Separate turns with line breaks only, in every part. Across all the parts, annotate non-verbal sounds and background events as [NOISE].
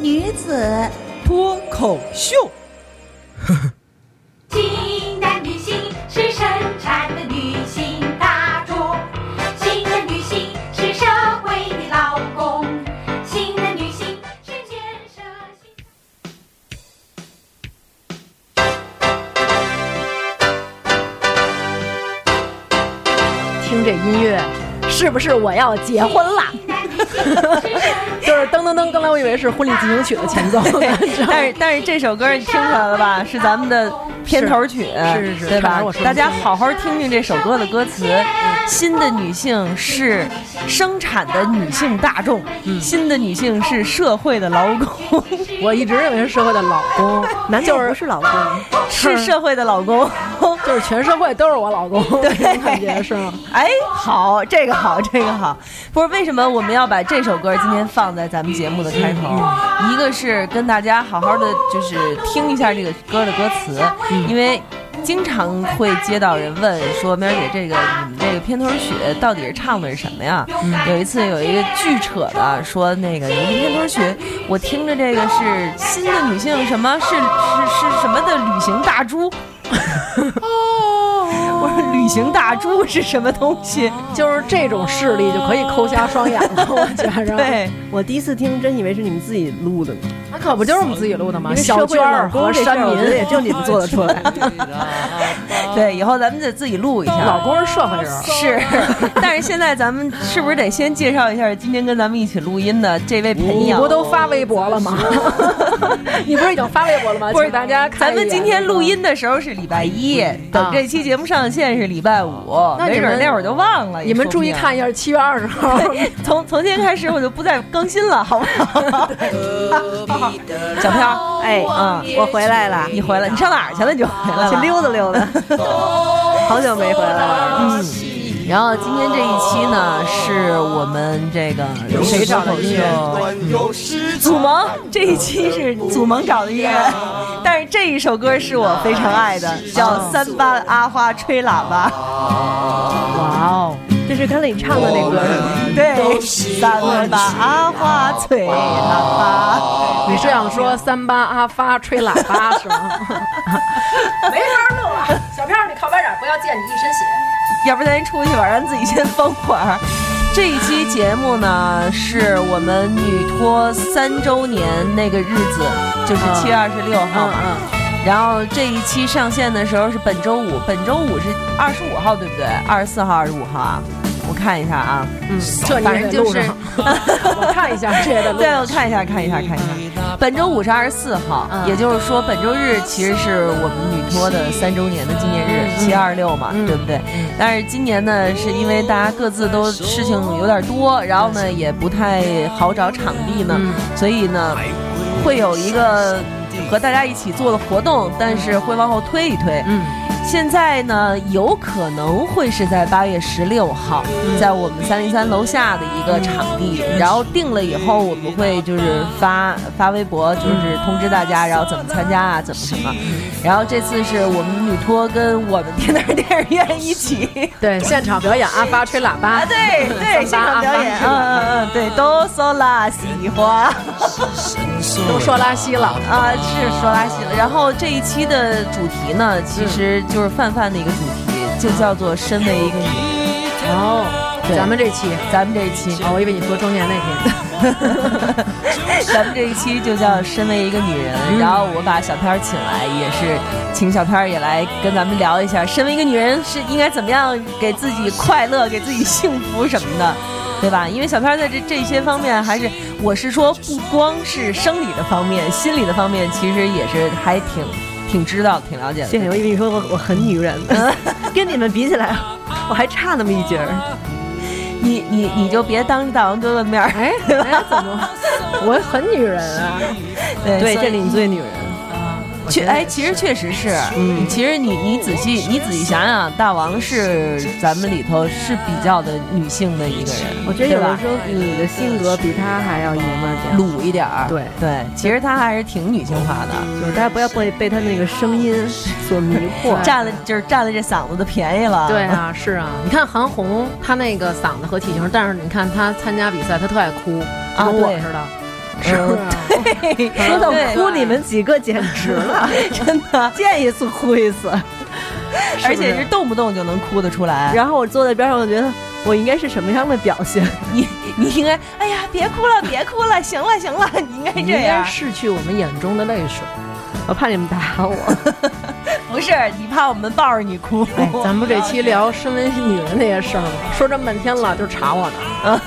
女子
脱口秀，
新的旅行是生产的女性大众，新的女性是社会的劳工，新的女性是建设新。
听这音乐，是不是我要结婚啦？ [LAUGHS] 就是噔噔噔，刚才我以为是婚礼进行曲的前
[LAUGHS]
[LAUGHS] 奏，
但是但是这首歌你听出来了
[LAUGHS]
吧？是咱们的片头曲，
是是是
对
差
吧
点我？说嗯
大家
错了
好好听听这首歌的歌词。新的女性是生产的女性大众，
嗯
新的女性是社会的劳工， [LAUGHS]
我一直认为是社会的老公，
难
就
道
是
不是老公？
是社会的老公。 [LAUGHS]
就是全社会都是我老公， [LAUGHS] 对，感觉是吗？
哎，好，这个好，这个好。不是为什么我们要把这首歌今天放在咱们节目的开头？一个是跟大家好好的就是听一下这个歌的歌词，因为经常会接到人问说，喵姐这个你们这个片头曲到底是唱的是什么呀？有一次有一个巨扯的说那个你们片头曲，我听着这个是新的女性什么是是是什么的旅行大猪。我说旅行大猪是什么东西？
就是这种势力就可以抠瞎双眼了，我觉 [LAUGHS] 着。，
对，
我第一次听，真以为是你们自己录的呢。
那可不就是我们自己录的吗？
因为
小
社会
娟儿
老公
和
这事
山
儿我觉得
民，
也只有你们做得出
[LAUGHS]
来。
对，以后咱们得自己录一下。
老公是社会人，
是， [LAUGHS] 但是现在咱们是不是得先介绍一下今天跟咱们一起录音的这位朋
你
友？
不都发微博了吗？ [LAUGHS] 你 [LAUGHS] 不是已经发微博了吗？
不是
请大家看
咱
一眼
们今天录。音的时候是礼拜一，等这期节目上线是礼拜五，
那
没
你
准
们
啊那会儿就忘了。
你们注意看一
下，
下，七月二十 [LAUGHS] 号，
[LAUGHS] 从从今天开始我就不再更新了，好不好？ [LAUGHS] 小飘，
哎，
嗯，
我回来了，
你回来，你上哪儿去了？你就回来
去
了。
溜达溜
[LAUGHS]
达，好久没回来了。
嗯然后今天这一期呢，是我们这个谁找的音乐？祖萌这一期是祖萌找的音乐，但是这一首歌是我非常爱的，叫《三八阿花吹喇叭》。哦
这是刚才你唱的那歌是吗？
对，三八阿花吹喇叭。
你是想说三八阿发吹喇叭是吗？ [LAUGHS] 没法弄了，小票你靠边点，不要溅你一身血。
要不咱出去玩，咱自己先疯会儿。这一期节目呢，是我们女托三周年那个日子，就是七月二十六号
嗯
嘛。
嗯，
然后这一期上线的时候是本周五，本周五是二十五号，对不对？二十四号、二十五号啊？我看一下啊，
这
反
你
正
得
就
录
是
上，
[LAUGHS]
我看一下这也得录
对，
上
我。看一下，看一下，看一下。本周五是二十四号，
嗯
也就是说本周日其实是我们女托的三周年的纪念日，
嗯
七月二十六嘛，对不对？但是今年呢，是因为大家各自都事情有点多，然后呢也不太好找场地呢，
嗯
所以呢会有一个和大家一起做的活动，但是会往后推一推。
嗯，
现在呢，有可能会是在八月十六号，在我们三零三楼下的一个场地，然后定了以后，我们会就是发发微博，就是通知大家，然后怎么参加啊，怎么什么。然后这次嗯是我们女托跟我们天台电影院一起
对，现场表演阿发吹喇
[LAUGHS] 啊，
叭，
对 [LAUGHS] 对，现场表演，
啊
嗯嗯嗯，对，都搜啦，喜 [LAUGHS] 欢。
都说拉稀了。
啊，是说拉稀了。然后这一期的主题呢，其实就是范范的一个主题，就叫做“身为一个女
哦，
对
咱们这期”。。
咱们这一期，
哦，我以为你说中年那 [LAUGHS] 天，
咱们这一期就叫“身为一个女人”。然后我把小飘儿请来，也是请小飘儿也来跟咱们聊一下，身为一个女人是应该怎么样给自己快乐、给自己幸福什么的。对吧？因为小飘儿在这这些方面，还是我是说，不光是生理的方面，心理的方面，其实也是还挺挺知道、挺了解的。
谢谢，我以为
[LAUGHS]
你说我我很女人，跟你们比起来，我还差那么一截儿。
你你你就别当着大王哥哥面儿，
哎，哎，怎么？ [LAUGHS] 我很女人啊，
对，
所以
这里你最女人。
确哎，其实确实是，嗯，其实你你仔细你仔细想想，大王是咱们里头是比较的女性的一个人，
我觉得
对
有
吧
的时候你的性格比他还要爷们儿点儿，
鲁一点儿，
对
对，其实她还是挺女性化的，
就是大家不要被被他那个声音所迷
[LAUGHS]
惑。
占了就是占了这嗓子的便宜了，
对， [LAUGHS] 啊，是啊。你看韩红，她那个嗓子和体型，但是你看她参加比赛，她特爱哭，就跟啊我
对
似的，是不是啊？ [LAUGHS]
说到
对
哭，你们几个简直
[LAUGHS]
了，真的， [LAUGHS] 见一次哭一次。
而且是动不动就能哭得出来，
然后我坐在边上，我觉得我应该是什么样的表现？
你你应该，哎呀，别哭了，别哭了，行了行了，你应该
你
这
应该
样，
拭去我们眼中的泪水。
我怕你们
[LAUGHS]
打我。
不是你怕我们抱着你哭，
哎，咱们这 [LAUGHS] 期聊身为女人那些事儿嘛，说这么半天了，就查我呢。啊，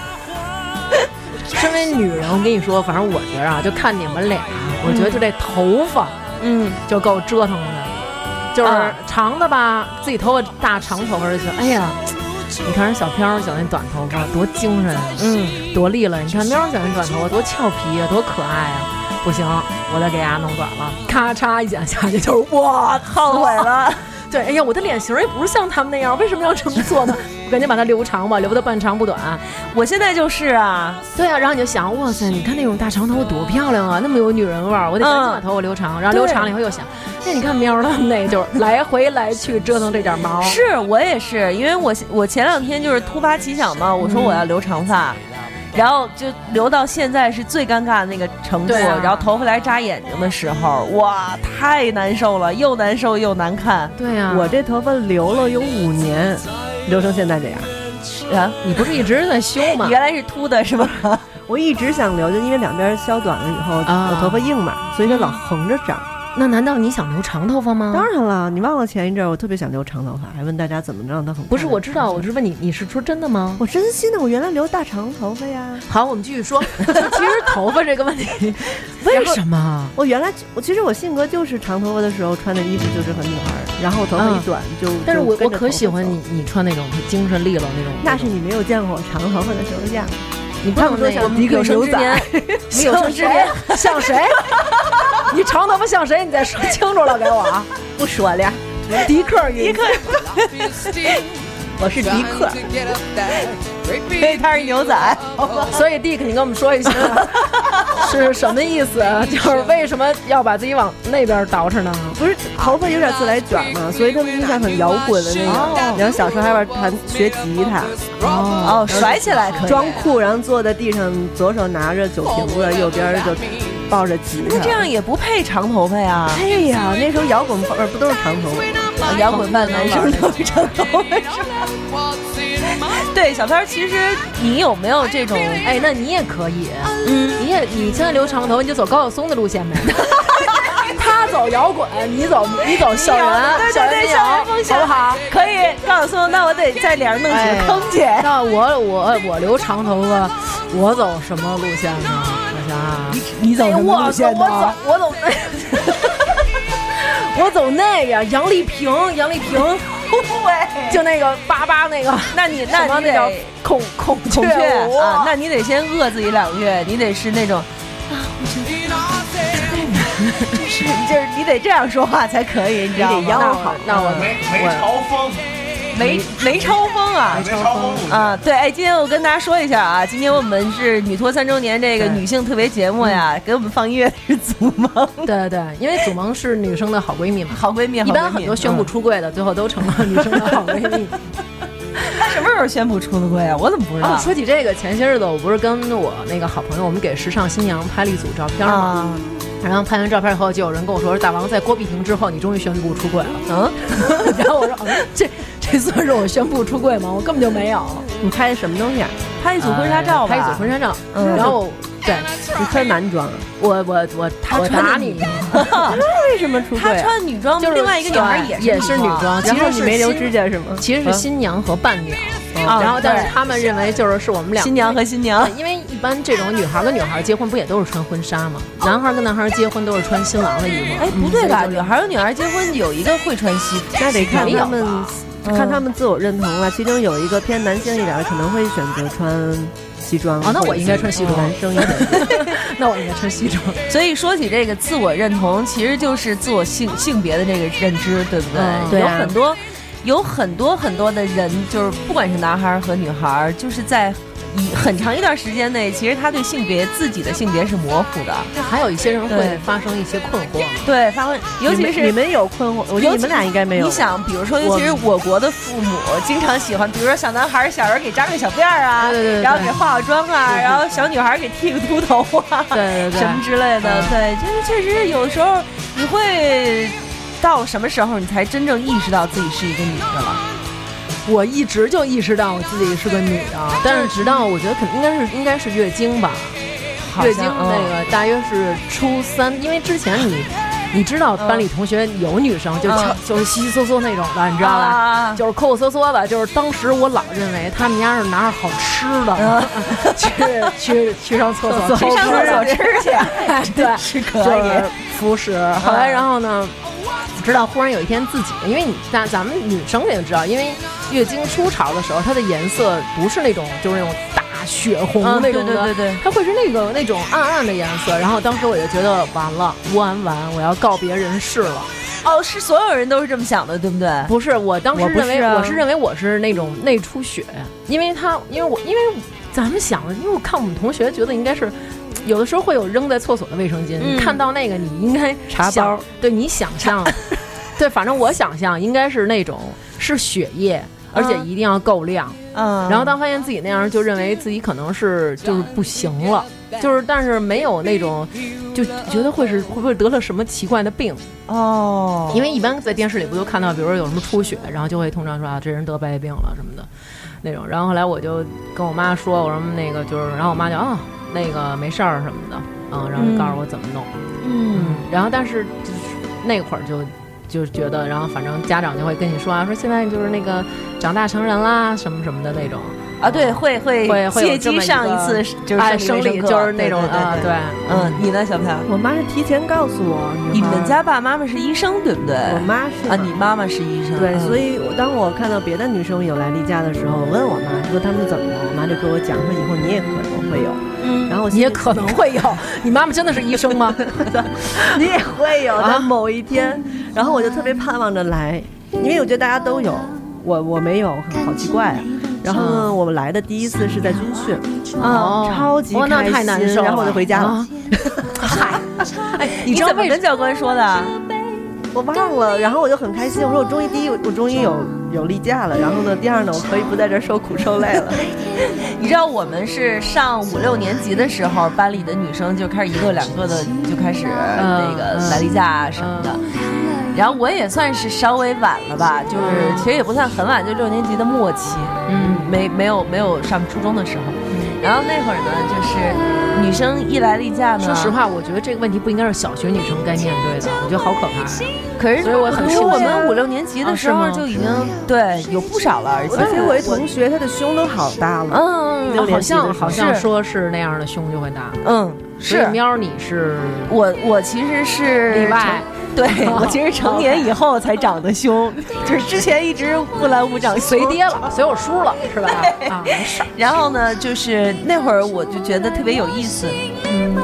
[LAUGHS] 身为女人，我跟你说，反正我觉着啊，就看你们俩，我觉得就这头发
嗯，
就够折腾的，就是
啊
长的吧，自己头发大长头发就觉得，哎呀。你看人小飘儿剪那短头发多精神啊，嗯，多利落。你看喵儿剪那短头发多俏皮呀、多可爱啊！不行，我得给伢弄短了，咔嚓一剪下去就是哇，
后悔了，
[LAUGHS] 对，哎呀，我的脸型儿也不是像他们那样，为什么要这么做呢？我赶紧把它留长吧，留的半长不
[LAUGHS]
短。啊
我现在就是啊，
对啊，然后你就想，哇塞，你看那种大长头多漂亮啊，那么有女人味儿，我得赶紧把头发留长。然后留长了以后又想，那你看喵儿他们那就是来回来去折腾这点毛。
是我也是，因为我我前两天就是突发奇想嘛，我
嗯
说我要留长发，然后就留到现在是最尴尬的那个程度，
对啊
然后头回来扎眼睛的时候，哇，太难受了，又难受又难看
[LAUGHS] 对啊，
我这头发留了有五年，留成现在这样。
啊！
你不是一直在修吗 [LAUGHS]
你？原来是秃的是吧？
我一直想留，就因为两边削短了以后，
啊
我头发硬嘛，所以就老横着长。
那难道你想留长头发吗？
嗯当。然了，你忘了前一阵儿我特别想留长头发，还问大家怎么让它很快
不是，我知道，我是问你，你是说真的吗？
我真心的，我原来留大长头发呀。
好，我们继
[LAUGHS]
续说。就 [LAUGHS] 其实头发这个问题，为 [LAUGHS] 什么？
我原来我其实我性格就是长头发的时候穿的衣服就是很女孩儿，然后头发一短就。
但是
就
我
跟
我
着
可
头发
喜欢
走
你。，你穿那种精神利落那种。
那是你没有见过我长头发的时候的样子。
你不
他们说
像
像迪克
[LAUGHS]
牛仔，
你有生之年像谁？你长头发像谁？你再说清楚了给我啊！
不说了，
迪克迪克，
我是迪克。
所以他是牛仔，
所以 Dick，你跟我们说一下是什么意思？啊就是为什么要把自己往那边捯饬呢？
不是头发有点自来卷嘛，所以他们印象很摇滚的那种。然后小时候还玩弹学吉他，
[LAUGHS] 嗯
哦，甩起来可以。
装酷，然后坐在地上，左手拿着酒瓶子，右边就抱着吉他。
那这样也不配长头发呀，
哎呀，那时候摇滚范儿不都是长头发？
[LAUGHS] 啊摇滚范男生都是长头发是吧？对，小飘，其实你有没有这种？
哎，那你也可以，嗯，你也你现在留长头发，你就走高晓松的路线呗。他走摇滚，你走你
哎
走校
对
园校
对
园
对，
民谣，
校园风
好不好？
可以，告诉我，那我得在脸上弄几个坑去。
那我我我留长头发，我走什么路线呢？我想想，
你走什么路线
我走哎我走那， [LAUGHS] 我走那个杨丽萍，杨丽 [LAUGHS] 萍，就那个巴巴那个，
那你
什
那
么
你
那叫
得
孔孔
孔雀
舞
啊，那你得先饿自己两个月，你得是那种啊，我真 [LAUGHS] 就是就是你得这样说话才可以，你知道
你得
吗？
吆喝。
那我
梅梅超风，
没没超风啊，
梅超风舞
啊，对，哎，今天我跟大家说一下啊，今天我们是女托三周年这个女性特别节目呀，
嗯
给我们放音乐的是祖萌， [LAUGHS]
对对，因为祖萌是女生的好闺蜜嘛。
好闺蜜，
一
好
般
闺
很
蜜
多宣布
嗯
出柜的，最后都成了女生的好闺蜜。
她什么时候宣布出的柜啊？我怎么不知
哦
道，？
说起这个，前些日子我不是跟我那个好朋友，我们给时尚新娘拍了一组照片嘛，
啊，
然后拍完照片以后，就有人跟我说，大王在郭碧婷之后，你终于宣布出柜了。
嗯，
然后我
[LAUGHS]
说，嗯 [LAUGHS] 这这算是我宣布出柜吗？我根本就没有。
你拍的什么东西啊？
拍一组婚纱照吧，
拍一组婚纱照，
嗯
然后对
你穿男装啊？
我我我
我
我
打
打
你
你，
为什么出
她
柜啊？
穿女装，
就是
另外一个女孩
对
也
也
是
是女装，
然后
其
你
实
没留
之
指甲是吗？
其实是新娘和伴娘，
哦
啊
然后但是
对
他们认为就是是我们俩
新娘和新娘
因为一般这种女孩跟女孩结婚不也都是穿婚纱吗？男孩跟男孩结婚都是
哎
穿新郎的衣服。
[LAUGHS] 哎，
嗯
不对吧？女孩儿有女孩儿结婚有一个会穿西服，
那得看
没有
他们看他们自我认同了。其中有一个偏男性一点，的，可能会选择穿西装。
哦那我应该穿西装
男生一点。
那我应该穿西装。
所以说起这个自我认同，其实就是自我性性别的这个认知，对不对？
嗯
对
有
啊
很多，有很多很多的人，就是不管是男孩儿和女孩儿，就是在以很长一段时间内，其实他对性别自己的性别是模糊的。
[LAUGHS] 还有一些人
对
会发生一些困惑，
对，发挥，尤
你
其
们
是
你们有困惑，我觉得
尤其
你们俩应该没有。
你想，比如说，尤其是我国的父母经常喜欢，比如说小男孩儿小时候给扎个小辫儿啊，
对对对
然后给化化妆啊，然后小女孩儿给剃个秃头啊，
对对对
什么之类的，
嗯
对，就是确实有时候你会到什么时候你才真正意识到自己是一个女的了？
我一直就意识到我自己是个女的，但是直到我觉得肯应该是应该是月经吧，
好像嗯
月经嗯那个大约是初三，因为之前你你知道班里同学有女生就
嗯
悄就是稀稀嗦嗦那种的，你知道吧？
啊，
就是抠抠搜搜的，就是当时我老认为他们家是拿着好吃的、 [LAUGHS] 去去去上厕所
去
偷
上啊厕所吃去， [LAUGHS]
对，
是
哎就
可
是
以。嗯
辅食。后来然后呢，直到忽然有一天自己，因为你咱咱们女生肯定知道，因为月经初潮的时候，它的颜色不是那种就是那种大血红
嗯
那种的，
对对对对
它会是那个那种暗暗的颜色。然后当时我就觉得完了，完完，我要告别人世了。
哦，是所有人都是这么想的，对不对？
不是，我当时
我不
认为
是啊
我是认为我是那种内出血，因为他因为我因为咱们想，因为我看我们同学觉得应该是。有的时候会有扔在厕所的卫生巾，
嗯
你看到那个你应该
茶
想
包，
对你想
[LAUGHS]
象，对，反正我想象应该是那种是血液，而且
嗯
一定要够量。
嗯，
然后当发现自己那样，就认为自己可能是就是不行了，就是但是没有那种，就觉得会是会不会得了什么奇怪的病，
哦，
因为一般在电视里不都看到，比如说有什么出血，然后就会通常说啊，这人得白血病了什么的，那种。然后后来我就跟我妈说，我说那个就是，然后我妈就啊、那个没事儿什么的，嗯，然后就告诉我怎么弄，嗯，然后但是就是那会儿就。就觉得，然后反正家长就会跟你说啊，说现在就是那个长大成人啦，什么什么的那种，
啊，对，会会
会会有
借
这
机
么一
上一
个
次就是
哎，
生
生
理卫
理
生课
就是那种啊，
对，嗯，你呢，小飘？
我妈是提前告诉我，
你们家爸妈妈是医生，对不对？
我妈是嗯
啊，你妈妈是医生，
哎
嗯
对，所
以
以我当我看到别的女生有来例假的时候，我问我妈说她们怎么了，我妈就跟我讲说以后你也可能会有， [LAUGHS]
嗯
然后我
你
心里
也可能会
[LAUGHS]
有。你妈妈真的是医生吗？
你也会有的某一天，然后我就特别盼望着来，因为我觉得大家都有，我我没有，好奇怪啊。然后呢，我们来的第一次是在军训，
哦
[LAUGHS]
超级
哦那太
开
难
心，
受了。
然后我就回家了
啊，
你哎
知道
怎么
为
跟教官说
啊
的？
我忘了，然后我就很开心，我说我终于第一，我终于有有例假了，然后呢，第二呢，我可以不在这儿受苦受累 [LAUGHS] 了。
你知道我们是上五六年级的时候，班里的女生就开始一个两个的就开始呃那个
嗯
来例假啊什么的。然后我也算是稍微晚了吧，就是其实也不算很晚，就六年级的末期，嗯，没没有没有上初中的时候。然后那会儿呢，就是女生一来例假呢，
说实，话，我觉得这个问题不应该是小学女生该面对的，我觉得好可怕。
可是
所以我很
可是
幸运
我们五六年级的
啊
时
是
候
吗
就已经对有不少了，而且
而且我一同学他的胸都好大了，
嗯
六
好
年级的时候
像好像
是
说是那样的胸就会大，
嗯
所
是
以。喵，你是
我我其实是
例外
成，
[LAUGHS]
对我其实成年以后才长的胸，就是之前一直不来不长
随
胸。
爹了，随我叔了，是吧？啊，没事儿。
然后呢，就是那会儿我就觉得特别有意思，嗯，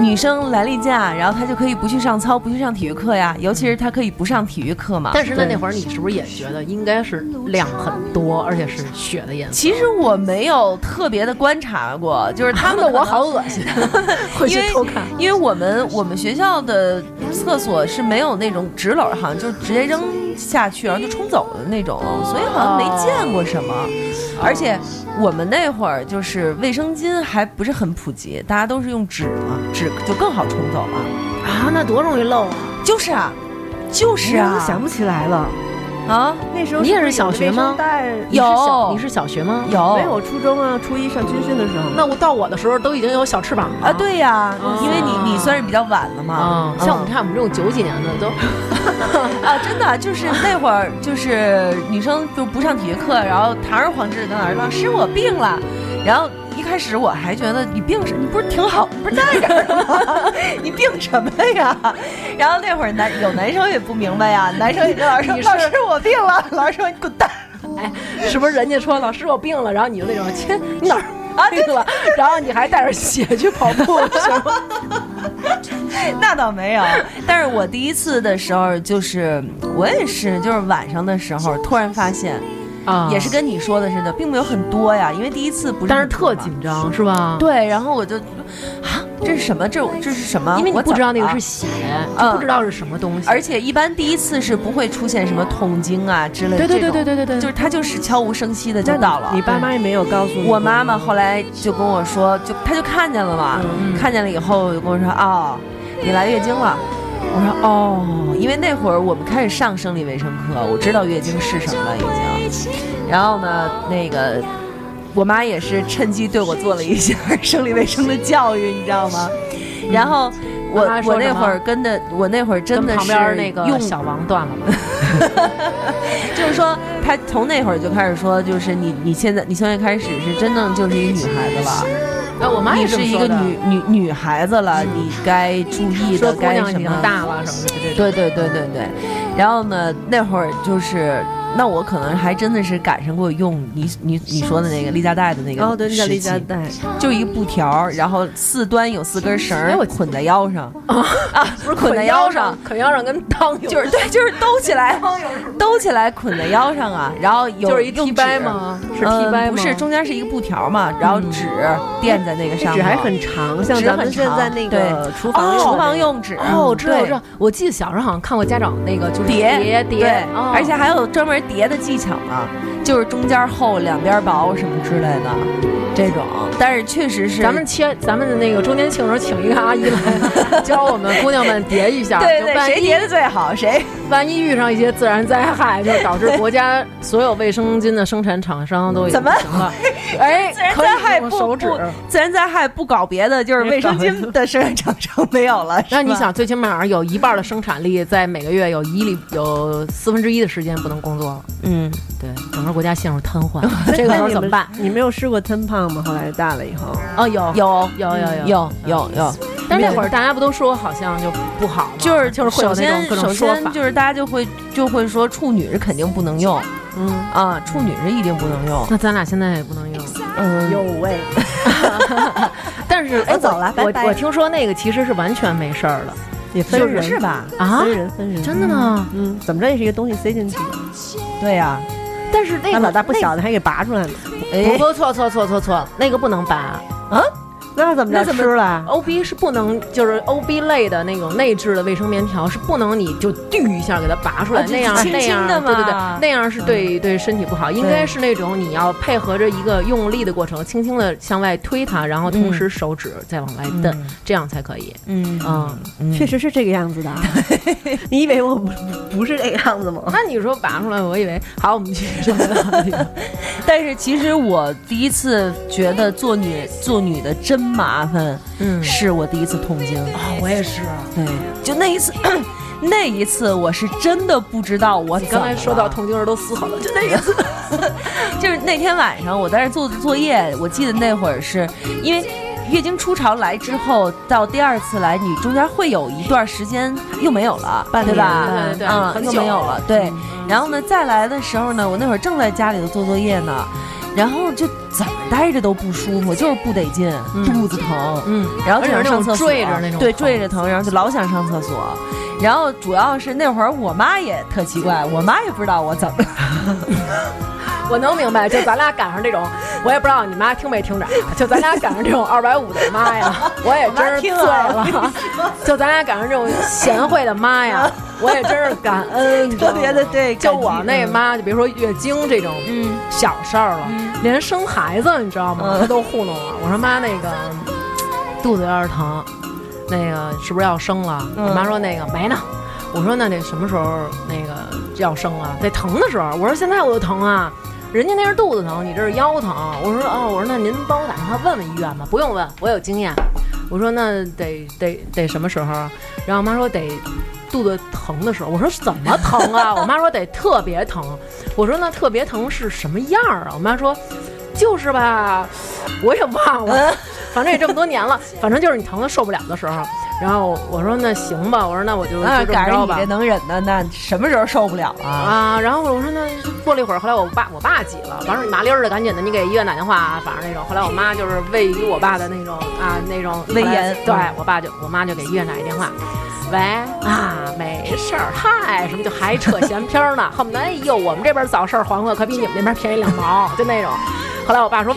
女生来例假，然后她就可以不去上操，不去上体育课呀，尤其是她可以不上体育课嘛。
但是呢，
对
那会儿你是不是也觉得应该是量很多，而且是血的颜色？
其实我没有特别的观察过，就是他们
的啊
可
我
能
好恶 [LAUGHS] 心，回去偷看。
因为我们我们学校的厕所是没有那种纸篓儿，好像就直接扔下去，然后就冲走的那种，所以好像没见过什么。而且我们那会儿就是卫生巾还不是很普及，大家都是用纸嘛，纸就更好冲走了。
啊，那多容易漏啊！
就是啊，就是
我想
啊，
不起来了。
啊，
那时候
你也是
不有
小学
卫生
吗
带
你是小
有
你是小学吗？
有
没有初中啊，初一上军训的时候。
那我到我的时候都已经有小翅膀了
啊？对呀、因为你你算是比较晚了嘛
啊，，
嗯
像我们看我们这种九几年的都
[LAUGHS] 啊，真的就是那会儿，就是女生就不上体育课，然后堂而皇之的跟老师说：“老师，我病了。”然后一开始我还觉得你病什，你不是挺好，你不是在这儿吗？ [LAUGHS] 你病什么呀？然后那会儿男有男生也不明白呀，男生也跟老师说：“老师，我病了。”老师说：“你滚蛋。” [LAUGHS]
哎， [LAUGHS] 是不是人家说老师我病了，然后你就那种切你哪儿 [LAUGHS] 啊病了，然后你还带着血去跑步，是吗？
那倒没有，但是我第一次的时候，就是我也是，就是晚上的时候，突然发现，
啊
也是，跟你说的似的，并没有很多呀，因为第一次不是，
但是特紧。张是吧？，
对，然后我就，啊，这是什么？这这是什么？
因为你
我
不知道那个
怎么
是
了
血，
嗯
就不知道是什么东西，
而且一般第一次是不会出现什么痛经啊之类的
对
这
对
种，
对对对对对，
就是他就是悄无声息的就到了。
你爸妈也没有告诉你，
我妈妈后来就跟我说，就她就看见了嘛，
嗯
看见了以后就跟我说啊、你来月经了。我说哦，因为那会儿我们开始上生理卫生课，我知道月经是什么了已经。然后呢，那个我妈也是趁机对我做了一下生理卫生的教育，你知道吗？然后我
妈妈说
我那
什么
会儿跟的我那会儿真
跟
的
旁
是
边那个
用
小王断了吧，
[LAUGHS] 就是说，她从那会儿就开始说，就是你你现在你现在开始是真正就是一女孩子了。
哎，我妈也
你
这
是
么
一
说
个
的
女女女孩子了，你该注意
说
的，
姑
该
娘已
什
经
么？
大了什么的，这种
对对对对对。然后呢，那会儿就是，那我可能还真的是赶上过用你你你说的那个立加带的那个
哦，对，那叫
时期
离家带，
就一个布条儿，然后四端有四根绳儿
哎我哦
捆在腰上
[LAUGHS]
啊，不是捆
捆
在
在
腰
腰
上
上，，捆腰上跟裆 [LAUGHS] 有，
就是对，就是兜起来，兜起来捆在腰上啊，然后有
就是一提掰
吗？
吗？是提掰
嗯，
吗？嗯
不是，中间是一个布条嘛，然后纸垫在那个上面，
纸还很长，像
纸
咱
很
们现
长
在那个
对
厨
啊
房用的
厨
那
房
个
用纸
哦，我知道，
对
我知道，我记得小时候好像看过家长那个就是
叠
叠
对
叠，哦
而且还有专门叠的技巧呢，就是中间厚，两边薄什么之类的这种，但是确实是
咱们切咱们的那个中间庆的时候，请一个阿姨
[LAUGHS]
来教我们姑娘们叠一下，
对
就
对，
万
谁
一
叠的最好谁
万一遇上一些自然灾害，就导致国家所有卫生巾的生产厂商都已经
怎么
不行了？哎
自然，
可
灾害
以用
不
手指
不。自然灾害不搞别的，就是卫生巾的生产 [LAUGHS] 厂商没有了。是
那你
吧
想，最起码有一半的生产力在每个月有一里有四分之一的时间不能工作了，
嗯，
对，整个国家陷入瘫痪。
[LAUGHS]
那
这个时
那
候
你
怎么
们
办？
你没有试过吞胖吗？后来大了以后，
哦，有
有
有有嗯有
有有有，
但是那会儿大家不都说好像就不好吗？
就是
就是会有
首
那
先
种各
首
种说
先
法，
就是大家就会就会说处女是肯定不能用
嗯，
啊，处女是一定不能用。
那咱俩现在也不能用。
嗯，
有喂，
但是
哎
哎
我走了
我
拜拜
我听说那个其实是完全没事儿的
也分人
是吧？
啊
分？人分人，
真的吗？
嗯，怎么着也是一个东西塞进去，
对呀，
但是那
那
个
老大不小的还给拔出来了，
那
哎
个，不不错错错错错，那个不能拔。
那怎么
那啊
着
怎么
吃了？
O B 是不能，就是 O B 类的那种内置的卫生棉条是不能，你就嘟一下给它拔出来，
啊就
那样
轻轻
那样，
的嘛
对对对，那样是对嗯对身体不好。应该是那种你要配合着一个用力的过程，轻轻的向外推它，然后同时手指再往外蹬，这样才可以。
嗯
嗯，
确实是这个样子的啊，你以为我不不是这个样子吗？
那你说拔出来，我以为好，我们去上别的话题吧
但是其实我第一次觉得做女做女的真麻烦，
嗯啊
是我第一次痛经。
我也是。
对，就那一次， [COUGHS] 那一次我是真的不知道我
[LAUGHS] [LAUGHS] 你刚才
怎么
说到
了
痛经时都嘶吼了，就那意思。
[LAUGHS] 就是那天晚上我在那儿做作业，我记得那会儿是因为月经初潮来之后，到第二次来，你中间会有一段时间又没有了，对吧？
对对对
嗯，
很
又
久
没有了，对。然后呢，再来的时候呢，我那会儿正在家里头做作业呢。然后就怎么待着都不舒服，就是不得劲，肚子疼，
嗯，
然后就想
而且是那
上
种
厕所，
坠着那种
对，
疼
坠着疼，然后就老想上厕所。然后主要是那会儿我妈也特奇怪，我妈也不知道我怎么了，
我能明白，就咱俩赶上这种，我也不知道你妈听没听着啊，就咱俩赶上这种二百五的妈呀，我也真是醉
我妈听
了。 [LAUGHS] 就咱俩赶上这种贤惠的
[LAUGHS]
妈呀，我也真是感恩，
特别的对，
就
感激嗯
我那妈，就别说月经这种小事儿了，连生孩子你知道吗？
嗯
她都糊弄我。我说妈，那个肚子有点疼，那个是不是要生了？我
嗯
妈说那个没呢。我说那得什么时候那个要生啊？得疼的时候。我说现在我就疼啊，人家那是肚子疼，你这是腰疼。我说哦，我说那您帮我打电话问问医院吧，不用问，我有经验。我说那得得得什么时候啊？然后我妈说得肚子疼的时候，我说怎么
[LAUGHS]
疼啊？我妈说得特别疼。我说那特别疼是什么样儿啊？我妈说就是吧，我也
[LAUGHS]
忘了，反正也这么多年了，反正就是你疼的受不了的时候，然后我说那行吧，我说那我就
那
就这么
啊赶
着
上你
吧
这。能忍的，那什么时候受不了啊？
啊，然后我说那过了一会儿，后来我爸我爸急了，完事儿麻溜儿的，赶紧的，你给医院打电话啊，反正那种。后来我妈就是位于我爸的那种啊那种
威严
对
嗯
我爸就我妈就给医院打一电话，喂啊没事儿，嗨什么就还扯闲篇儿呢，恨 [LAUGHS] 不得哎呦我们这边早市儿黄瓜可比你们那边便宜两毛，就那种。后来我爸说。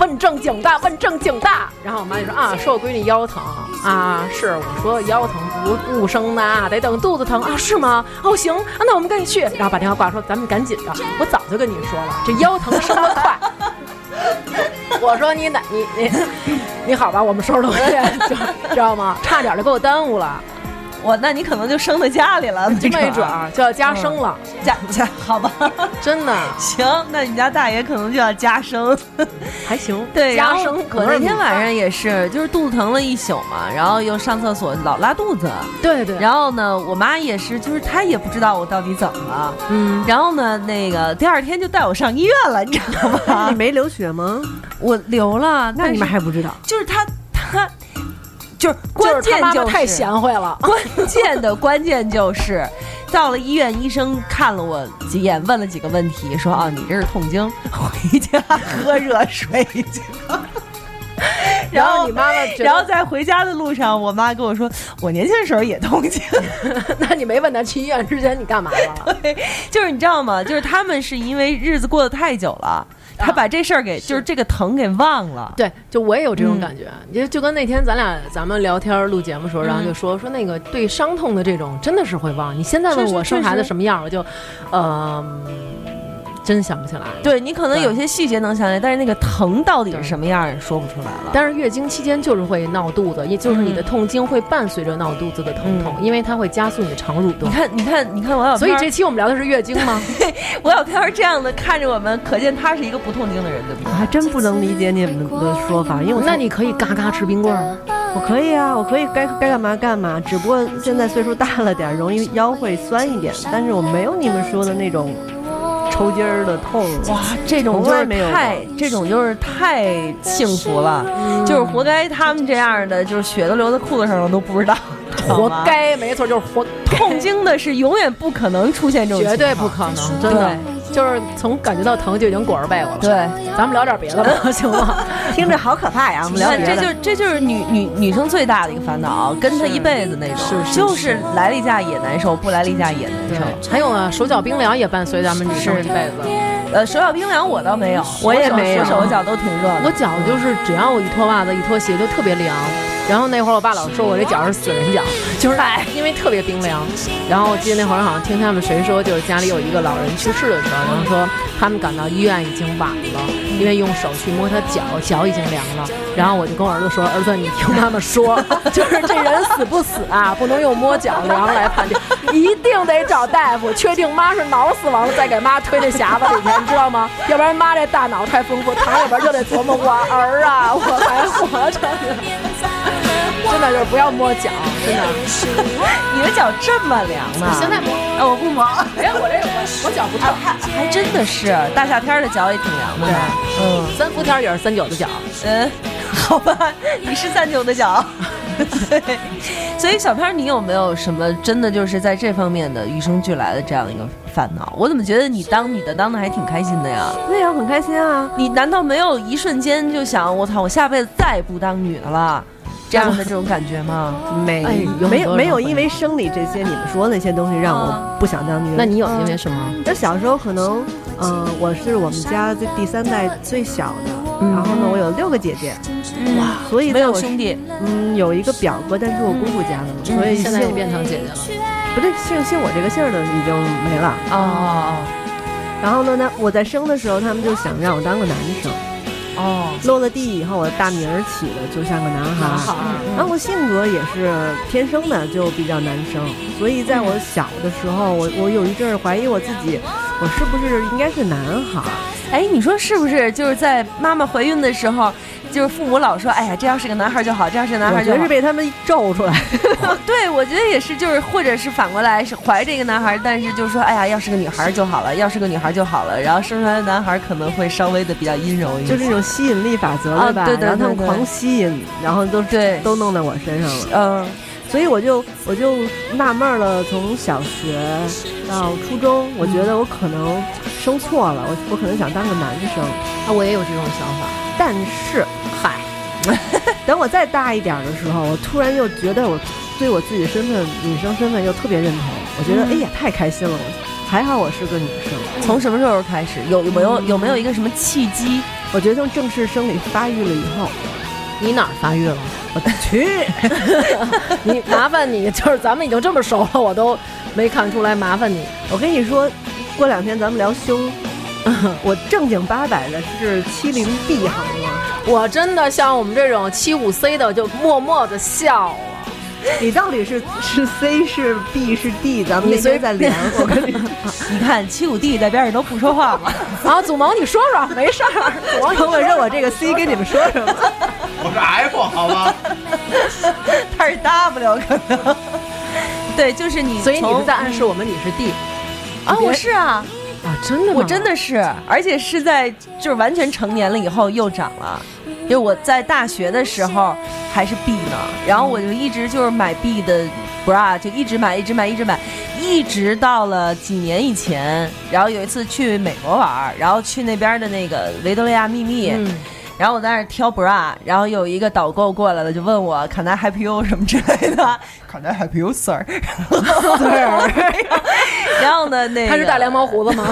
问正经的，问正经的。然后我妈就说啊，说我闺女腰疼啊，是我说腰疼不不生的，啊，得等肚子疼啊，是吗？哦，行，啊那我们赶紧去。然后把电话挂说，咱们赶紧的。我早就跟你说了，这腰疼生得快。 [LAUGHS] 我说你哪你你你好吧，我们收拾东西，就知道 [LAUGHS] 吗？差点就给我耽误了，
我那你可能就生在家里 [LAUGHS] 了，
就没准
啊
儿啊就要加生了，
家家好吧？
嗯
[LAUGHS]
真的
行，那你家大爷可能就要加生。 [LAUGHS]
还行。
对，然
加
后
生可
我
能
那
是
天晚上也是，就是肚子疼了一宿嘛，然后又上厕所老拉肚子，
对对，
然后呢，我妈也是，就是她也不知道我到底怎么了，
嗯，
然后呢，那个第二天就带我上医院了，你知道吗
你？没流血吗？
[LAUGHS] 我流了，
那
但
你
是
们还不知道？
就是她她就是关
就是
键
他妈
就
妈
是
太贤惠了。 [LAUGHS]
关键的关键就是，到了医院，医生看了我几眼，问了几个问题，说啊，你这是痛经， [LAUGHS] 回家喝热水去。然
然
后
后你妈妈觉得
然后在回家的路上，我妈跟我说，我年轻的时候也痛经。 [LAUGHS]
那你没问他去医院之前你干嘛了？
就是你知道吗？就是他们是因为日子过得太久了，他把这事儿给就是这个疼给忘了。
[LAUGHS] 对，就我也有这种感觉，就就跟那天咱俩咱们聊天儿录节目的时候，然后就说说那个对伤痛的这种真的是会忘。你现在问
是是
我生孩
确
子
实
什么样，我就，呃，真想不起来了。
对你可能
对
有些细节能想起来，但是那个疼到底是什么样儿也说不出来了。
但是月经期间就是会闹肚子，也就是你的痛经会伴随着闹肚子的疼痛，因为它会加速你的肠蠕
你
动。
看，你看，你看王小
所以
片儿
这期我们聊的是月经吗？
[LAUGHS] 王小片儿这样的看着我们，可见他是一个不痛经的人，对不
我
对？
还真不能理解你们的说法，因为我
那你可以嘎嘎吃冰棍儿，
我可以啊，我可以该该干嘛干嘛，只不过现在岁数大了点儿，容易腰会酸一点，但是我没有你们说的那种抽筋儿的痛。
哇，这种就
从来
是
没有过
太，这种就是太幸福了，就是活该他们这样的，就是血都流在裤子上了都不知 [LAUGHS] 道，
活
好吗。啊
该，没错，就是活，
痛经的是永远不可能出现这种，
绝对不。可能，真的，就是从感觉到疼就已经裹着被窝了。
对，
咱们聊点别的吧，行吗？
听着好可怕呀！我们
你
聊
看，
别
这
的。
就这就是女女女生最大的一个烦恼，跟她一辈子那种，就是来例假也难受，不来例假也难受。
还有呢，手脚冰凉也伴随咱们女生一辈子。
呃，手脚冰凉我倒没有，
我也
手
没有
手手脚都挺热
我
的。
脚就是只要我一脱袜子一脱鞋就特别凉，然后那会儿我爸老说我这脚是死人脚， [LAUGHS] 就是因为特别冰凉。然后我记得那会儿好像听他们谁说，就是家里有一个老人去世的时候，然后说他们赶到医院已经晚了，因为用手去摸他脚，脚已经凉了。然后我就跟我儿子说：“儿子，你听妈妈说， [LAUGHS] 就是这人死不死啊，不能用摸脚凉来判定，一定得找大夫确定妈是脑死亡了，再给妈推那匣子里面， [LAUGHS] 你知道吗？要不然妈这大脑太丰富，躺里边就得琢磨我儿啊，我还活着呢。真的就是不要摸脚，真的。
你的脚这么凉呢？
现在摸，
哎，我不磨，
哎，我这我我脚不
啊
疼。
还还真的是，大夏天的脚也挺凉的呢。嗯
三伏天也是三九的脚，
嗯， [LAUGHS] 好吧，你是三九的脚。 [LAUGHS] 对，所以小片，你有没有什么真的就是在这方面的与生俱来的这样一个烦恼？我怎么觉得你当女的当的还挺开心的呀？
对呀、很开心啊！
你难道没有一瞬间就想我操，我下辈子再也不当女的了，这样的这种感觉吗？
没、
哎有
没
很多人
有没有，
会
因为生理这些你们说的那些东西让我不想当女人。
那你有因为什么？
就小时候可能，嗯、我是我们家这第三代最小的，
嗯
然后呢，我有六个姐姐，
哇，
所以
没
在
有
我
兄弟，
嗯有一个表哥，但是我姑姑家的嘛，所以
嗯现在
姓
你变成姐姐了。
不对姓姓我这个姓儿的已经没了。
哦
然后呢，那我在生的时候，他们就想让我当个男生，
哦，
落了地以后，我的大名儿起的就像个男孩儿。
哦
然后我性格也是天生的就比较男生，所以在我小的时候，我我有一阵儿怀疑我自己，我是不是应该是男孩儿？
哎，你说是不是？就是在妈妈怀孕的时候，就是父母老说，哎呀，这要是个男孩就好，这要是个男
我
孩就
觉得
好
是。被他们咒出来。
嗯 [LAUGHS] 对，我觉得也是，就是或者是反过来是怀着一个男孩，但是就说，哎呀，要是个女孩就好了，要是个女孩就好了。然后生出来的男孩可能会稍微的比较阴柔一点，
[LAUGHS] 就是那种吸引力法则
啊
吧？
对对
然后他们
对对
狂吸引，然后都
对
都弄在我身上了，
嗯
所以我就我就纳闷儿了。从小学到初中，我觉得我可能生错了，我我可能想当个男生，
啊，我也有这种想法。
但是 [LAUGHS]
嗨，
等我再大一点儿的时候，我突然又觉得我对我自己的身份，女生身份又特别认同，我觉得、哎呀太开心了，我还好我是个女生。
从什么时候开始？有有没有有没有一个什么契机？
我觉得从正式生理发育了以后，
你哪儿发育了？
我去，
[LAUGHS] 你麻烦你，就是咱们已经这么熟了，我都没看出来麻烦你。
我跟你说，过两天咱们聊胸， [LAUGHS] 我正经八百的是七零 B 好吗？
我真的像我们这种七五 C 的，就默默的笑啊了。
[LAUGHS] 你到底是是 C 是 B 是 D？咱们
你
那
随
天再量。我跟
[LAUGHS]
你，
你看七五弟在边上都不说话了，
然后祖萌，你说说，没事儿。祖萌，你说
等我
说
让我这
[LAUGHS]
个 C 跟你们说什么？
我是 F
[LAUGHS]
好吗？
[LAUGHS] 他是 W 可能。 [LAUGHS] 对，就是你从，
所以你是在暗示我们你是 D
啊，我是啊，
啊？真的吗？
我真的是，而且是在就是完全成年了以后又长了。因为我在大学的时候还是 B 呢，然后我就一直就是买 B 的 bra，就一直买，一直买，一直买，一直到了几年以前，然后有一次去美国玩儿，然后去那边的那个维多利亚秘密，
嗯
然后我在那儿挑 bra，然后有一个导购过来了，就问我 Can I help you 什么之类的，Can I help you [LAUGHS] sir？然后呢，那个
他是大连毛胡
[LAUGHS]
子 [LAUGHS] 吗？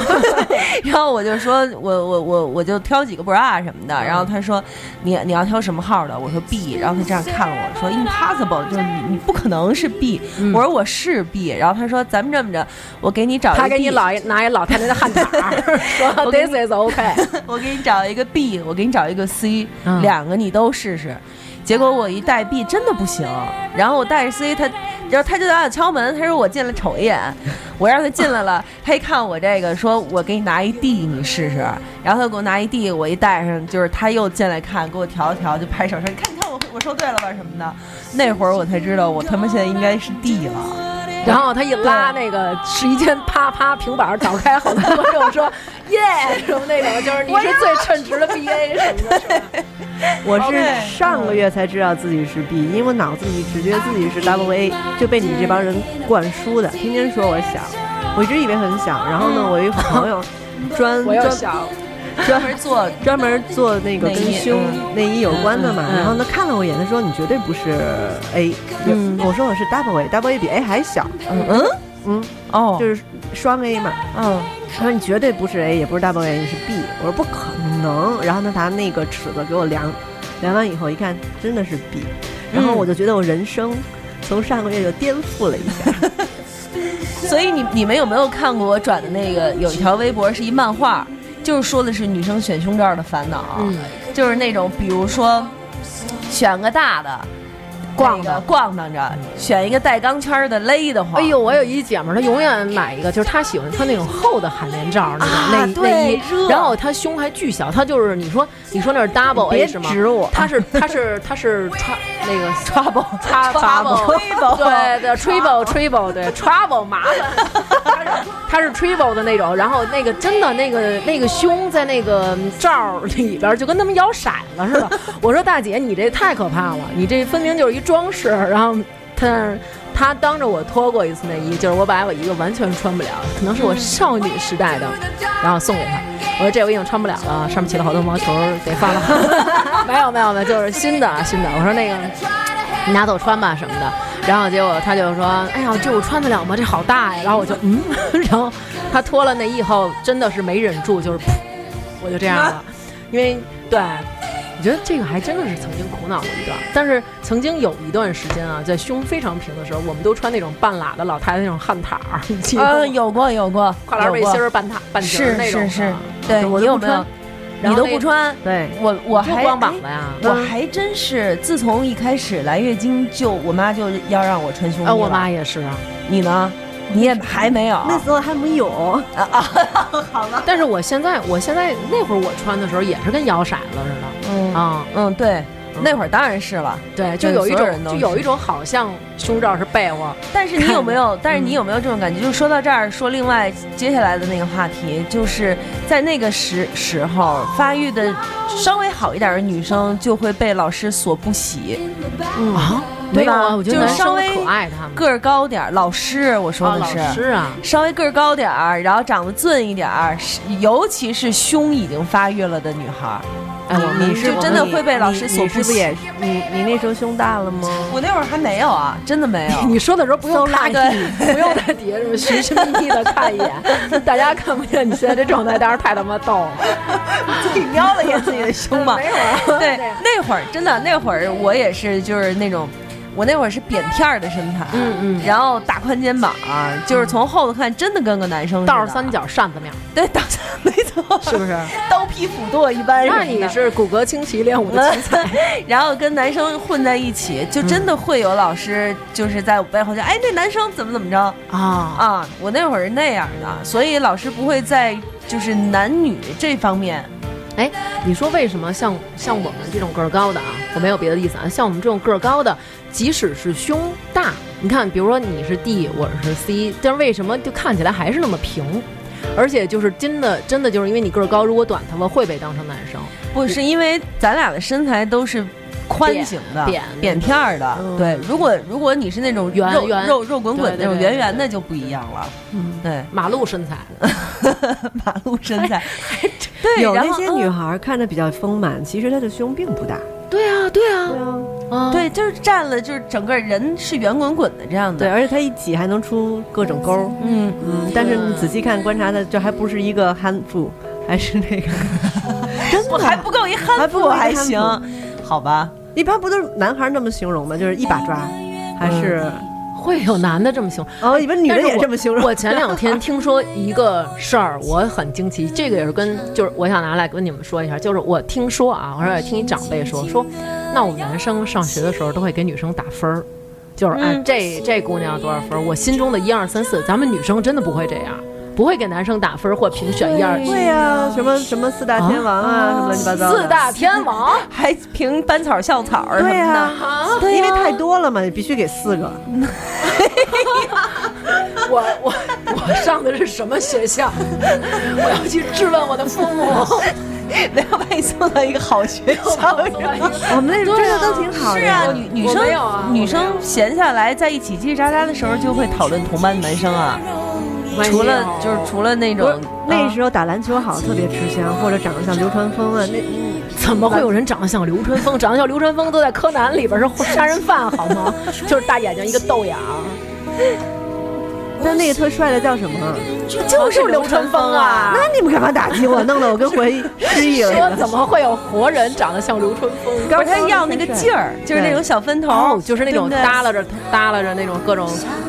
然后我就说，我我我我就挑几个 bra 什么
嗯
的。然后他说，你你要挑什么号的？我说 B。然后他这样看我
嗯
说，impossible，就是你你不可能是 B。我说我是 B。然后他说，咱们这么着，我给你找一个
他给你
B
老拿一老太太的汗毯，
[LAUGHS]
说
我给
This
你
is OK。
[LAUGHS] 我给你找一个 B，我给你找一个 C，、
嗯
两个你都试试。结果我一带 B 真的不行，然后我带着 C，他，然后他就在那敲门，他说我进来瞅一眼，我让他进来了，他一看我这个，说我给你拿一 D 你试试，然后他给我拿一 D，我一戴上，就是他又进来看，给我调一调，就拍手说你看你看我我说对了吧什么的，那会儿我才知道我他妈现在应该是 D 了，
然后他一拉那个试衣间，啪啪平板儿打开，好多观众说耶什么那种，就是你是最称职的 BA 什么的。是吧
我是
OK
上个月才知道自己是 B，因为我脑子里只觉得自己是
嗯
W A，就被你这帮人灌输的，天天说我小，我一直以为很小。然后呢，我有一个朋友专
嗯 [LAUGHS] 我又
专
想，
专门做
专门做那个
内
跟
衣
胸内衣有关的嘛，
嗯嗯
然后呢看了我一眼，他说你绝对不是 A，
嗯
我说我是 double A，double A 比 A 还小，
嗯嗯
嗯，
哦
就是双 A 嘛。
嗯
他说你绝对不是 A，也不是 double A，你是 B。我说不可能。然后呢，拿那个尺子给我量，量完以后一看真的是 B，然后我就觉得我人生从上个月就颠覆了一下。 [LAUGHS]
所以你你们有没有看过我转的那个有一条微博是一漫画，就是说的是女生选胸罩的烦恼，啊
嗯，
就是那种比如说选个大的。
逛
那
的
个逛荡着，选一个带钢圈的勒得慌。
嗯哎，呦，我有一姐们儿，她永远买一个，就是她喜欢穿那种厚的海绵罩那
啊
种内
对
内衣，
热
然后她胸还巨小，她就是你说你说那是 double
别
A 是吗？
指我，
她是她是她是穿那个
[LAUGHS]
[LAUGHS]
trouble
擦
trouble，
对 [LAUGHS] 对 trouble trouble 对 trouble 麻烦，他是 [LAUGHS] 他是 trouble 的那种，然后那个真的那个那个胸在那个罩里边儿就跟他们摇骰子似的。 [LAUGHS] 我说大姐，你这太可怕了，你这分明就是一装饰。然后他他当着我脱过一次内衣，就是我把我一个完全穿不了，可能是我少女时代 [LAUGHS] 的，然后送给他。我说这我已经穿不了了，上面起了好多毛球，得放了。 [LAUGHS] 没有没有没有，就是新的啊新的。我说那个你拿走穿吧什么的。然后结果他就说：“哎呀，这我穿得了吗？这好大呀！”然后我就嗯， [LAUGHS] 然后他脱了内衣以后，真的是没忍住，就是噗， [LAUGHS] 我就这样了，因为对。我觉得这个还真的是曾经苦恼过一段，但是曾经有一段时间啊，在胸非常平的时候，我们都穿那种半喇的老太太那种汗衩儿，你记得
嗯，
[LAUGHS] 吗？
有过有过，
跨栏背
有过
心儿、半衩、半截儿
是
那种的啊
是是，对
我
你
都
有
不
没有
穿？
你都
然后那
不穿，
对，
我我
就
还
光膀
哎
子呀。
我还真是，自从一开始来月经就我妈就要让我穿胸衣
啊，我
了
妈也是啊，
你呢？你也还没有啊
那时候还没有，
但是我现在，我现在那会儿我穿的时候也是跟摇骰子似的
嗯
啊、
嗯，对，那会儿当然是了。
对，就
对
有一
所有人
种
都
就是有一种好像胸罩是被窝，
但是你有没 [LAUGHS] 有？但是你有没有这种感觉？就说到这儿，说另外接下来的那个话题，就是在那个时时候发育的稍微好一点的女生就会被老师所不喜，
嗯啊，
对
没有
吧
啊，我觉得
就是
男
稍
生
微
可爱他们，
个儿高点儿，哦老师我说
啊，
的
老
是。
师啊，
稍微个儿高点儿，然后长得俊一点儿，是尤其是胸已经发育了的女孩儿，
哎，我们。
你是嗯就真的会被老师所
你是
不
不是
喜
也是？你你那时候胸大了吗？
我那会儿还没有啊，真的没有 [LAUGHS]
[LAUGHS] 你说的时候不用看，
拉
[LAUGHS] 不用在底下什么寻寻觅觅的看一眼，大家看不见你现在这状态，当时太他妈逗了。
你瞄了一眼自己的胸吧？
[LAUGHS] 没有
[LAUGHS]
啊
对，那会儿真的，那会儿我也是，就是那种，我那会儿是扁片儿的身材，啊
嗯嗯
然后大宽肩膀儿，就是从后头看，真的跟个男生似的
倒是三，角扇子面，
对，倒三， [LAUGHS] 没错，
是不是？
刀劈斧剁一般什么
那
的。
你是骨骼清奇，练武的奇才。
[LAUGHS] 然后跟男生混在一起，就真的会有老师就是在我背后讲，哎，那男生怎么怎么着
啊，
啊？我那会儿是那样的，所以老师不会在就是男女这方面，
哎，你说为什么像像我们这种个儿高的啊？我没有别的意思啊，像我们这种个儿高的，即使是胸大，你看，比如说你是 D，我是 C，但是为什么就看起来还是那么平？而且就是真的，真的就是因为你个儿高，如果短头发会被当成男生。
不是因为咱俩的身材都是。宽型的、
扁
扁
扁
片儿的，
嗯
对。如果如果你是那种
圆
肉
圆
肉肉滚滚
对对
那种
对
圆圆的，就不一样了。
嗯，
对， [LAUGHS]
马路身材，
马路身材，对，
有
然
那
后
些
嗯
女孩儿看着比较丰满，其实她的胸并不大。
对啊，对啊，啊，
对，就是占了，就是整个人是圆滚滚的这样
对，
的。
而且她一挤还能出各种沟儿。
嗯，
嗯，但是你仔细看观察的，这还不是一个憨妇，还是那个，真
我
的
还不够一憨
还不
妇，
够一
还
憨
行
妇，
好吧？
一般不都是男孩儿那么形容吗？就是一把抓，还是
会有男的这么凶。
哦，一般女
嗯但
的
是
也
我
这么形
[LAUGHS]
容。
我前两天听说一个事儿，我很惊奇，这个也是跟就是我想拿来跟你们说一下，就是我听说啊，我说也听一长辈说说，那我们男生上学的时候都会给女生打分儿，就是
嗯
哎这这姑娘多少分儿，我心中的一二三四，咱们女生真的不会这样，不会给男生打分儿或评选一二
[LAUGHS] 对呀，什么什么四大天王啊，什么乱七八糟的。
四大天王，
还凭班草校草儿什
对
么 [LAUGHS] 的。
啊
呀，因为太多了嘛，你必须给四个。
我我我上的是什么学校？ [LAUGHS] 我要去质问我的父母。 [LAUGHS]
然后把你送到一个好学校，是吧
我们哦那真的都挺好的。
是啊，女女
我
生
没有啊我
女生闲下来在一起叽叽喳喳的时候，就会讨论同班男生啊。除了就是除了那
不
种
是，那时候打篮球好像特别吃香，或者长得像流川枫啊，那
怎么
嗯
会有人长得像流川枫？长得像流川枫都在柯南里边是杀人犯好
[LAUGHS]
吗？就是大眼睛一个豆芽，
那那个特帅的叫什么？
就是流川枫啊。
那你们干嘛打
[LAUGHS]
击我？弄得我跟回失忆
说
了似的。
怎么会有活人长得像流川枫？
不是他要那个劲儿，就是那种小分头，
哦就是那种
对不对
耷拉着耷拉着那种各种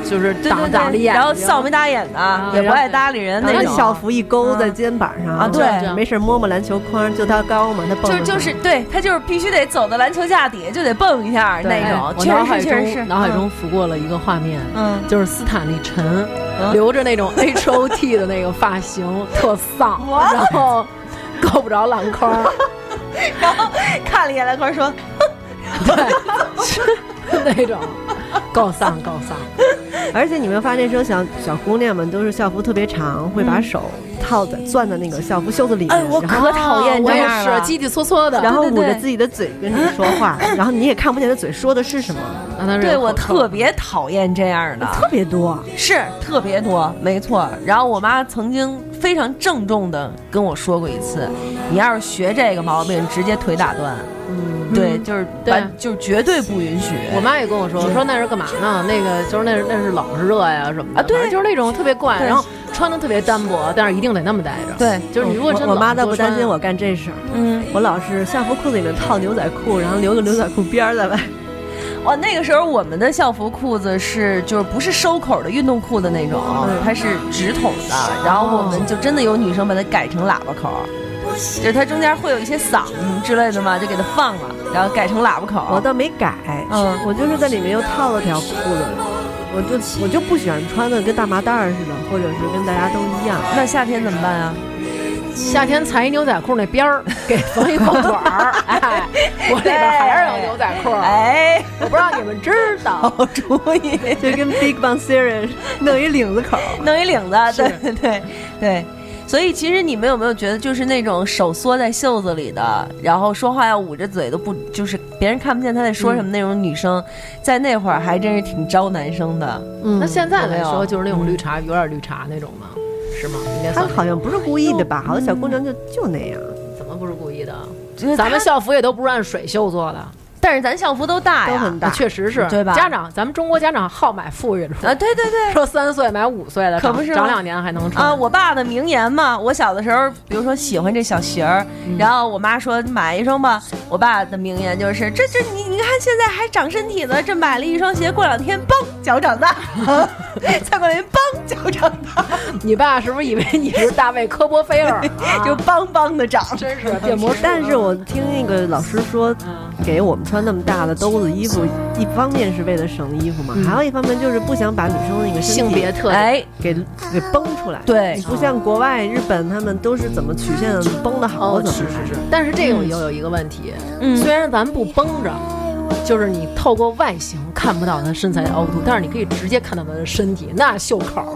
就是啊
对
挡
对
挡着
对，
眼睛，
然后臊眉搭眼的，也不爱搭理人
把
那
那
种。
校服一勾
嗯
在肩膀上
啊对
这样没事摸摸篮球框，就他高嘛，他蹦
就
着
是就
呢。
是对他就是必须得走到篮球架底下就得蹦一下
对
那种，
哎我
确
脑
实
海
是确实
中
是
脑海中浮过了一个画面， [LAUGHS]
嗯
就是斯坦利陈
嗯
留着那种 H O T 的那个发型，特丧，然后够不着篮筐
[LAUGHS]
儿，
然后看了一眼篮筐说，
对，那种够丧够丧。
而且你没有发现，那时候小小姑娘们都是校服特别长，会把手套在攥在那个校服袖子里面，
哎我
然后
可讨厌
哦我
这
也
样
是
了。
叽叽嗦嗦的，
然后
对
捂
对
着
对
自己的嘴跟你说话，然后你也看不见她嘴说的是什么，
[LAUGHS] 让他
对
忍
我
口臭
特别讨厌这样的，
特别多。
是特别多，没错。然后我妈曾经非常郑重的跟我说过一次，你要是学这个毛病，直接腿打断。嗯，对，就是
对
完，就是绝对不允许。
我妈也跟我说，说那是干嘛呢？那个就是那是那是冷热呀什么的，
啊对
反正就是那种特别怪，
对
然后穿的特别单薄，但是一定得那么待着。
对
就是你如果
我
真
我
冷
妈倒
多
不担
穿
心我干这事儿，
嗯，
我老是校服裤子里面套牛仔裤，然后留个牛仔裤边儿在外。
哇，那个时候我们的校服裤子是就是不是收口的运动裤的那种，它是直筒的，然后我们就真的有女生把它改成喇叭口。就是它中间会有一些嗓子什么之类的嘛，就给它放了，然后改成喇叭口。
我倒没改，
哦嗯
我就是在里面又套了条裤子，我就我就不喜欢穿的跟大麻袋儿似的，或者是跟大家都一样。
那夏天怎么办啊？
夏天裁一牛仔裤那边儿给缝一抱腿儿，哎，我里边还是有牛仔裤儿，
哎，
我不让你们知道。
好主意，
就跟 Big Bang Theory 弄一领子口儿，
弄一领子，啊对 [LAUGHS] 对对。所以其实你们有没有觉得，就是那种手缩在袖子里的，然后说话要捂着嘴都不，就是别人看不见她在说什么
嗯
那种女生，在那会儿还真是挺招男生的。
嗯
那现在来
有没
说
有
就是那种绿茶，有点绿茶那种吗？是吗？应该
她
算
好像不是故意的
嗯
吧？好多小姑娘就就那样。
怎么不是故意的？啊
就是
咱们
她，
校服也都不是按水袖做的，
但是咱校服都大呀，啊
都很大
那啊确实是，
对吧
家长，咱们中国家长好买富裕
啊，对对
[LAUGHS]
对，
[LAUGHS] 说三岁买五岁的，
可
长
不是吗
长两年还能穿
啊，我爸的名言嘛，我小的时候，比如说喜欢这小鞋儿，
嗯
然后我妈说买一双吧，我爸的名言就是这这你你看现在还长身体呢，这买了一双鞋，过两天嘣脚长
[LAUGHS]
大， [LAUGHS] 再过两天嘣脚长大，
你爸是不是以为你是大卫科波菲尔啊？
[LAUGHS] 就梆梆的长。
真是变魔术。
但是我听那个老师说，给我们穿那么大的兜子衣服，一方面是为了省衣服嘛，还有一方面就是不想把女生的那
嗯
个身体
性别特点，
哎，
给给崩出来。
对
你不像国外、日本，他们都是怎么曲线崩的好，
哦，
怎
是
么
是是。但是这个又有一个问题，
嗯
虽然咱不绷着。就是你透过外形看不到她身材的凹凸，但是你可以直接看到她的身体，那袖口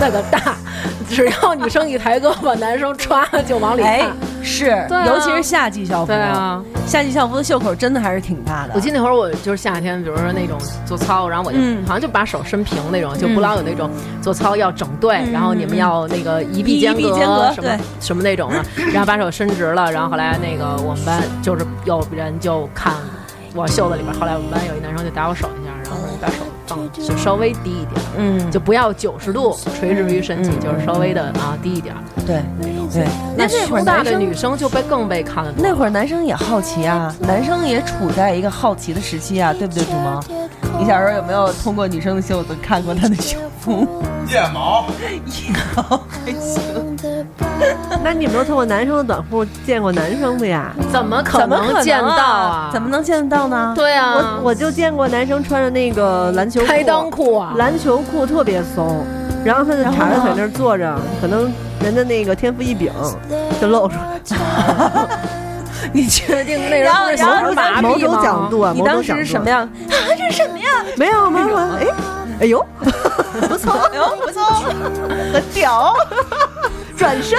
那个大， [LAUGHS] 只要女生一抬胳膊，男生歘就往里看。
哎，是，
啊对啊
尤其是夏季校服，
对啊，
夏季校服的袖口真的还是挺大的。
我记得那会儿我就是夏天，比如说那种做操，然后我就、
嗯
好像就把手伸平那种，就不老有那种做操要整队，然后你们要那个一
嗯
臂
一
间隔
臂间隔
什
对
么什么那种的，然后把手伸直了，然后后来那个我们班就是有人就看我袖子里边，后来我们班有一男生就打我手一下，然后说你把手放就稍微低一点，
嗯，
就不要九十度垂直于身体，
嗯
就是稍微的啊低一点。
对对。
那
那会儿
胸大
男
的
生
女生就被更被看得多。
那会儿男生也好奇啊，男生也处在一个好奇的时期啊，对不对，主毛？你小时候有没有通过女生的袖子看过她的胸部？
腋毛，
那你有没有通过男生的短裤见过男生的呀？
怎么可
怎么可能
能见到啊？
怎么能见得到呢？
对啊，
我我就见过男生穿着那个篮球裤
开裆裤啊，
篮球裤特别松，然后他就叉着腿那儿坐着，可能人家那个天赋异禀就露出来，
你确定那人
然后
不是
然后
小
你
麻
当
痹
某种
吗
角度啊，
你
某
当
种角
时
度
是什么？ [LAUGHS] 样？啊，这是什么呀？
没有没有，没有哎哎呦，
不错，不错，很
[LAUGHS]
屌。转身，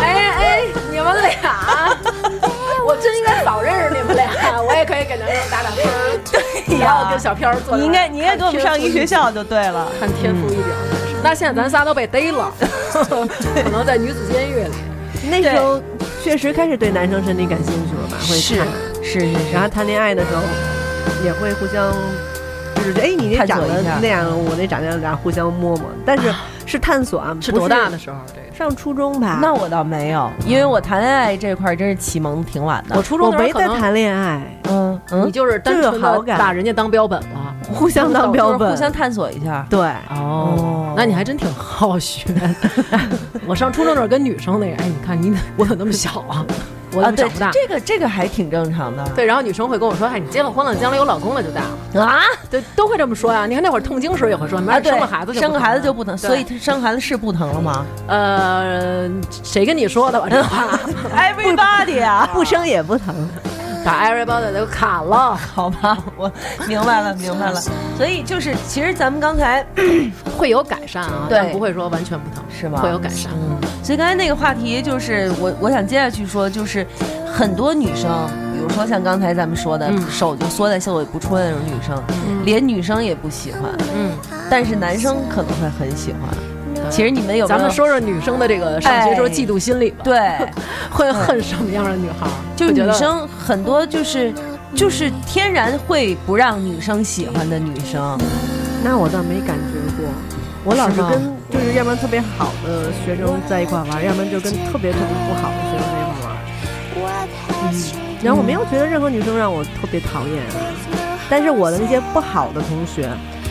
哎哎，你们俩， [LAUGHS] 我真应该早认识你们俩，我也可以给男生打打分儿。对
呀
跟小飘儿做，
你应该你应该跟我们上一学校就对了。
看天赋异禀。那现在咱仨都被逮了，可能在女子监狱里。
那时候确实开始对男生身体感兴趣了吧？会看，
是是
然后谈恋爱的时候也会互相。就是觉得哎，你那
探索
长得
一下
那样，我那长得那样，互相摸摸，但是是探索啊，
是
不
多大的？时候？这个
上初中吧。
那我倒没有，因为我谈恋爱这块儿真是启蒙挺晚的。
我初中
我
的时候
没
可
在
能
谈恋爱，
嗯
你
嗯，
就是单
就
纯
有好
的
感
把人家当标本了。
互相当标
就是
本，
互相探索一下。
对。
哦，那你还真挺好学。我上初中那会儿跟女生那个，哎，你看你我怎么那么小啊？我
啊，
怎么
对
长不大？，
这个这个还挺正常的。
对，然后女生会跟我说：“哎，你结了婚了，将来有老公了就大了。
啊，”
对，都会这么说呀、你看那会儿痛经时候也会说，你
啊，
妈
对，
生了孩子就不
生个孩子就不
疼
疼，
了。
所以
对
他生孩子是不疼了吗
呃，谁跟你说的吧？这
[LAUGHS]
话
？Everybody 啊，
不生也不疼，
把 everybody 都砍了，
好吧，我明白了，明白了。所以就是，其实咱们刚才，
会有改善啊，
对
但不会说完全不疼，
是吗
会有改善。
嗯，所以刚才那个话题就是我，我想接下去说，就是很多女生，比如说像刚才咱们说的，
嗯
手就缩在袖里不出的那种女生，连女生也不喜欢，
嗯，
但是男生可能会很喜欢。其实你们有没有
咱们说说女生的这个上
哎
学时候嫉妒心理
[LAUGHS]
吧，，
对。
会恨什么样的女孩儿？
就是
我觉
女
得
生很多就是就是天然会不让女生喜欢的女生，
那我倒没感觉过。我老是跟就是要不然特别好的学生在一块玩，要不然就跟特别特别不好的学生在一块玩。嗯，然后我没有觉得任何女生让我特别讨厌啊，但是我的那些不好的同学，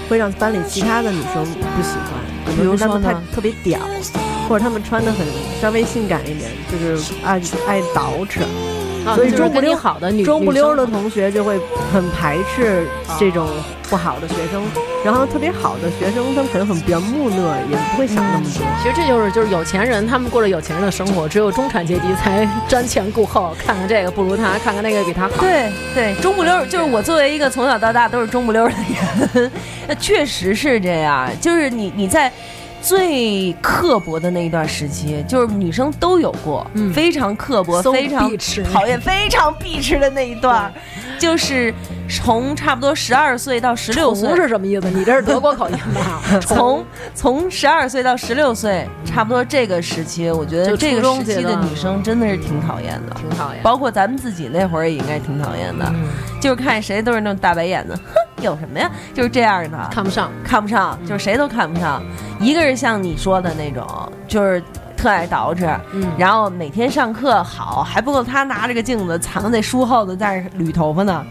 会让班里其他的女生不喜欢，可能是他
比如说
们太
呢
特别屌，或者他们穿的很稍微性感一点，就是爱爱捯饬。
啊
所以
就是
中不
跟你
溜
好的女
中不溜儿的
女
同学就会很排斥这种不好的学生，然后特别好的学生，他们可能很比较木讷，也不会想那么多。
生其实这就是就是有钱人，他们过着有钱人的生活，只有中产阶级才瞻前顾后，看看这个不如他，看看那个比他好。
对对，中不溜儿就是我作为一个从小到大都是中不溜儿的人， [LAUGHS] 那确实是这样。就是你你在最刻薄的那一段时期，就是女生都有过，
嗯
非常刻薄、
So
非常
bitch
讨厌、非常鄙视的那一段儿，就是从差不多十二岁到十六岁
不，是什么意思？你这是德国口音吧？
从从十二岁到十六岁，差不多这个时期，我觉得
就
这
初
个
中
时
阶
期的
段
女生真的是挺讨厌的，
挺讨厌。
包括咱们自己那会儿也应该挺讨厌的。
嗯，
就是看谁都是那种大白眼子，哼，有什么呀？就是这样的，
看不上。
看不上，就是谁都看不上。一个是像你说的那种，就是特爱捯饬，
嗯
然后每天上课好还不够，他拿着个镜子藏在书后头在那捋头发呢。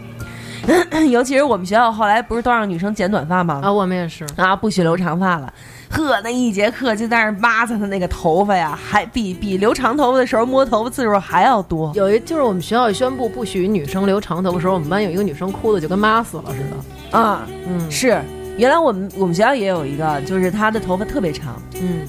[COUGHS] 尤其是我们学校后来不是都让女生剪短发吗？
啊，我们也是。
啊，不许留长发了。呵，那一节课就在那儿抹擦他那个头发呀，还比比留长头发的时候摸头发次数还要多。
有一就是我们学校宣布不许女生留长头发的时候，我们班有一个女生哭的就跟妈死了似的。
啊，
嗯
是。原来我们我们学校也有一个，就是她的头发特别长。
嗯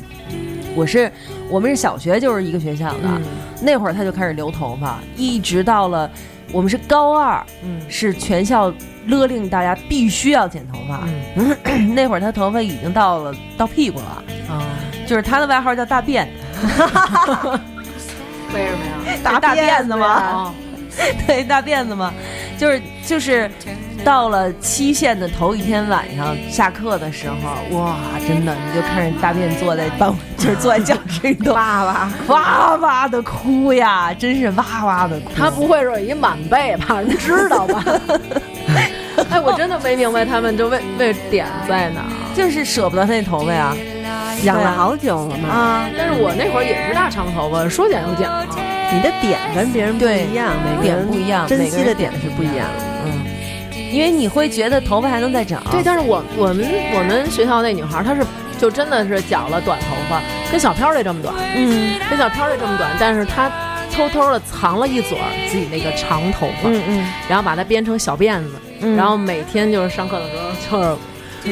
我是我们是小学就是一个学校的，
嗯
那会儿她就开始留头发，一直到了我们是高二，
嗯
是全校勒令大家必须要剪头发。
嗯
[CLEARS THROAT] 那会儿她头发已经到了到屁股了，
啊，
就是她的外号叫大便， [LAUGHS]
为什么呀？
大大辫子吗？哦
啊，
[LAUGHS] 对大辫子嘛，就是就是到了期限的头一天晚上下课的时候，哇，真的你就看着大便坐在办公， [LAUGHS] 就是坐在教室里头哇哇哇哇的哭呀，真是哇哇的哭。
[LAUGHS] 她不会是有一满背吧？人知道吧？ [LAUGHS] 哎，我真的没明白他们就为为点在哪儿。啊
就是舍不得那头发呀，
养了好久了嘛，
啊，
但是我那会儿也是大长头发，说剪就剪啊。
你的点跟别人不
对
一样，每个
点
人
不一样
珍
每个
惜
人
的点是不一样的。
嗯，因为你会觉得头发还能再长。
对，但是我我们我们学校那女孩儿她是就真的是剪了短头发，跟小飘儿这这么短。
嗯
跟小飘儿这这么短，但是她偷偷的藏了一撮儿自己那个长头发，
嗯嗯
然后把它编成小辫子，
嗯，
然后每天就是上课的时候就是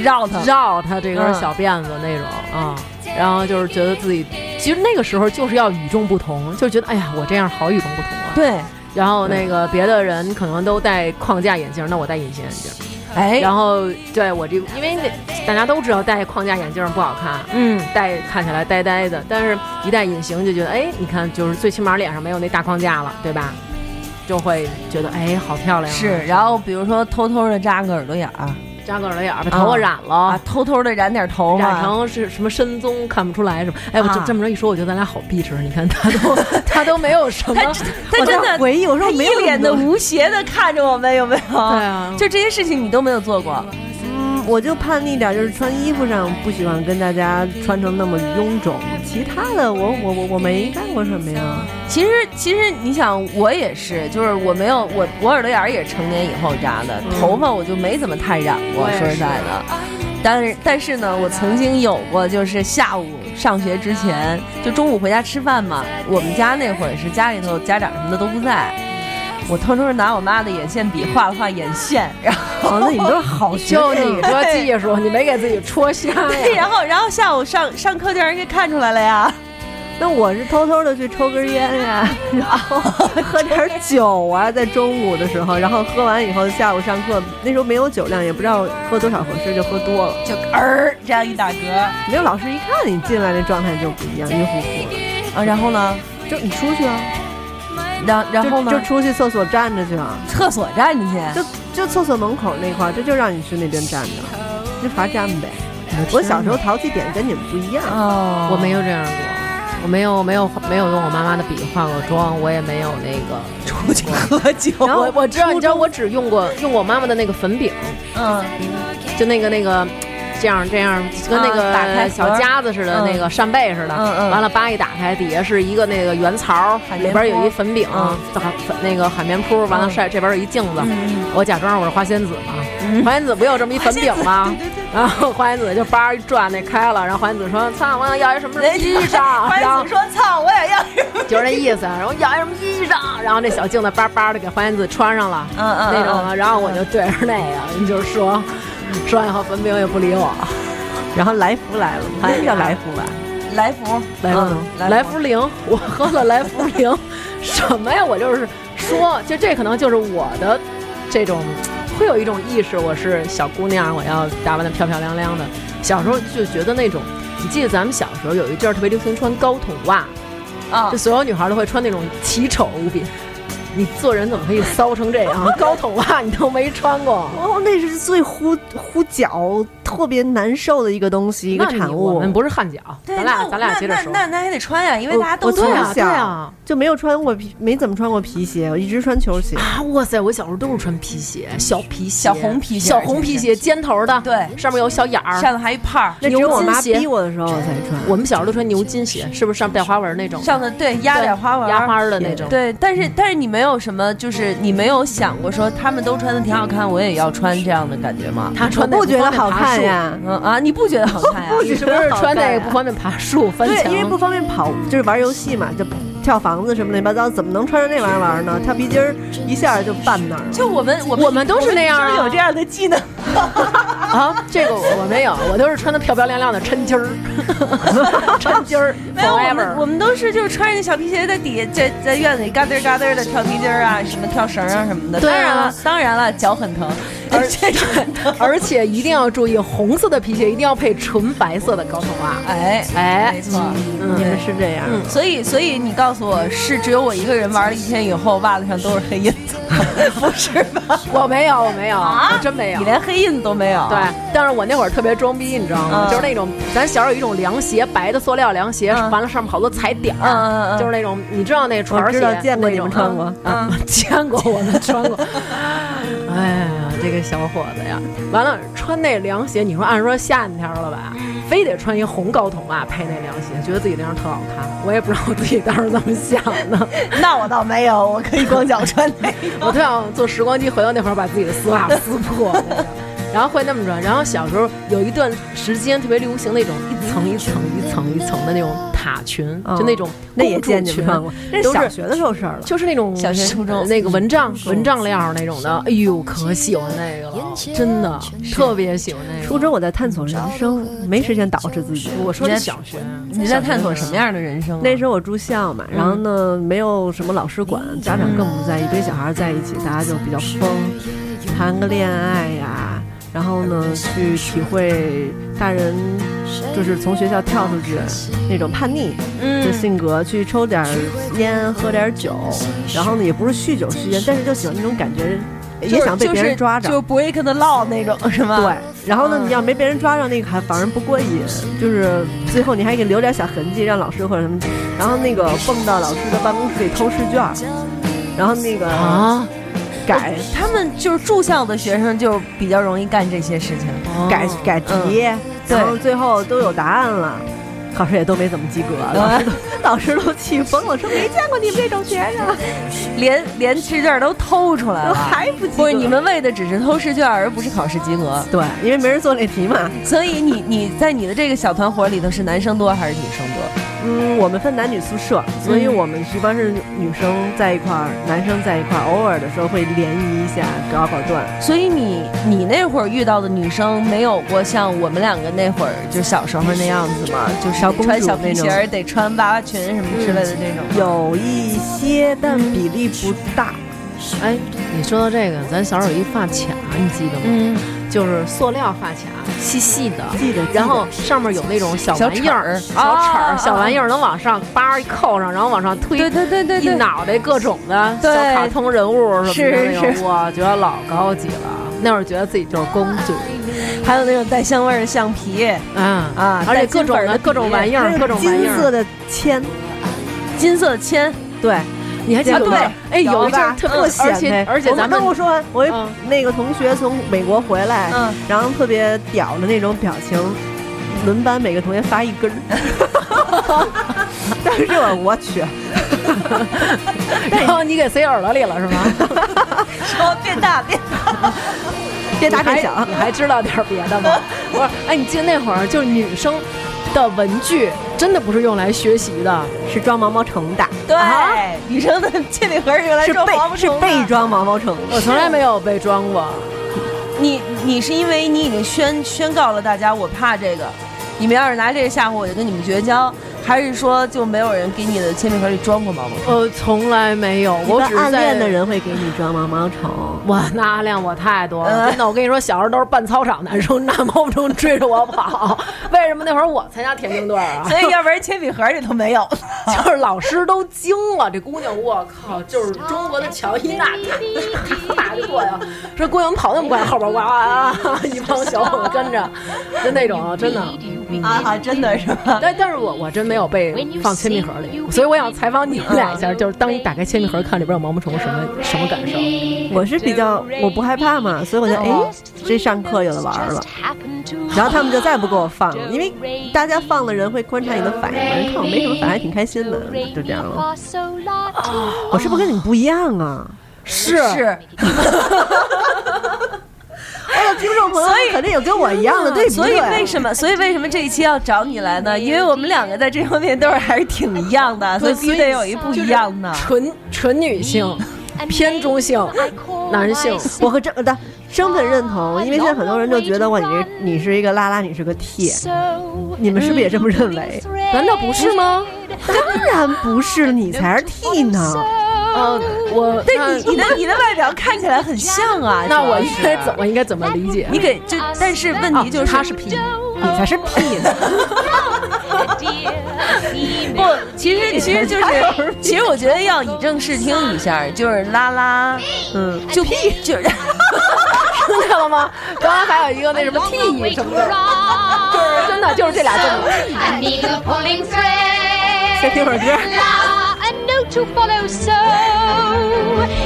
绕它，
绕她这根小辫子那种
嗯
啊、然后就是觉得自己其实那个时候就是要与众不同，就觉得哎呀我这样好与众不同啊。
对，嗯
然后那个别的人可能都戴框架眼镜，那我戴隐形眼镜。
哎，
然后对我这因为那大家都知道戴框架眼镜不好看，
嗯，
戴看起来呆呆的，但是一戴隐形就觉得，哎，你看，就是最起码脸上没有那大框架了，对吧？就会觉得，哎，好漂亮、啊。
是，然后比如说偷偷的扎个耳朵眼儿
扎个耳朵眼儿，把头发染了，
啊，偷偷的染点头发，
染成是什么深棕，看不出来什么。哎，我这
啊
这么着一说，我觉得咱俩好逼真儿。你看他
[LAUGHS]
都他都没有什么，
他
我在
真的
回忆，我
他
说我
一
没有
脸
那
的
么多，
无邪的看着我们，有没有？
对啊
就这些事情你都没有做过，
嗯我就叛逆点儿，就是穿衣服上不喜欢跟大家穿成那么臃肿，其他的我我我我没干过什么呀。
其实其实你想，我也是，就是我没有我我耳朵眼儿也是成年以后扎的，头发我就没怎么太染过，
嗯我也
说实
是
在的。但是但是呢，我曾经有过，就是下午上学之前，就中午回家吃饭嘛，我们家那会儿是家里头家长什么的都不在，我偷偷拿我妈的眼线笔画了画眼线， [LAUGHS] 然后
哦，那你们都是好
[LAUGHS]
学
就你
生，
这技术，你没给自己戳瞎 [LAUGHS]
对，
呀？
然后然后下午上上课就让人给看出来了呀。
那我是偷偷的去抽根烟 [LAUGHS] 呀、然后喝点儿酒啊，在中午的时候，然后喝完以后，下午上课那时候没有酒量，也不知道喝多少合适，就喝多了。
就儿这样一打嗝啊，
没有老师一看你进来那状态就不一样，晕乎乎的。
啊然后呢，
就你出去啊，
然然后呢，
就就出去厕所站着去啊，
厕所站去，
就就厕所门口那块儿，这就让你去那边站着，就罚站呗。我小时候淘气点跟你们不一样，
哦
我没有这样过，我没有没有没有用我妈妈的笔化过妆，我也没有那个
出去喝酒，
然后我我知道，你知道我只用过用我妈妈的那个粉饼，
嗯
就那个那个。这样这样跟那个
啊打开盒
小夹子似的，
嗯
那个扇贝似的，
嗯嗯
完了叭一打开，底下是一个那个圆槽，
海
里
绵
边有
扑
一粉饼
嗯，
粉那个海绵扑，完了晒这边有一镜子，我假装我是花仙子嘛，
嗯
华严子不有这么一粉饼吗？ [LAUGHS] 然后华严子就叭一转那开了，然后华严子说：“操，我想要一什么什么衣裳。”
哎花
哎然
子
后
说：“操，我也要。”
就是那意思，然后要一什么衣裳，然后那小镜子叭叭的给花仙子穿上了，
嗯嗯
那种
嗯
的，然后我就对着那个，你就说， [LAUGHS] 说完以后粉饼也不理我，
然后来福来了，好像叫来福吧？
来福，
[LAUGHS] 来福
嗯
灵，来福灵，我喝了来福灵， [LAUGHS] 什么呀？我就是说，就这可能就是我的这种，会有一种意识，我是小姑娘，我要打扮的漂漂亮亮的。小时候就觉得那种，你记得咱们小时候有一阵儿特别流行穿高筒袜，
啊
就，所有女孩都会穿那种奇丑无比。你做人怎么可以骚成这 [LAUGHS] 样？高筒袜你都没穿过，
哦，那是最呼呼脚特别难受的一个东西，一个
那你
产
我
物。
们不是汗脚，
对
咱俩
那
咱俩接着
那
说。
那那那还得穿呀，因为
我
大家都
我
对啊
穿
从
呀、
呀。
对
小
呀、
就没有穿过皮，没怎么穿过皮鞋，我一直穿球鞋。
啊！哇塞，我小时候都是穿皮鞋，小皮
嗯
鞋，
小红皮鞋
小红皮鞋，尖头的，
对
上面有小眼儿。
上头还一帕儿，
那只有我妈
牛津鞋
逼我的时候我才穿。
我们小时候都穿牛津鞋，是不是上面带花纹那种？
上头对压点花纹，
压花儿的那种。嗯
对，但是但是你没有什么，就是你没有想过说他们都穿的挺好看，我也要穿这样的感觉吗？
他
我
穿那
不觉得
方便
好
爬
看
树。
呀，
嗯啊，你不觉得好看呀？
你是不是穿那个不方便爬树、翻
对，
墙？
因为不方便跑，就是玩游戏嘛，就跳房子什么乱七八糟，怎么能穿着那玩意儿玩呢？跳皮筋儿一下就绊那儿了。
就我们我们
我们都是那样啊
就是有这样的技能。
啊，这个我没有，我都是穿的漂漂亮亮的抻筋儿，
[LAUGHS]
抻筋儿
没有，我们我
，forever。
们都是就是穿着那小皮鞋在底下在在院子里嘎噔嘎噔的跳皮筋儿啊，什么跳绳啊什么的。
对
当
啊
然了，当然了，脚很疼，而且 [LAUGHS]
而且一定要注意，红色的皮鞋一定要配纯白色的高筒袜。
哎
哎
没错。
嗯
你们是这样，
嗯
所以，所以你告诉我是只有我一个人玩了一天以后，袜子上都是黑印子， [LAUGHS] 不是吧？
我没有，我没有，
啊
我啊真没有
你。连黑印子都没有？
对，但是我那会儿特别装逼，你知道吗？
嗯
就是那种咱小时候有一种凉鞋，白的塑料凉鞋，
嗯
完了上面好多彩点儿，
嗯嗯嗯
就是那种你知道那船
我
儿鞋
知道见过你
那种
们穿过。嗯
啊，见过我们穿过。 [LAUGHS] 哎呀，这个小伙子呀，完了穿那凉鞋，你说按说夏天了吧，
嗯
非得穿一红高筒袜配那凉鞋，觉得自己那样特好看。我也不知道我自己当时怎么想的，
[LAUGHS] 那我倒没有，我可以光脚穿那个。
[LAUGHS] 我特想坐时光机回到那会儿，把自己的丝袜撕破。然后会那么着，然后小时候有一段时间特别流行那种一层一层一层一层的那种塔裙，
嗯
就那种
那也
公主
见你
裙
们穿过，那
都
是
是
小学的时候事儿了。
就是那种
小学
是
初中
那个蚊帐蚊帐料儿那种的，哎呦，可喜欢那个了，真的特别喜欢那个。
初中我在探索人生，没时间捯饬自己。
我说的
你在
小学，
你在探索什么样的人生、啊？
那时候我住校嘛，然后呢，
嗯
没有什么老师管，家长更不在意，一堆小孩在一起，大家就比较疯，谈个恋爱呀，然后呢，去体会大人就是从学校跳出去那种叛逆
嗯
的性格，去抽点儿烟，喝点儿酒，然后呢，也不是酗酒酗烟，但是就喜欢那种感觉，也想被别人抓着，
就是 break the law 那种是吗？
对，然后呢，你要没被人抓着，那个还反而不过瘾，就是最后你还给留点小痕迹，让老师或者什么，然后那个蹦到老师的办公室里偷试卷儿，然后那个
啊，
改
他们就是住校的学生，就比较容易干这些事情。
改改题，
对
然后最后都有答案了。考试也都没怎么及格，老师都 [LAUGHS] 老师都气疯了，说没见过你们这种学生，
连连试卷都偷出来
都
了，
还不及格。啊
不是你们为的只是偷试卷，而不是考试及格。
对，因为没人做那题嘛。
所以你你在你的这个小团伙里头是男生多还是女生多？
嗯，我们分男女宿舍，所以我们一般是女生在一块儿，男生在一块儿，偶尔的时候会联谊一下，搞搞段。
所以你你那会儿遇到的女生没有过像我们两个那会儿就小时候那样子吗？就是
小公主
穿小皮鞋
那嗯
儿，得穿娃娃裙什么之类的那种。
有一些，但比例不大。
哎，你说到这个，咱小时候有一发卡，你记得吗？
嗯，
就是塑料发卡，细细的，
记得记得
然后上面有那种小
小
玩意儿、
齿
小
儿啊
齿
啊啊
儿、小玩意儿，能往上叭一扣上，然后往上推，
对对对对
一
对。
脑袋各种的小
对
卡通人物什么的那
是
种，我觉得老高级了。那会儿觉得自己就是公主，
还有那种带香味儿的橡皮，
嗯
啊
而
带
且
金
各种
本儿的
的各种
笔
玩意
还
儿，
有
各种玩意
金色
儿。
的铅，
金色的
[LAUGHS]
铅，
对，
你还记得
啊
吗？哎，有一阵儿
吧？
特别
特
显而且
显
而且咱们
跟我说完，我
嗯
一那个同学从美国回来
嗯，
然后特别屌的那种表情，轮班每个同学发一根儿。 [LAUGHS] 但是这会儿我
[LAUGHS]
去，
[LAUGHS]
然后你给塞耳朵里了是吗？
说变大变大，
别打
还
别想
你。还知道点儿别
[LAUGHS]
的吗？我说，哎，你记得那会儿就是女生的文具真的不是用来学习的，
是装毛毛虫的，
对
啊，
女生的铅笔盒用来
是
装
被
毛毛
是
虫
被
的。
装毛毛虫。
我从来没有被装过。
你你是因为你已经宣宣告了大家，我怕这个，你们要是拿这个吓唬我，就跟你们绝交。还是说就没有人给你的铅笔盒里装过毛毛虫？
我从来没有，我
一般
只是
暗
在
恋的。人会给你装毛毛虫。
哇，那暗恋我太多了，
嗯
真的！我跟你说，小时候都是半操场男生 [LAUGHS] 拿毛毛虫追着我跑。为什么那会儿我参加田径队啊？
[LAUGHS] 所以要不然铅笔盒里头没有。
就是老师都惊了，这姑娘，我靠，就是中国的乔伊娜， [LAUGHS] 啪啪就过去了。说姑娘跑那么快，后边哇哇哇，啊一帮小伙子跟着，就那种真的。
[LAUGHS] 啊，真的是吗？
但但是我我真没有被放铅笔盒里，所以我想采访你们俩一下，就是当你打开铅笔盒看里边有毛毛虫，什么什么感受？
我是比较我不害怕嘛，所以我就哎，这上课有的玩了，然后他们就再不给我放
[LAUGHS]
了，因为大家放的人会观察你的反应嘛，人看我没什么反应，还挺开心
[LAUGHS]
的，就这样
[LAUGHS]
了。我哦是不是跟你不一样啊？
是
[LAUGHS]
是，
哎呀，听众朋友们肯定有跟我一样的，对不对？
[LAUGHS] 所以 [LAUGHS] 为什么？所以为什么这一期要找你来呢？因为我们两个在这方面都是还是挺一样的，所以必须得有一哎不一样的。
纯纯女性，偏中性，男性。
我和这
哦
的身份认同，因为现在很多人就觉得哇，你是你是一个拉拉，你是个 T，你们是不是也这么认为？
难道不是吗？
当然不是，你才是 T 呢。
呃，
[LAUGHS]
我
但你你的你的外表看起来很像啊。
那
主要
我应
是
该怎？么应该怎么理解？ [LAUGHS]
你给就，但是问题就是
他是 P，
你
Oh, [LAUGHS]
才是 P 呢，
不，其实其实
[LAUGHS]
就是，其实我觉得要以正视听一下，就是拉拉，
嗯，
就就是。 [LAUGHS]
听见了吗？刚刚还有一个那什么 T 什么的，就是真的就是这俩字母。
I need a pulling thread. [LAUGHS]
先听会儿歌。
La, a note to follow, so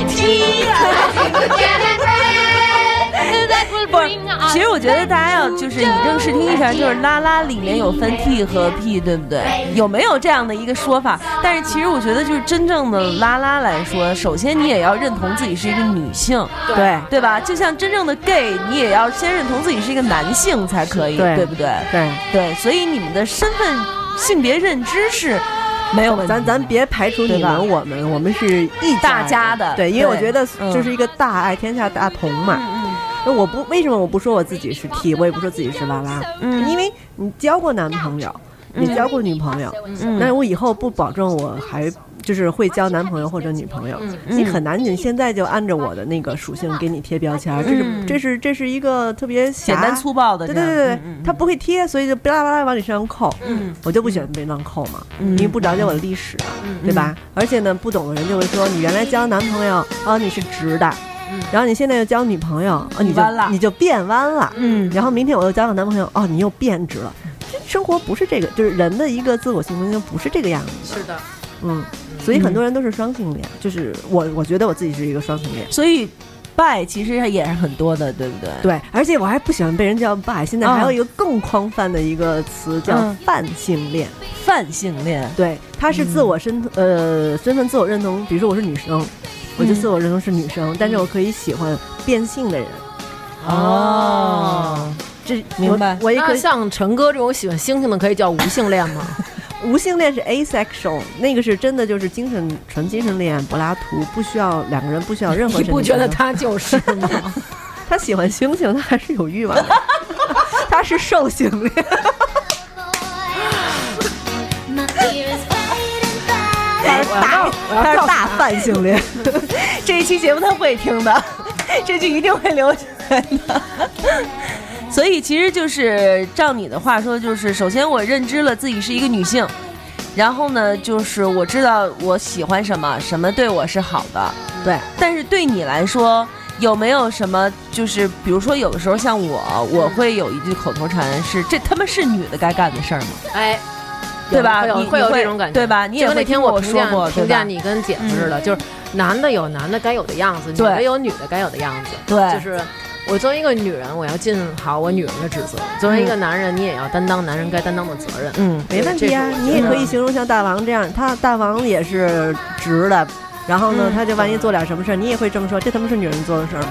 tea, [LAUGHS] jam and bread that will
不
bring
是
啊
[GASPS] us
其实我觉得大家要就是以正视听一下，就是拉拉里面有分 T 和 P，对不对？
哎
有没有这样的一个说法？但是其实我觉得，就是真正的拉拉来说，首先你也要认同自己是一个女性，
对
[LAUGHS] 对吧？就像真正的 gay，你也要先认同自己是一个男性才可以，
对
对不对？
对，
对，所以你们的身份、性别认知是没有问题的。
咱咱别排除
嗯
你
对吧
们我们，我们是一
大家
的
的，
对，因为
对
我觉得
嗯
就是一个大爱天下大同嘛。
嗯
那我不为什么我不说我自己是 T，我也不说自己是拉拉，
嗯
因为你交过男朋友，你交过女朋友，
嗯
那我以后不保证我还就是会交男朋友或者女朋友，
嗯
你很难，你现在就按着我的那个属性给你贴标签儿，这是
嗯
这是这是一个特别
简
狭
单粗暴的
对
这
对
样，
对对，
嗯嗯
他不会贴，所以就巴拉巴拉往你身上扣。
嗯，
我就不喜欢被浪扣嘛，
嗯
因为不了解我的历史，啊对吧？而且呢，不懂的人就会说，你原来交男朋友，哦，你是直的，然后你现在又交女朋友，哦，你就
嗯弯了
你就变弯了，
嗯
然后明天我又交个男朋友，哦，你又变直了。这生活不是这个，就是人的一个自我性格就不是这个样子的，
是的，
嗯，所以很多人都是双性恋，就是我，我觉得我自己是一个双性恋。
所以拜其实也是很多的，对不对？
对，而且我还不喜欢被人叫 bi，现
嗯
在还有一个更宽泛的一个词叫
嗯
泛性恋。
泛性恋，
对，他是自
嗯
我身、呃身份自我认同，比如说我是女生，我
嗯
就自我认同是女生，但是我可以喜欢变性的人。
哦，
这
明白
我我也可
那
以
啊像陈哥这种喜欢星星的，可以叫无性恋吗？
[LAUGHS]
无性恋是 asexual，那个是真的就是精神纯精神恋，柏拉图不需要两个人不需要任
[LAUGHS]
何
你
身
不
体
觉得
上的
他就是吗？
他喜欢猩猩，他还是有欲望的，他是兽性恋。
[GASPS] My ears waiting by [LAUGHS]
他是大，他是大泛性恋。
这一期节目他会听的， [LAUGHS] 这句一定会留下来的。 [LAUGHS] 所以其实就是照你的话说，就是首先我认知了自己是一个女性，然后呢，就是我知道我喜欢什么，什么对我是好的。
对，
但是对你来说，有没有什么就是，比如说有的时候像我，我会有一句口头禅是“这他妈是女的该干的事儿吗
[LAUGHS] 哎，有
对吧
会有
你
会有
你会
这种感觉，
对吧你也
就跟那
会听
天
我
评
说
价
过
评
对
价
吧嗯
你跟姐夫似的，就是男的有男的该有的样子，女
对
的有女的该有的样子，
对
就是。我作为一个女人，我要尽好我女人的职责；作为一个男人，你也要担当男人该担当的责任”？。
嗯，
没问题啊
这，种
你也可以形容像大王这样，他大王也嗯是直的，然后呢，他就万一做点什么事儿，你也会这么说，这他妈是女人做的事儿吗？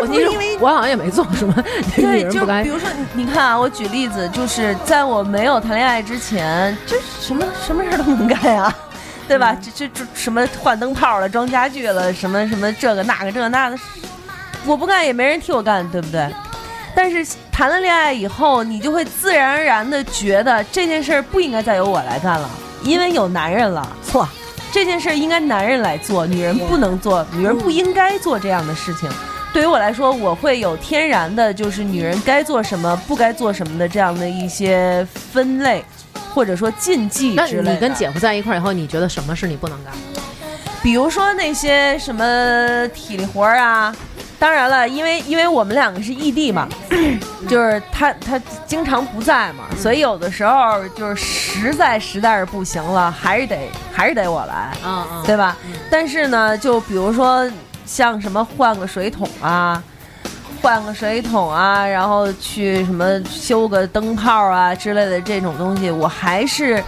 我其实我好像也没做什么， [LAUGHS] 女
[LAUGHS] 对，
人
就
不该
比。如说你，你看啊，我举例子，就是在我没有谈恋爱之前，这什么什么事儿都能干呀、对
嗯
吧？这这这什么换灯泡了、装家具了，什么什么这个那个这个那个，我不干也没人替我干，对不对？但是谈了恋爱以后，你就会自然而然的觉得这件事儿不应该再由我来干了，因为有男人了。错，这件事儿应该男人来做，女人不能做，女人不应该做这样的事情。对于我来说，我会有天然的，就是女人该做什么、不该做什么的这样的一些分类，或者说禁忌
那
之类的。
你跟姐夫在一块儿以后，你觉得什么是你不能干？
比如说那些什么体力活儿啊，当然了，因为因为我们两个是异地嘛，就是他他经常不在嘛，所以有的时候就是实在实在是不行了，还是得还是得我来，
嗯嗯
对吧？但是呢，就比如说像什么换个水桶啊。换个水桶啊，然后去什么修个灯泡啊之类的这种东西，我还是，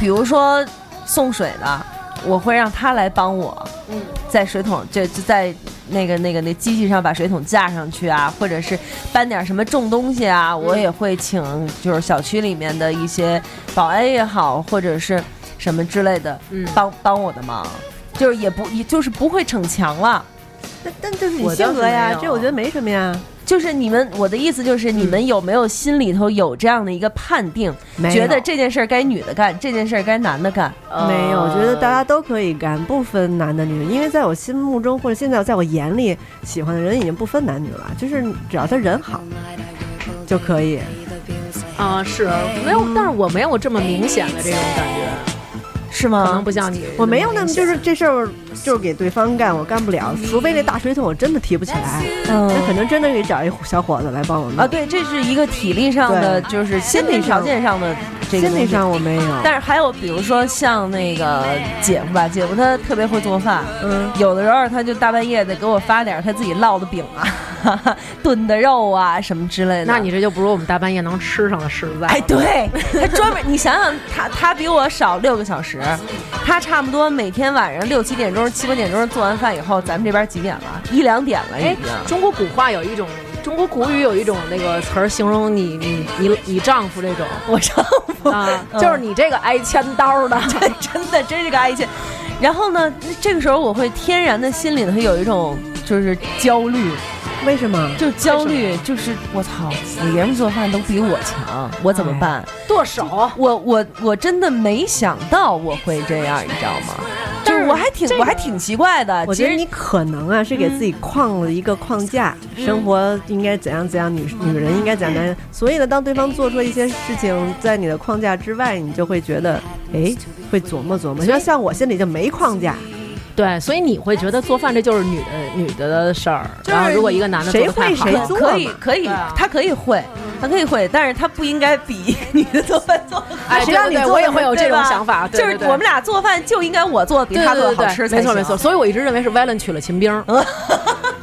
比如说送水的，我会让他来帮我，在水桶就就在那个那个那机器上把水桶架上去啊，或者是搬点什么重东西
嗯
啊，我也会请就是小区里面的一些保安也好，或者是什么之类的，
嗯
帮帮我的忙，就是也不也就是不会逞强了。
但但这是你
我倒
性
是
格呀
没有，
这我觉得没什么呀，
就是你们，我的意思就是，你们有没有心里头有这样的一个判定，
嗯没有
觉得这件事儿该女的干，这件事儿该男的干？呃
没有，我觉得大家都可以干，不分男的女的，因为在我心目中或者现在在我眼里，喜欢的人已经不分男女了，就是只要他人好就可以。
啊、是没有，但是我没有这么明显的这种感觉，
是
可能
吗
不？像你，
我没有那么就是这事儿就是给对方干，我干不了，除非这大水桶我真的提不起来，
嗯
那可能真的得找一小伙子来帮我弄
啊，，对，这是一个体力上的，就是心理条件上的这个
心理
东西
上我没有，
但是还有，比如说像那个姐夫吧，姐夫他特别会做饭，
嗯，
有的时候他就大半夜的给我发点他自己烙的饼啊、 [LAUGHS] 炖的肉啊什么之类的。
那你这就不如我们大半夜能吃上的啊食材。
哎，对他专门， [LAUGHS] 你想想他他比我少六个小时，他差不多每天晚上六七点钟、七八点钟做完饭以后，咱们这边几点了？一两点了已
哎
经。，
中国古话有一种，中国古语有一种那个词儿形容你你你你丈夫这种
[LAUGHS] 我丈夫 [LAUGHS]
[LAUGHS] 啊，
嗯
就是你这个挨千刀 [LAUGHS] 的，
真的真是个爱情。然后呢，这个时候我会天然的心里头有一种就是焦虑，
为什么？
就焦虑，就是我操，我爷们做饭都比我强，我怎么办？
嗯剁手。
我我我真的没想到我会这样，你知道吗？就
但
是
是
我还挺、
这个
我还挺奇怪的，
我
其
觉得
实
你可能啊是给自己框了一个框架，生活应该怎样怎样，女女人应该怎样男人。所以呢，当对方做出了一些事情在你的框架之外，你就会觉得，哎，会琢磨琢磨。就像像我心里就没框架，
对，所以你会觉得做饭这就是女的女的的事儿，然后如果一个男的做
谁
的太
会
好
谁
了
做
可以
嘛
可以
对啊，
他可以会，他可以会，但是他不应该比 [LAUGHS] 你的做饭做得好。
哎，
谁
对
让
对
你
对
做
我也
的
会有这
对
种
吧
想法，对
就是
对对
我们俩做饭就应该我做的比
对
他
对
做的
对
好
对
吃才
没
行。
错没
[LAUGHS]
错。所以我一直认为是 Valen 娶了秦兵儿，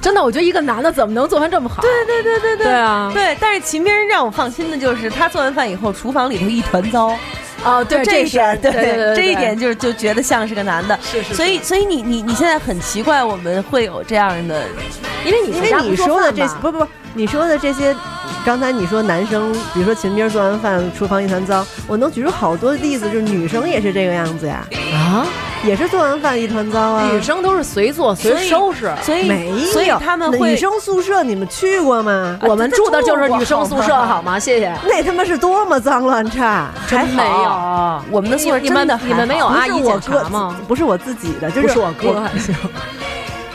真的，我觉得一个男的怎么能做饭这么好？对
嗯对对对对
对啊
对，但是秦兵让我放心的就是，他做完饭以后，厨房里头一团糟，
哦，对
这一
是
点，
对对对，
这一
对
点就是就觉得像是个男的，
是是
所以所以你你你现在很奇怪，我们会有这样的，
因为你回
因为
家
你
不做
说的
饭
这
吧
不不不，你说的这些，刚才你说男生，比如说秦兵做完饭厨房一团糟，我能举出好多例子，就是女生也是这个样子呀，
啊，
也是做完饭一团糟啊。
女生都是随做随收拾。
所以
没有，
所以他们会
女生宿舍你们去过吗？
我们住的就是
这
女生宿
这
舍，
这我
好吗？谢谢。
那他妈是多么脏乱差！
真没
好啊
有，
我们的宿舍
你们
真的还
你们没有
好
阿
不
姨
是我
检
哥
查吗？？
不是我自己的，就
不
是
是我哥，还行
我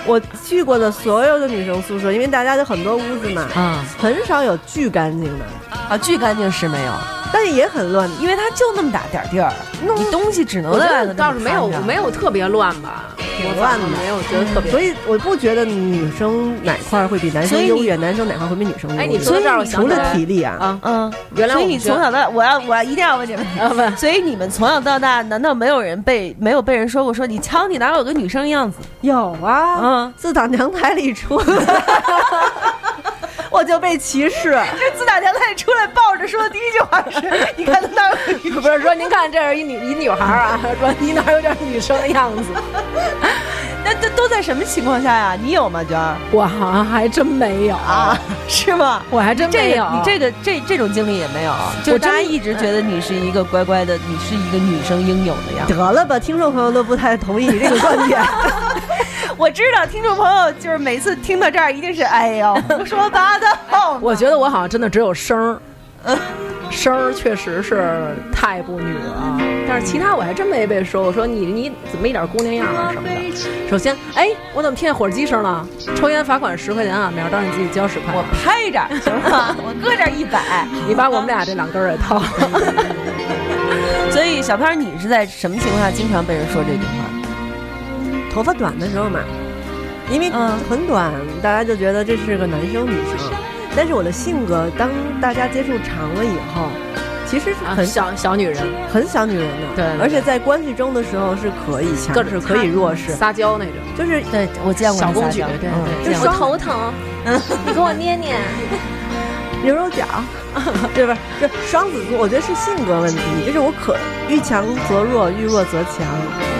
我去过的所有的女生宿舍，因为大家有很多屋子嘛，
啊。
很少有巨干净的，
啊，巨干净是没有，
但是也很乱。
因为它就那么大点儿地儿，你东西只能
我觉
在
得
外头
倒是没有
那么摊着
没有特别乱吧，
挺乱
我反
的
正没有觉得特别。
所以我不觉得女生哪块儿会比男
所以
生
你
优越，男生哪块儿会比女生优越。
哎你说到这儿我想
除
起来
了体力啊，
啊，
嗯，
原来
所以
我
你
们觉得
从小到我要我要一定要问这个问题。
啊问
所以你们从小到大，难道没有人被没有被人说过说你瞧你哪有个女生样子？
有啊，
嗯
自打娘胎里出来，我就被歧视。
这自打娘胎出来抱着说的第一句话是：“你看她那儿有
不是说 [LAUGHS] 您看这是一女一女孩儿啊，说你哪有点女生的样子？
那这都在什么情况下呀？你有吗，娟儿
我好像还真没有，
啊？是吗？
我还真
这
没
个
有。
你这个这这种经历也没有，啊就是
我真
大家一直觉得你是一个乖乖的，你是一个女生应有的样子。
得了吧，听众朋友都不太同意你这个观
[LAUGHS]
点。
[LAUGHS] 我知道听众朋友就是每次听到这儿一定是哎呦胡说八道，
我觉得我好像真的只有声 [LAUGHS] 儿，声儿确实是太不女了。啊但是其他我还真没被说，我说你你怎么一点姑娘样啊什么的。首先，哎，我怎么听见火机声了？抽烟罚款十块钱啊，苗儿，当然你自己交十
[LAUGHS]
块。
我拍着行吗？ [LAUGHS] 我搁这儿一摆。
你把我们俩这两根儿也 [LAUGHS] 掏了。
[LAUGHS] 所以小飘，你是在什么情况下经常被人说这句话？
头发短的时候嘛，因为
嗯
很短，大家就觉得这是个男生女生。但是我的性格，当大家接触长了以后，其实是
啊
很、
小小女人，
很小女人的，
对对对
而且在关系中的时候是可以强
各
势，
种
可以弱势，
撒娇那种。
就是
对我见过
小
你
公
撒
举，
娇，
对
嗯
对，
就
见
是
过
双
疼，你给我捏捏。
牛肉饺， [LAUGHS] 对吧？这双子座，我觉得是性格问题，就是我可遇强则弱，遇弱则强，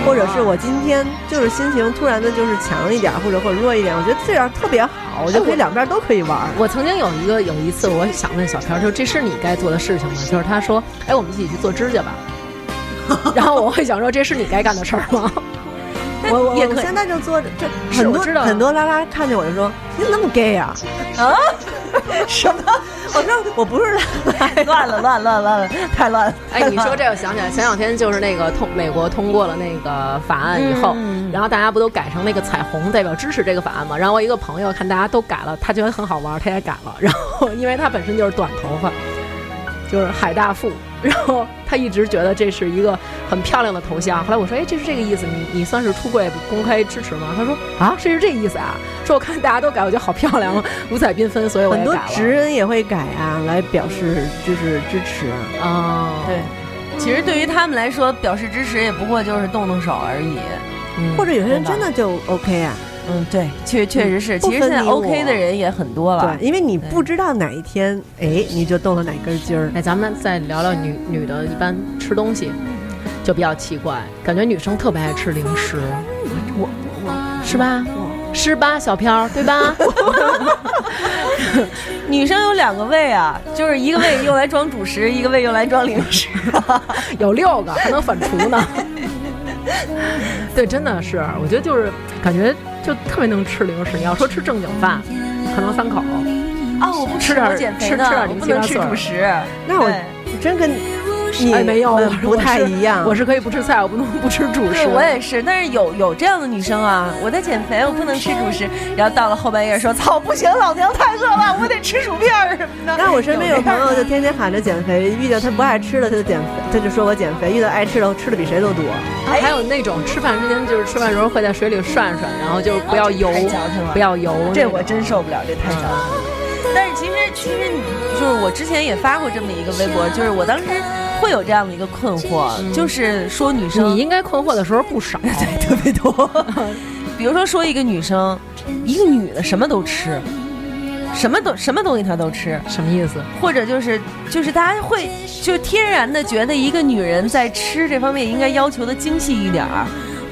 或者是我今天就是心情突然的就是强一点，或者或者弱一点，我觉得这样特别好，
哎
我就可以两边都可以玩儿。
我曾经有一个有一次，我想问小飘，就这是你该做的事情吗？就是他说，哎，我们一起去做指甲吧。 [LAUGHS] 然后我会想说，这是你该干的事儿吗？
我我
也
我
可以
现在就坐着，这
是
很
我
多
知道
很多拉拉看见我就说你怎么那么 gay 啊？ [LAUGHS]
什么？
我说我不是拉拉，
哎乱了乱乱乱了，太乱了！[LAUGHS]
哎，你说这我想起来，前两天就是那个通美国通过了那个法案以后，然后大家不都改成那个彩虹代表支持这个法案嘛？然后我一个朋友看大家都改了，他觉得很好玩，他也改了。然后因为他本身就是短头发，就是海大富，然后他一直觉得这是一个很漂亮的头像。后来我说，哎，这是这个意思，你你算是出柜公开支持吗？他说啊，这是这意思啊。说我看大家都改，我觉得好漂亮啊，五彩缤纷，所以我也
很
改
多
了。
直人也会改啊，来表示就是支持啊。
啊，
对，其实对于他们来说，表示支持也不过就是动动手而已。
嗯
或者有些人真的就 OK 啊，
嗯，对，确确实是。
不
其
分
实现在
你我
OK 的人也很多了
对，。因为你不知道哪一天，哎，你就动了哪根筋儿。
哎，咱们再聊聊女女的，一般吃东西就比较奇怪，感觉女生特别爱吃零食，我我是吧？是吧，小飘对吧？
女生有两个胃啊，就是一个胃用来装主食，一个胃用来装零 [LAUGHS] 食。啊
有六个，还能反刍呢。对，真的是，我觉得就是感觉就特别能吃零食。你要说吃正经饭，可能三口，
啊，我不
吃点
我减肥呢
吃吃点
我不
零七
能
八
吃
碎儿
主食。啊
那我
对
真跟你呃
哎，没有，我
不太一样。
我是可以不吃菜，我不能不吃主食。
对，我也是，但是有有这样的女生啊，我在减肥，我不能吃主食，然后到了后半夜说操，不行，老娘太饿了，我得吃薯片儿什么的。
那我身边有朋友
这
就天天喊着减肥，遇到他不爱吃的他就减肥，他就说我减肥；遇到爱吃的，我吃的比谁都多。
哎
还有那种吃饭之前就是吃饭的时候会在水里涮涮，然后就是不要油
太矫情了，
不要油那种。
[LAUGHS] 这我真受不了，这太糟了。但是其实其实你就是我之前也发过这么一个微博，就是我当时会有这样的一个困惑，就是说女生
你应该困惑的时候不 [LAUGHS] 少，
特别多，比如说说一个女生，一个女的什么都吃，什么都什么东西她都吃，
什么意思？
或者就是就是大家会就天然的觉得一个女人在吃这方面应该要求的精细一点儿。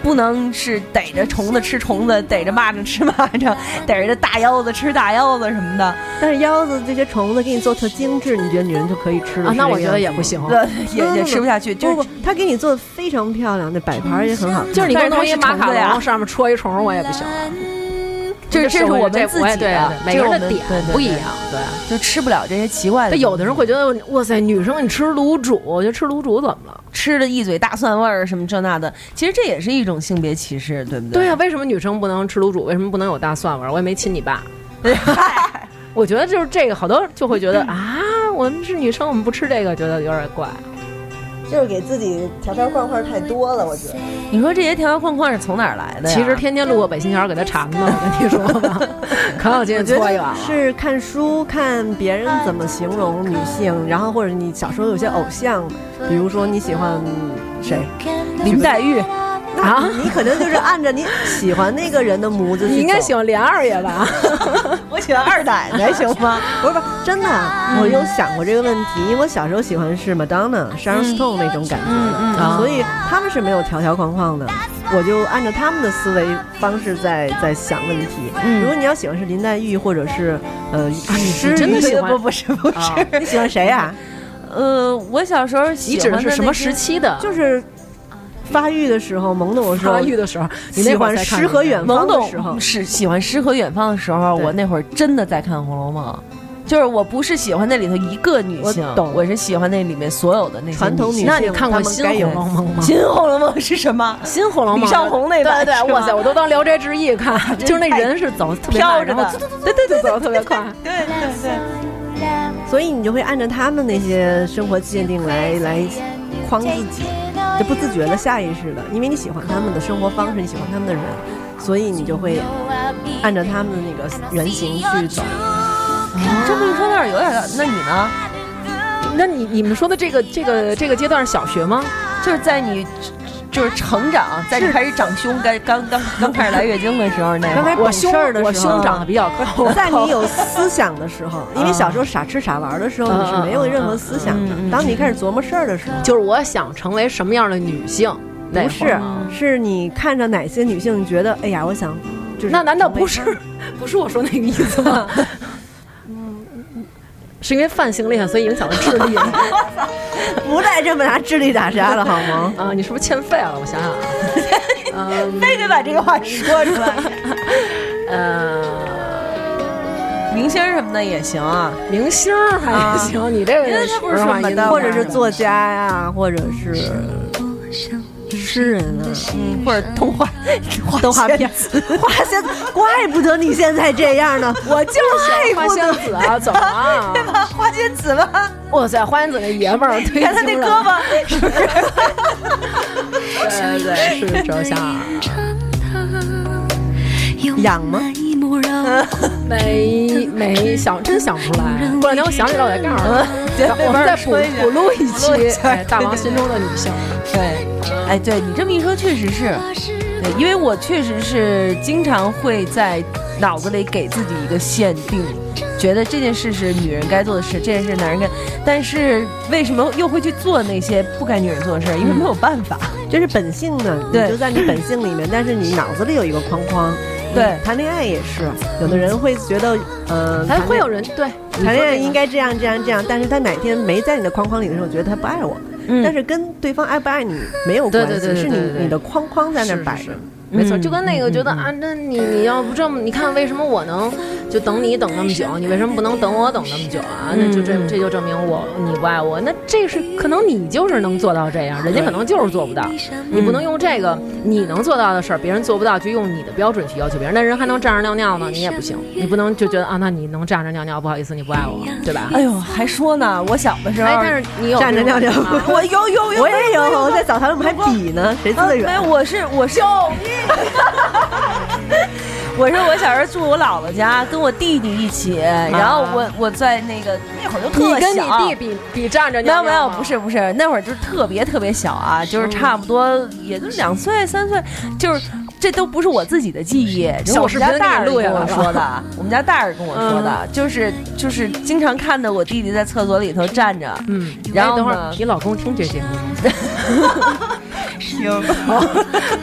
不能是逮着虫子吃虫子，逮着蚂蚱吃蚂
[LAUGHS]
蚱，逮着大腰子吃大腰子什么的。
但是腰子这些虫子给你做特精致，你觉得女人就可以吃了？
啊，
是
那
这
我
个
觉
样
得
子
也
吗
不行。
对，呃也
嗯
不不
也
不
吃不下去，就
不
是
不，他给你做的非常漂亮，那摆盘儿也很好看。
就是你
但
跟
是它
我弄一
是
马卡
虫子呀
龙，上面戳一虫，我也不行啊。
这这是
我
我们
这
自
我也
己
对
的这
对每
是
个人
我
的
们
点
对对
不一
对
样，对。
就吃不了这些奇怪的东
但
西。
有的人会觉得，哇塞，女生你吃卤煮，我觉得吃卤煮怎么了？
吃的一嘴大蒜味儿什么这那的，其实这也是一种性别歧视，对不
对
对？
呀、为什么女生不能吃卤煮？为什么不能有大蒜味儿？我也没亲你爸。我觉得就是这个，好多就会觉得啊，我们是女生，我们不吃这个，觉得有点怪。
就是给自己条条框框太多了，我觉得。
[LAUGHS] 你说这些条条框框是从哪儿来的呀？
其实天天路过北新桥给他馋的，我跟你说 [LAUGHS] 吧，可有劲
我
儿
觉
搓一碗了。
得是看书，看别人怎么形容女性，然后或者你小时候有些偶像，比如说你喜欢谁，
林黛玉，
那
啊
你可能就是按着你喜欢那个人的模子去走。
你应该喜欢连二爷吧？
我喜欢
[LAUGHS]
二奶奶行吗？不是不是，真的，啊
嗯
我有想过这个问题，因为我小时候喜欢是 Madonna、Sharon Stone 那种感觉的，
嗯
所以他们是没有条条框框的，我就按照他们的思维方式在在想问题。如果你要喜欢是林黛玉或者是呃，你
嗯啊你真的喜欢哦
不不是不是，你喜欢谁
啊
呀？
呃，我小时候
你
喜
指
欢
的是
那
什么
些
时？期的？
[LAUGHS] 就是发育的时候，懵懂的时候，
发育的时候，你
喜
那会
欢
儿才看
诗和远方
懵
的时候
懂，是喜欢诗和远方的时候，
对
我那会儿真的在看《红楼梦》，就是我不是喜欢那里头一个女性，
我
我
懂
是喜欢那里面所有的那些
传统
女
女
性
性，
那你看过
她们
新
该有
红楼梦吗
新《红楼梦》是什么？
新《红楼梦》
李少红那版
对对
是
对，
吗
哇塞，我都当《聊斋志异》 [LAUGHS] 看，就是那人是走得特别慢
飘着的
然后嘟嘟嘟对对对，走得特别快。
[LAUGHS] 对对对。
所以你就会按照他们那些生活界定来来框自己，就不自觉的、下意识的，因为你喜欢他们的生活方式，你喜欢他们的人，所以你就会按照他们的那个原型去走。
这么一说，倒是有点儿。那你呢？
那你你们说的这个这个这个阶段是小学吗？
就是在你就是成长，在你开始长胸，该刚刚刚开始来月经的时候那会
[LAUGHS] 刚开
儿
始，
我
懂
胸
事儿的时候
我胸长得比较高，[LAUGHS]
在你有思想的时候，因为小时候傻吃傻玩的时候，
嗯
你是没有任何思想的。当你开始琢磨事儿的时候，
就是我想成为什么样的女性？那会
不
儿
是，啊是你看着哪些女性，你觉得哎呀，我想就是
那难道不
成为
是不是我说那个意思吗？ [LAUGHS] 是因为泛性恋，所以影响了智力啊、
不带这么拿智力打杀了好
[LAUGHS]
吗？
你是不是欠费了？我想想啊，
非得把这个话说出来。
呃，
明星什么的也行啊，
明星儿还行，你这个
因啊为他不是
实
说
话
什么
引
的
导
或者是作家呀、或者是诗人啊，
或者动 [LAUGHS] 画
动画片， [LAUGHS] 花仙子，怪不得你现在这样
[LAUGHS]
呢。我
就是花仙子啊，怎么了？
[LAUGHS] 对吧？花仙子
[LAUGHS]
吧，
哇塞，花仙子那爷们儿，
你
你
看他那胳，膊， [LAUGHS] 是不是？
对对是周霞儿，
痒吗？
没没想真想不出来。过两天我想起来我再告诉
[LAUGHS] 对
你，我们再补
没法说一下
补录一
补录一
期
下
哎大王心中的女性。啊
对，哎，对你这么一说，确实是，对，因为我确实是经常会在脑子里给自己一个限定，觉得这件事是女人该做的事，这件事是男人该，但是为什么又会去做那些不该女人做的事儿？因为没有办法。
这是本性
嗯
呢，你
对
就在你本性里
[LAUGHS]
面，但是你脑子里有一个框框。嗯
对
谈恋爱也是，有的人会觉得，呃，
还
谈
嗯会
恋
有人对
谈恋爱应该这样这样这样，但是他哪天没在你的框框里的时候，觉得他不爱我。
嗯
但是跟对方爱不爱你没有关系，
对对对对
是
对对对
你你的框框在那
是
儿
是
摆
是
着。
没错，
嗯
就跟那个觉得啊，那你你要不这么，你看为什么我能就等你等那么久，你为什么不能等我等那么久啊？那就这这就证明我你不爱我，那这是可能你就是能做到这样，人家可能就是做不到。你不能用这个你能做到的事儿，别人做不到，就用你的标准去要求别人。那人还能站着尿尿呢，你也不行，你不能就觉得啊，那你能站着尿尿，不好意思，你不爱我，对吧？
哎呦，还说呢，我小的时候，
哎，但是你有
[LAUGHS] 站着尿尿
啊
我有有有，
我也有，我在澡堂里我们还比呢，谁
啊
坐得
没
远
有，？我是我是。 [LAUGHS] 我是我小时候住我姥姥家，跟我弟弟一起，然后我我在那个啊那会儿就
你
特小，
跟你弟比比站着
没
尿啊
有
尿
没有，
吗
不是不是，那会儿就是特别特别小啊，就是差不多也就两岁三岁，就是这都不是我自己的记忆，这是我们家大人跟我说的，我们家大人跟我说的，就是就是经常看到我弟弟在厕所里头站着， [LAUGHS]
嗯，
然
哎
后
等会
呢
儿你老公听这节目吗？听，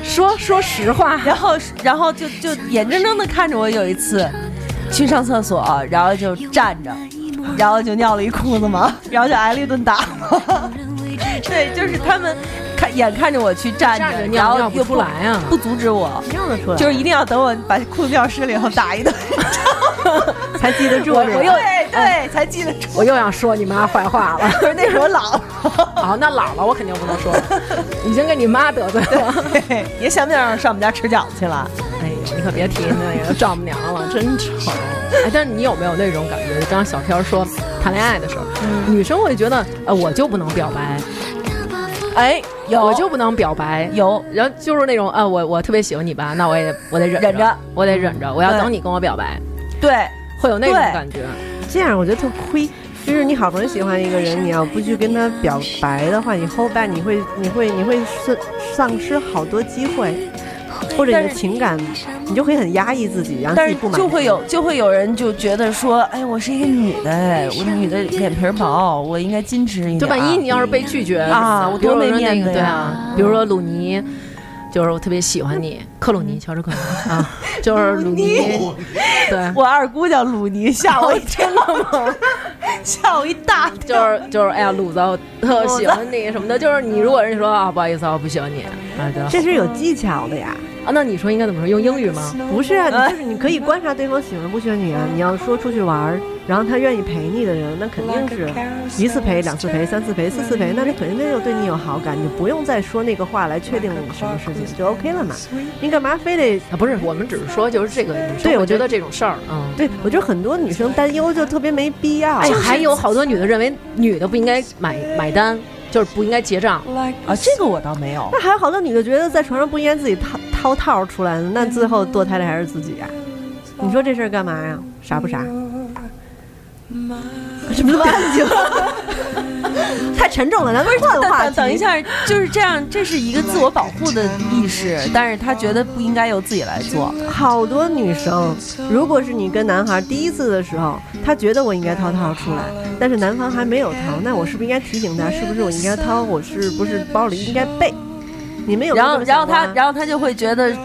说说实话，
然后然后就就眼睁睁的看着我有一次去上厕所，然后就站着，然后就尿了一裤子嘛，然后就挨了一顿打嘛。对，就是他们看眼看着我去站着，
站着
然
尿
后
尿
又
不出来啊。
不阻止我，
尿得出来，
就是一定要等我把裤子尿湿了以后打一顿，
才记得住。
我
是吧
我又
对哎对，才记得住。
我又要说你妈坏话了。
就是那时候老，
好，那姥姥我肯定不能说了，已经给你妈得罪了。
嘿也想不想上我们家吃饺子去了？
哎呀，你可别提那个丈母娘了，真丑。哎，但是你有没有那种感觉？就刚刚小飘说谈恋爱的时候，
嗯
女生会觉得，呃，我就不能表白，
哎，有
我就不能表白，
有，
然后就是那种啊，我我特别喜欢你吧，那我也我得忍
忍着
我得忍着，我要
对
等你跟我表白，
对
会有那种
对
感觉。
这样我觉得特亏，就是你好不容易喜欢一个人，你要不去跟他表白的话，你后半你会你会你会丧丧失好多机会，或者你
但
的
是
情感，你就会很压抑自己，让自
但
己
是
不满足。
就会有就会有人就觉得说，哎，我是一个女的，哎，我女的脸皮儿薄，我应该矜持一点。
就万一你要是被拒绝
啊我
比如
多没
说那
面
个
子
对
呀
嗯啊，比如说鲁尼，就是我特别喜欢你，克鲁尼，乔治克鲁尼 [LAUGHS] 啊，就是鲁尼，
哦
对，
我二姑叫鲁尼，吓 [LAUGHS] 我一跳，吓我一大跳。
就是就是哎呀，鲁子，我特喜欢你什么的，就是你如果人家说啊，不好意思啊，我不喜欢你，啊，对
这是有技巧的呀，
啊，那你说应该怎么说？用英语吗？
不是啊，
呃
你就是你可以观察对方喜欢不喜欢你啊。你要说出去玩儿，然后他愿意陪你的人，那肯定是
Oh
一次陪、两次陪、三次陪、四次陪，那他肯定就对你有好感，你不用再说那个话来确定什么事情，就 OK 了嘛。你干嘛非得
啊，不是，我们只是说就是这个女生，
对
我
我
觉
觉
得
得
这种事儿，嗯。
对，我觉得很多女生担忧就特别没必要。
哎，还有好多女的认为女的不应该买买单，就是不应该结账。
啊，这个我倒没
[LAUGHS]
有。
那还有好多女的觉得在床上不应该自己掏掏套出来的，那最后堕胎的还是自己呀、啊你说这事儿干嘛呀？傻不傻？ [LAUGHS] 什么干净？ [LAUGHS] 太沉重了，咱们换个
等
话
[LAUGHS] 等
题。
等一，下，就是这样，这是一个自我保护的意识，但是他觉得不应该由自己来做。
好多女生，如果是你跟男孩第一次的时候，他觉得我应该掏套出来，但是男方还没有掏，那我是不是应该提醒他？是不是我应该掏？我是不是包里应该备？你们有没
然
有
后，
这么
然后
想过啊
他，然后他就会觉得，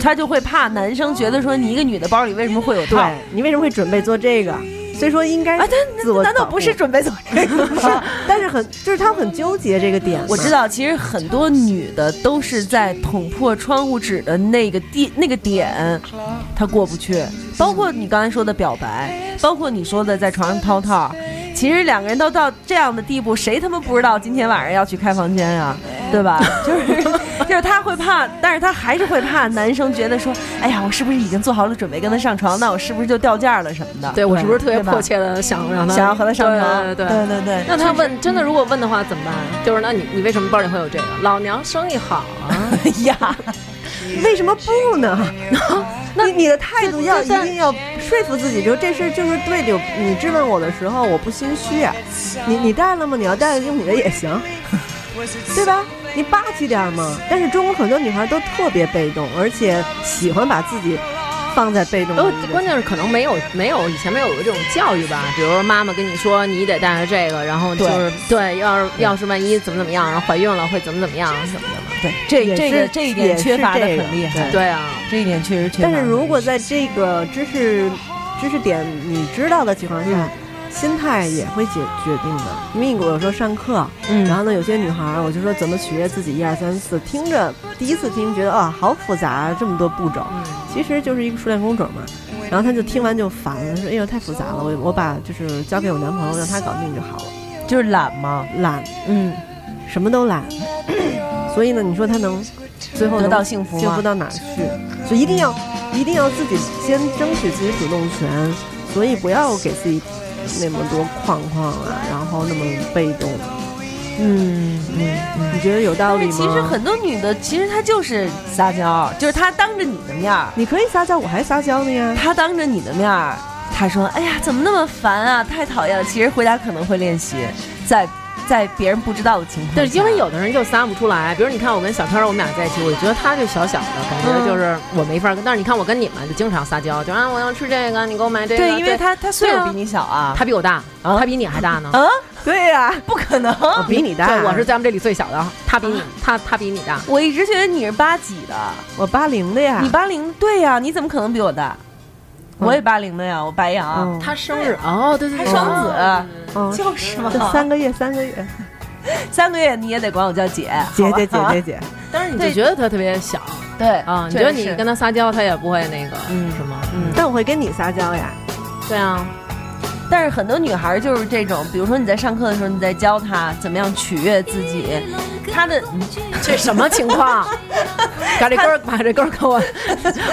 他就会怕男生觉得说，你一个女的包里为什么会有套？
对你为什么会准备做这个？所以说应该
啊，
自我
他难道
保
不是
护
准备做这个
不是
吗？，
[LAUGHS] 但是很就是他很纠结这个点。
我知，道，其实很多女的都是在捅破窗户纸的那个地那个点，她过不去。包括你刚才说的表白，包括你说的在床上掏套，其实两个人都到这样的地步，谁他妈不知道今天晚上要去开房间啊？对吧？ [LAUGHS] 就是就是她会怕，但是她还是会怕男生觉得说，哎呀，我是不是已经做好了准备跟他上床？那我是不是就掉价了什么的？
对我是不是特别
对吧
迫切的想让她
想要和他上床？
对对
对对对
那他问真的，如果问的话怎么办？就是那你你为什么包里会有这个？老娘生意好啊！ [LAUGHS]
哎呀，
为什么
[LAUGHS]
不呢？
那
你你的态度要
对
一
但
定要说服自己，就这事儿就是对的。你质问我的时候，我不心虚啊。你你带了吗？你要带了，用你的
[LAUGHS]
也行，对吧？你霸气点儿嘛。但是中国很多女孩都特别被动，而且喜欢把自己放在被动的
都
位
哦
置。
关键是可能没有没有以前没有这种教育吧，比如说妈妈跟你说你得带着这个，然后就是对，要是要是万一怎么怎么样，然后怀孕了会怎么怎么样什么的嘛。
对，这
也
这个
是
这一点
也是
缺乏的
这个
很厉害。
对
对啊，
这一点确实缺乏。
但是如果在这个知识知识点你知道的情况下，心态也会决决定的。因为我有时候上课，
嗯
然后呢，有些女孩儿，我就说怎么学自己一二三四，听着第一次听觉得啊、好复杂啊，这么多步骤，其实就是一个数量工整嘛。然后她就听完就烦了，说哎呦太复杂了，我我把就是交给我男朋友，让他搞定就好了，
就是懒嘛，
懒
嗯，
什么都懒。 [CLEARS THROAT] 所以呢，你说她能最后
得
能
到幸福
幸
吗
福？到哪儿去？所以一定要一定要自己先争取自己主动权，所以不要给自己那么多框框啊，然后那么被动。
嗯嗯。
你觉得有道
但
理
是
吗？
其实很多女的，其实她就是撒娇，就是她当着你的面儿，
你可以撒娇，我还撒娇呢呀。
她当着你的面儿，她说：“哎呀，怎么那么烦啊，太讨厌了。”其实回家可能会练习，在在别人不知道的情况下，
对，因为有的人就撒不出来，比如你看我跟小天儿，我们俩在一起，我觉得他就小小的，感觉就是我没法跟。但是你看我跟你们就经常撒娇，就啊我要吃这个，你给我买这个。
对，因为她她岁
对
数
啊
比你小啊，
他比我大，他比你还大呢。
[LAUGHS] 啊，
对呀、
不可 [LAUGHS] 能。
我比你大，
对，我是在我们这里最小的，啊他比你他他比你大。
我一直觉得你是八几的，
我八零的呀。
你八零，对呀，你怎么可能比我大？我也八零的呀，我白羊，
嗯
他生日哦，对对
还
对，
双子。
嗯，
就是嘛
就三个月，三个月，
三个月你也得管我叫姐，
姐
好吧
姐姐姐姐，
但是你就觉得他特别小
对
啊，你
确
觉得
实
你
是
跟他撒娇，他也不会那个
嗯
什么。
嗯，
但我会跟你撒娇呀。
对啊，
但是很多女孩就是这种，比如说你在上课的时候，你在教她怎么样取悦自己，她的
[LAUGHS] 这什么情况？ [LAUGHS] 把这根儿把这根儿给我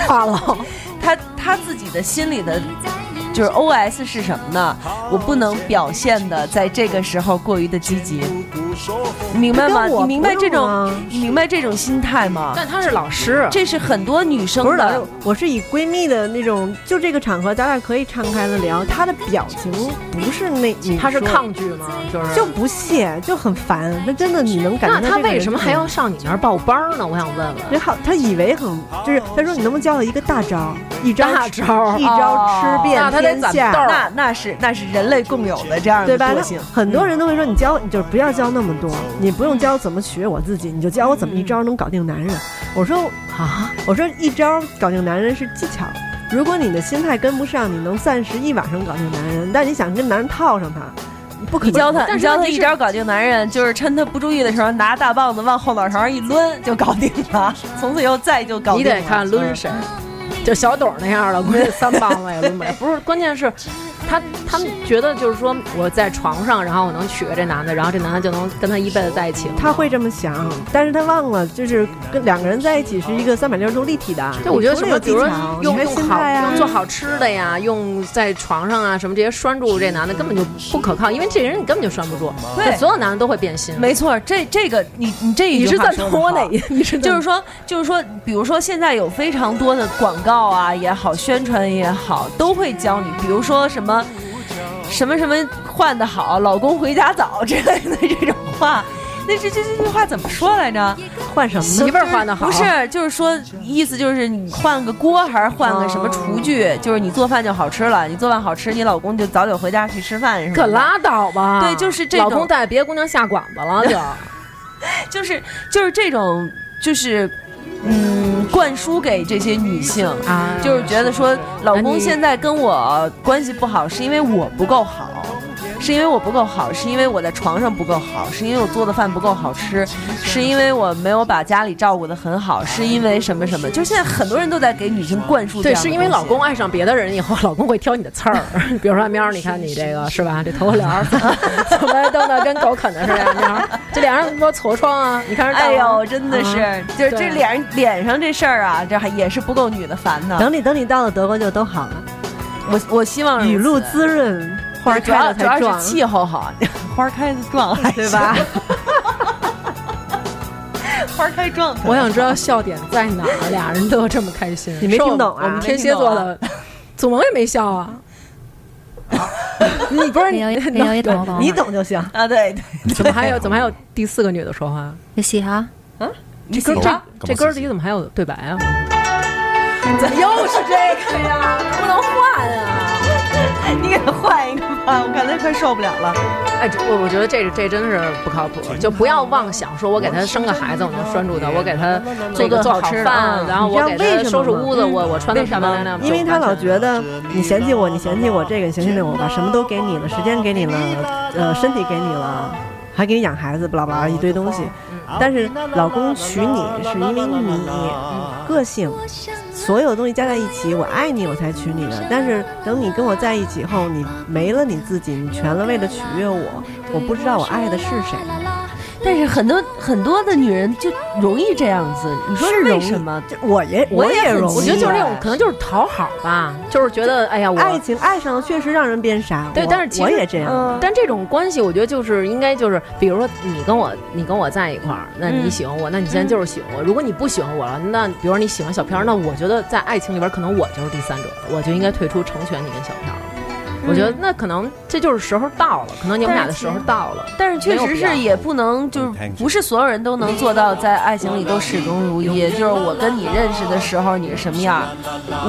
化了。
她她自己的心里的就是 OS 是什么呢？我不能表现的在这个时候过于的积极，你明白吗？
跟我
你明白这
不用
种
啊，
你明白这种心态吗？
[LAUGHS] 但他是老师，
这是很多女生
不是老师
的，，
我是以闺蜜的那种，就这个场合，咱俩可以敞开了聊。她的表情不是那，你
他是
说
抗拒吗？就是
就不屑，就很烦。那真的你能感觉
那
到
他
这个
为
人
什么还要？上你那儿报班儿呢？我想问
人
问。
好，他以为很就是，他说你能不能教我一个大招，一招
大
吃
招哦
一招吃
那
哦
遍
他得
天
攒豆
下
儿，
那那是那是人类共有的这样
对
的
吧？
惰
那
性。
很
嗯
多人都会说你教你就是不要教那么多，你不用教怎么取悦我自己，你就教我怎么一招能搞定男人。我说
嗯啊，
我说一招搞定男人是技巧，如果你的心态跟不上，你能暂时一晚上搞定男人，但你想跟男人套上他，你不可
你
能。
教他，
但
你
是
教
问
他
题
一
是
招搞定男人，就是趁他不注意的时候，拿大棒子往后脑勺上一抡，就搞定了。从此以后再就搞
你
定了。嗯
得看抡谁，
嗯
就小董那样的，估计三棒子也抡不了。不是，关键是，他他们觉得就是说我在床上，然后我能娶个这男的，然后这男的就能跟他一辈子在一起了。
他会这么想，但是他忘了，就是跟两个人在一起是一个三百六十度立体的。
对，我觉得
除
什么，
了有
比
技
如说
巧，你
用
还
用
心
好
态啊
用，做好吃的呀，用在床上啊，什么这些拴住这男的根本就不可靠，因为这人你根本就拴不住。
对
所有男的都会变心。
没错，这这个你你这一
你
句
是
话
赞
说得
同我哪
好
一？你是赞
就是说，就是说，比如说，现在有非常多的广告啊也好，宣传也好，都会教你，比如说什么什么什么换的好，老公回家早之类的这种话。那这这这句话怎么说来着？
换什么呢
媳妇儿换的好，
不是，就是说，意思就是你换个锅还是换个什么厨具，就是你做饭就好吃了，你做饭好吃，你老公就早点回家去吃饭什么的。
可拉倒吧！
对就是这种
老公带别的姑娘下馆子了，就
就是就是这种，就是嗯，灌输给这些女性，
啊
就是觉得说，老
那
公
你
现在跟我关系不好，是因为我不够好，是因为我不够好，是因为我在床上不够好，是因为我做的饭不够好吃，是因为我没有把家里照顾的很好，是因为什么什么？就现在很多人都在给女生灌输这
对，
样的
是因为
东西
老公爱上别的人以后，老公会挑你的刺
[LAUGHS]
儿。比如说喵儿，你看你这个是吧？这头发帘儿怎么弄得跟狗啃的似的？喵儿，这脸上怎么多痤疮啊？你看人
哎呦，真的是，
啊
就是这
对
脸脸上这事儿啊，这还也是不够女的烦的。
等你等你到了德国就都好了，
我我希望
嗯
如
雨露
此
滋润，花儿
主要
开了
主要
才壮
是。气候 [LAUGHS] 好，花儿开的壮，对吧？ [LAUGHS] 花儿开壮，
我想知道笑点在哪儿，俩人都这么开心。
你没
是我
听懂啊
我们天蝎座的祖萌也没笑啊。
[LAUGHS]
你 [LAUGHS] 不是
你有一你
能
有一朵吗？
你
嗯
懂就行。
啊，对对，
怎么还有怎么还有第四个女的说话？
有嘻哈，
你
这
喜欢
这歌里怎么还有对白啊？
怎又是这个呀？
不能换啊！
你给他换一个吧，我感觉快受不了了。
哎，这我我觉得这这真是不靠谱，就不要妄想说我给他生个孩子我能拴住他，我给他做个
做
做
好
好
吃的
饭，然后我给
你知道为
他
什么
收拾
吗
屋子，我我穿的漂漂亮亮。
因为
就
他
完
老
全
觉得你嫌弃我，你嫌弃我这个，你嫌弃那个，我把什么都给你了，时间给你了，呃，身体给你了，还给你养孩子，巴拉巴拉一堆东西。
嗯
但是老公娶你是因为你个性，所有东西加在一起，我爱你我才娶你的。但是等你跟我在一起后，你没了你自己，你全了为了取悦我，我不知道我爱的是谁。
但是很多很多的女人就容易这样子，你说
是
为
容易
什么？
这我也
我也
也
很
容易，
我觉得就是这种，可能就是讨好吧，就是觉得哎呀我
爱情爱上了确实让人变傻。
对
我
但是其
我
实
也这样。
嗯，
但这种关系，我觉得就是应该就是，比如说你跟我，你跟我在一块儿，那你
嗯
喜欢我，那你现在就是喜欢我。如果你不喜欢我了，那比如说你喜欢小飘儿，那我觉得在爱情里边，可能我就是第三者了，我就应该退出，成全你跟小飘儿了。我觉得那可能这就是时候到了，可能你们俩的时候到了。
但是确实是也不能，就是不是所有人都能做到在爱情里都始终如一。就是我跟你认识的时候你是什么样儿，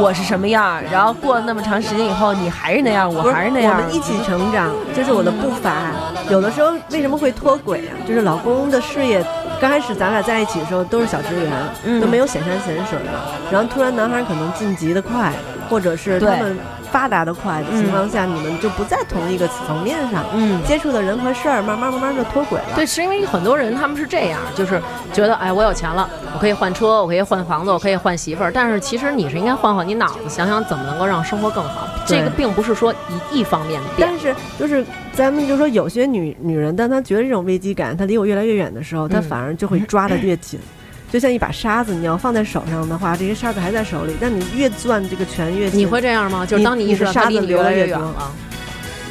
我是什么样儿，然后过了那么长时间以后你还是那样，我
不
还是那样。
我们一起成长，这是我的步伐。有的时候为什么会脱轨啊？就是老公的事业，刚开始咱俩在一起的时候都是小职员，
嗯
都没有显山显水的。然后突然男孩可能晋级的快，或者是他
对
们发达的快的情况下，你们就不在同一个层面上，
嗯
接触的人和事儿慢慢慢慢就脱轨了。
对，是因为很多人他们是这样，就是觉得哎，我有钱了，我可以换车，我可以换房子，我可以换媳妇儿。但是其实你是应该换换你脑子，想想怎么能够让生活更好。这个
对
并不是说一一方面变，
但是就是咱们就说有些女女人，当她觉得这种危机感，她离我越来越远的时候，她
嗯 [LAUGHS]
反而就会抓得越紧。就像一把沙子，你要放在手上的话，这些沙子还在手里，但你越攥这个拳越紧，
你会这样吗？就是
你
当你意识到
你的
它离
沙子
你越来
流得
越
越
远
多
了，啊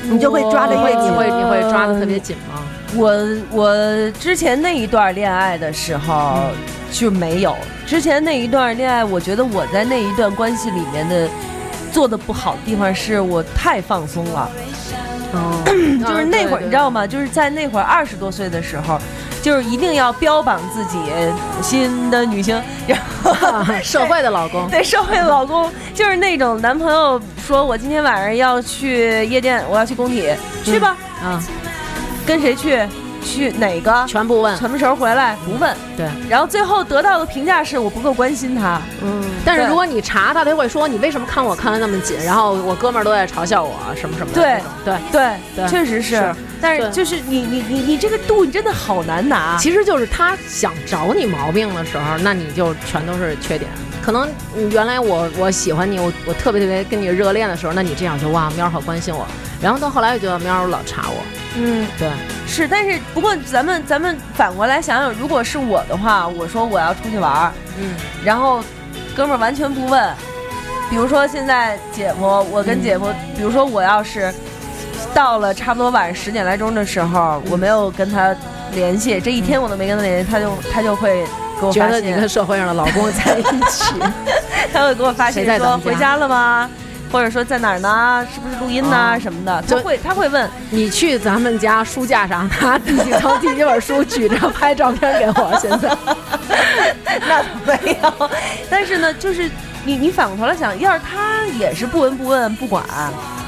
你就会抓着
你会
越紧
你。会你会抓的特别紧吗？
我我之前那一段恋爱的时候就没有，之前那一段恋爱，我觉得我在那一段关系里面的做的不好的地方是我太放松了， [CLEARS THROAT] 就是那会儿你知道吗？就是在那会儿二十多岁的时候。就是一定要标榜自己新的女星，然后
吗？ [LAUGHS] 社会的老公，
对社会老公，就是那种男朋友说我今天晚上要去夜店，我要去工体，去吧，
嗯，
跟谁去，去哪个，
全不问。
什么时候回来不问，
对，
然后最后得到的评价是我不够关心他，
但是如果你查，他就会说你为什么看我看的那么紧，然后我哥们儿都在嘲笑我什么什么的
对
那种。对，
对，
对
确实是，
是
但
对
是就是你你你你这个度你真的好难拿，啊
其实就是他想找你毛病的时候，那你就全都是缺点。可能嗯原来我我喜欢你，我我特别特别跟你热恋的时候，那你这样就哇喵儿好关心我，然后到后来我觉得喵儿老查我，
嗯，
对，
是，但是不过咱们咱们反过来想想，如果是我的话，我说我要出去玩儿，
嗯，
然后哥们儿完全不问，比如说现在姐夫，我
嗯
跟姐夫，比如说我要是到了差不多晚上十点来钟的时候，我没有跟他联系，这一天我都没跟他联系，他就他就会给我
嗯觉
发
得你
信
跟，社会上的老公在一起，
[LAUGHS] 他会给我发
谁
信
在咱
说
们家
回家了吗？或者说在哪儿呢？是不是录音呢？什么的，他
啊就
会他会问，
你去咱们家书架上拿第几从第几本书举着拍照片给
[LAUGHS]
我，现在
那倒没有。但是呢，就是你你反过头来想，要是他也是不闻不问不管，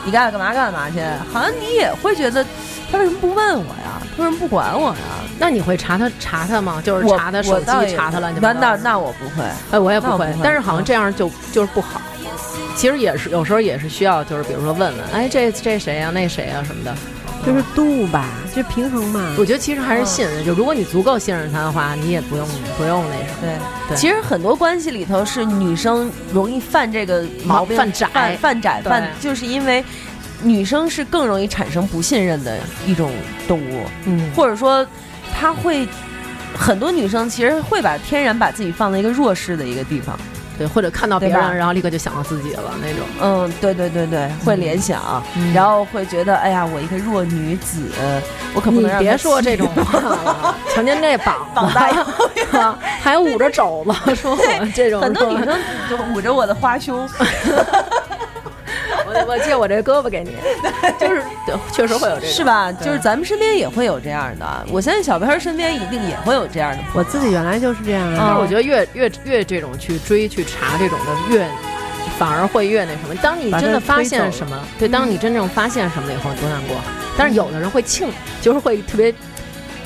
你该干嘛干嘛去，好像你也会觉得他为什么不问我呀？他为什么不管我呀？
那你会查他查他吗？就是
我
查他
我
手机
倒，也
查他乱七
那
八糟
那
的。
那我不会。
哎，我也
那
不
我
会
不会，
但是好像这样就就是不好。其实也是，有时候也是需要，就是比如说问问，哎，这这谁呀、那谁呀、什么的。
就是度吧，就平衡嘛。
我觉得其实还是信
啊
任，就如果你足够信任他的话，你也不用不用那什么。
对，
对
其实很多关系里头是女生容易犯这个毛病，
犯窄
犯犯窄，
对
犯就是因为女生是更容易产生不信任的一种动物，
嗯，
或者说她会。很多女生其实会把天然把自己放在一个弱势的一个地方，
对，或者看到别
对吧
人，然后立刻就想到自己了那种。
嗯，对对对对，会
嗯
联想，
嗯
然后会觉得，哎呀，我一个弱女子，我可不
你
能让
别
她
说
欺
这种
负
话
[LAUGHS]
了，瞧您这膀
膀大腰
子，还捂着肘子， [LAUGHS] 说我这种
很多女
说
生就捂着我的花 [LAUGHS] 胸，
我我借我这胳膊给你，就是对确实会有这种，
是？啊吧？
对
就是咱们身边也会有这样的，我相信小飘身边一定也会有这样的。
我自己原来就是这样
但
啊
是，我觉得越越越这种去追去查这种的越。反而会越那什么。当你
把它
真的发
推
现
走
什么，对，当你真正发现什么了以后，多难过。但是有的人会庆，就是会特别，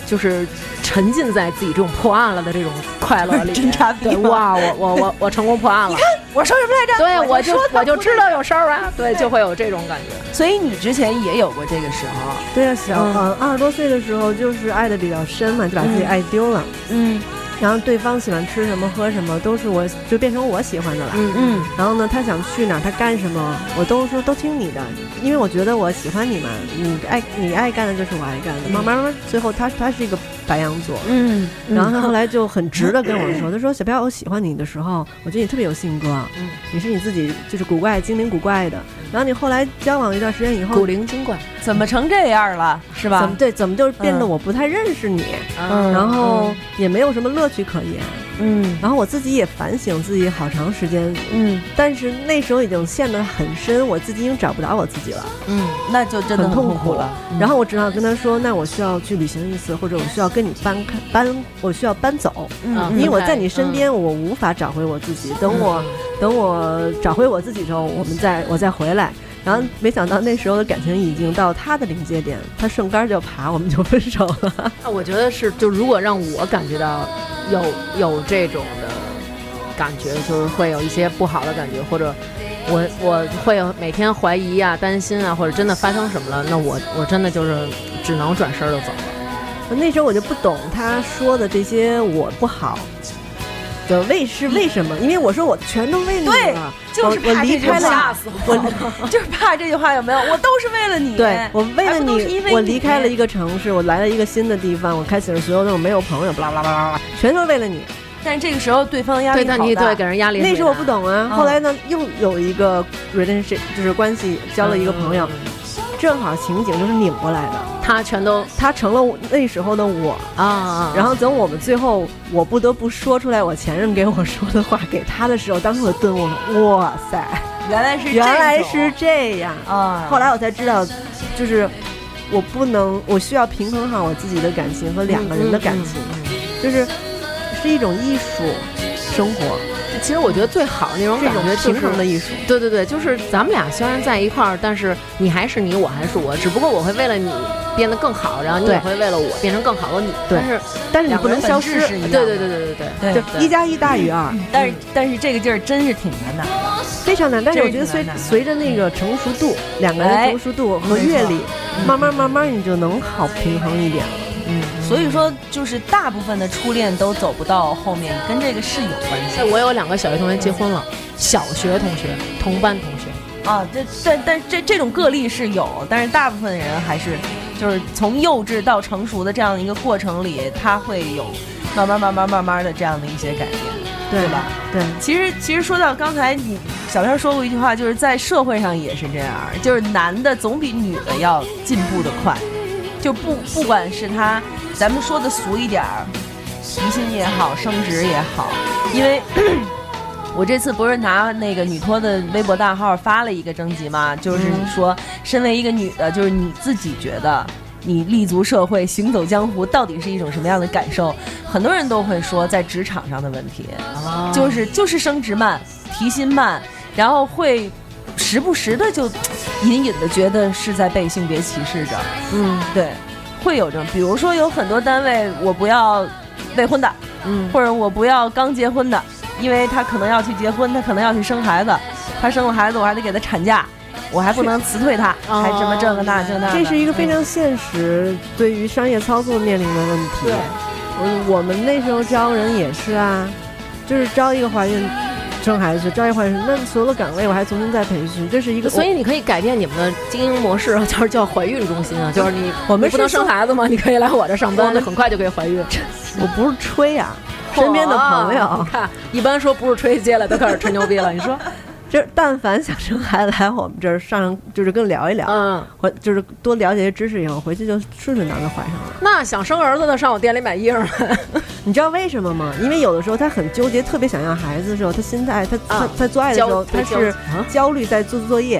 就是沉浸在自己这种破案了的这种快乐里面。
侦察
对，
兵
哇，我我我我成功破案了。
我说什么来着？
对，我
就
就
说他
我就
不嗯
知道有事儿啊，对，就会有这种感觉。
对。所以你之前也有过这个时
嗯
候，
对啊，小呃二十多岁的时候就是爱的比较深嘛，就把自己爱丢了。
嗯
然后对方喜欢吃什么喝什么，都是我就变成我喜欢的了。
嗯
嗯
然后呢，他想去哪儿，他干什么，我都说都听你的，因为我觉得我喜欢你嘛，你爱你爱干的就是我爱干的。慢慢慢慢，最后他他是一个白羊座，
嗯，
然后他后来就很直的跟我
[CLEARS THROAT]
说，他说小彪，我喜欢你的时候，我觉得你特别有性格，
嗯
你是你自己就是古怪精灵古怪的。然后你后来交往一段时间以
古
后，
灵精怪，
怎么成这样了？是
怎
吧
么？对怎么就变得
嗯
我不太认识你，
嗯
然后也没有什么乐趣可言。
嗯
然后我自己也反省自己好长时间，
嗯，
但是那时候已经陷得很深，我自己已经找不着我自己了，
嗯，
那就真的
很痛
痛
苦
了。。
然后我只好跟他说，那我需要去旅行一次，或者我需要跟你搬开搬，我需要搬走，
嗯
因为我
分开
在你身边，我无法找回我自己。等我等我找回我自己之后，我们再我再回来。然后没想到那时候的感情已经到他的临界点，他顺杆就爬，我们就分手了。
那我觉得是，就如果让我感觉到有有这种的感觉，就是会有一些不好的感觉，或者我我会有每天怀疑啊、担心啊，或者真的发生什么了，那我我真的就是只能转身就走了。
那时候我就不懂他说的这些我不好，就为是为什么？因为我说我全都为你
对
了，，
就是
我
怕
离
这句
开
话
了，
死
我
就是怕这句话有没有？我都是为了你，
对我为了
哎还不都是因
你，
为
我离开了一
你哎
个城市，我来了一个新的地方，我开启了所有那种没有朋友，巴拉巴拉巴拉巴拉，全都是为了你。
但是这个时候对方压
对，
力好
但你
大
对给人压力很大，
那时候我不懂啊，
嗯
后来呢，又有一个 relationship，就是关系交了一个朋友，
嗯
正好情景就是拧过来的，
他全都
他成了我那时候的我。
啊啊，
然后等我们最后，我不得不说出来我前任给我说的话给他的时候，当时我顿悟了，哇塞，
原来是这
原来
种
是这样。
哦
啊，
后来我才知道，就是我不能，我需要平衡好我自己的感情和两个人的感情，
嗯
就是是一种艺术生活，
其实我觉得最好的那种
这
感
种
觉就
平衡的
是。
艺术。
对对对，就是咱们俩虽然在一块儿，但是你还是你，我还是我，只不过我会为了你变得更好，然后你也
对
会为了我变成更好的你。
对
但是
但是你
两
不
个
能
人
消
本
失
质，是一样的对对对对对对。
对
嗯
就，一加一大于二，
但是但是这个劲儿真是挺难打的，
非常难。但是我觉得随
这是挺难的
随着那个成熟度，两个人的
哎
成熟度和阅历，慢
嗯
慢慢慢你就能好平衡一点。
所以说就是大部分的初恋都走不到后面，跟这个是有关系
哎，我有两个小学同学结婚了，小学同学，同班同学。
啊。这但但这这种个例是有，但是大部分人还是就是从幼稚到成熟的这样的一个过程里，他会有慢慢慢慢慢慢的这样的一些改变。
对
吧？
对，
其实，其实说到刚才你小片说过一句话，就是在社会上也是这样，就是男的总比女的要进步的快，就不不管是他，咱们说的俗一点儿，提薪也好，升职也好，因为 [COUGHS] 我这次不是拿那个女托的微博大号发了一个征集嘛，就是说，身为一个女的，就是你自己觉得你立足社会、行走江湖到底是一种什么样的感受？很多人都会说，在职场上的问题，就是就是升职慢、提薪慢，然后会时不时的就隐隐的觉得是在被性别歧视着。嗯，对，会有这种，比如说有很多单位，我不要未婚的，嗯，或者我不要刚结婚的，因为他可能要去结婚，他可能要去生孩子，他生了孩子我还得给他产假，我还不能辞退他，还什么这个那这个那的。
哦这是一个非常现实，对于商业操作面临的问题。
对
我我们那时候招人也是啊，就是招一个怀孕生孩子去，招一个怀孕生，那所有的岗位我还重新再培训，这是一个。
所以你可以改变你们的经营模式，啊就是叫怀孕中心啊，就是你 [LAUGHS] 我
们
不能
是说
生孩子吗？你可以来我这上班，
我们
很快就可以怀 [LAUGHS] 孕。
我我不是吹啊，身边的朋
哇你
友，
看一般说不是吹接了，都开始吹牛逼了。你 [LAUGHS] 说，
就是但凡想生孩子来我们这儿上，就是跟聊一聊，
嗯，
或就是多了解些知识以后，回去就顺顺当当怀上了。
那想生儿子的上我店里买衣裳来。
你知道为什么吗？因为有的时候他很纠结，特别想要孩子的时候，他心态，他、
啊
他他做爱的时候，
焦
他是
啊
焦虑在做作业，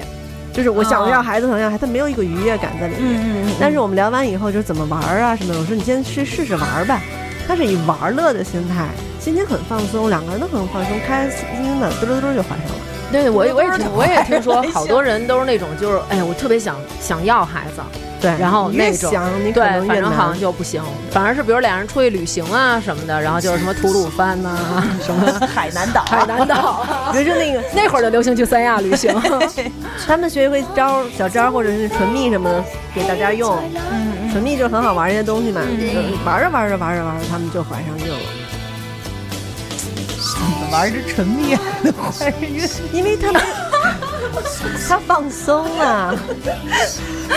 就是我
哦
想要孩子，想要孩子，他没有一个愉悦感在里面。
嗯嗯嗯
但是我们聊完以后，就是怎么玩儿啊什么的，我说你先去试试玩儿吧。他是以玩乐的心态，心情很放松，两个人都很放松，开开心心的，嘟噜嘟噜就怀上了。
对，我也我也听我也听说，好多人都是那种就是哎，我特别想想要孩子，
对，
然后
越
那种
想你可
对，
能
反
越
正好像
难。
就不行，反而是比如俩人出去旅行啊什么的，然后就是什么吐鲁番呐、 [LAUGHS] 什么
[LAUGHS] 海南岛，
海南岛啊，
比如说那个，
[LAUGHS] 那会儿就流行去三亚旅 [LAUGHS] 行。
他们学会招儿小招儿或者是唇蜜什么的给大家用，唇蜜就是很好玩儿一些东西嘛，就玩着玩着玩着玩着，他们就怀上孕了，
玩着沉迷还能怀孕，
因为他们 [LAUGHS] 他放松了，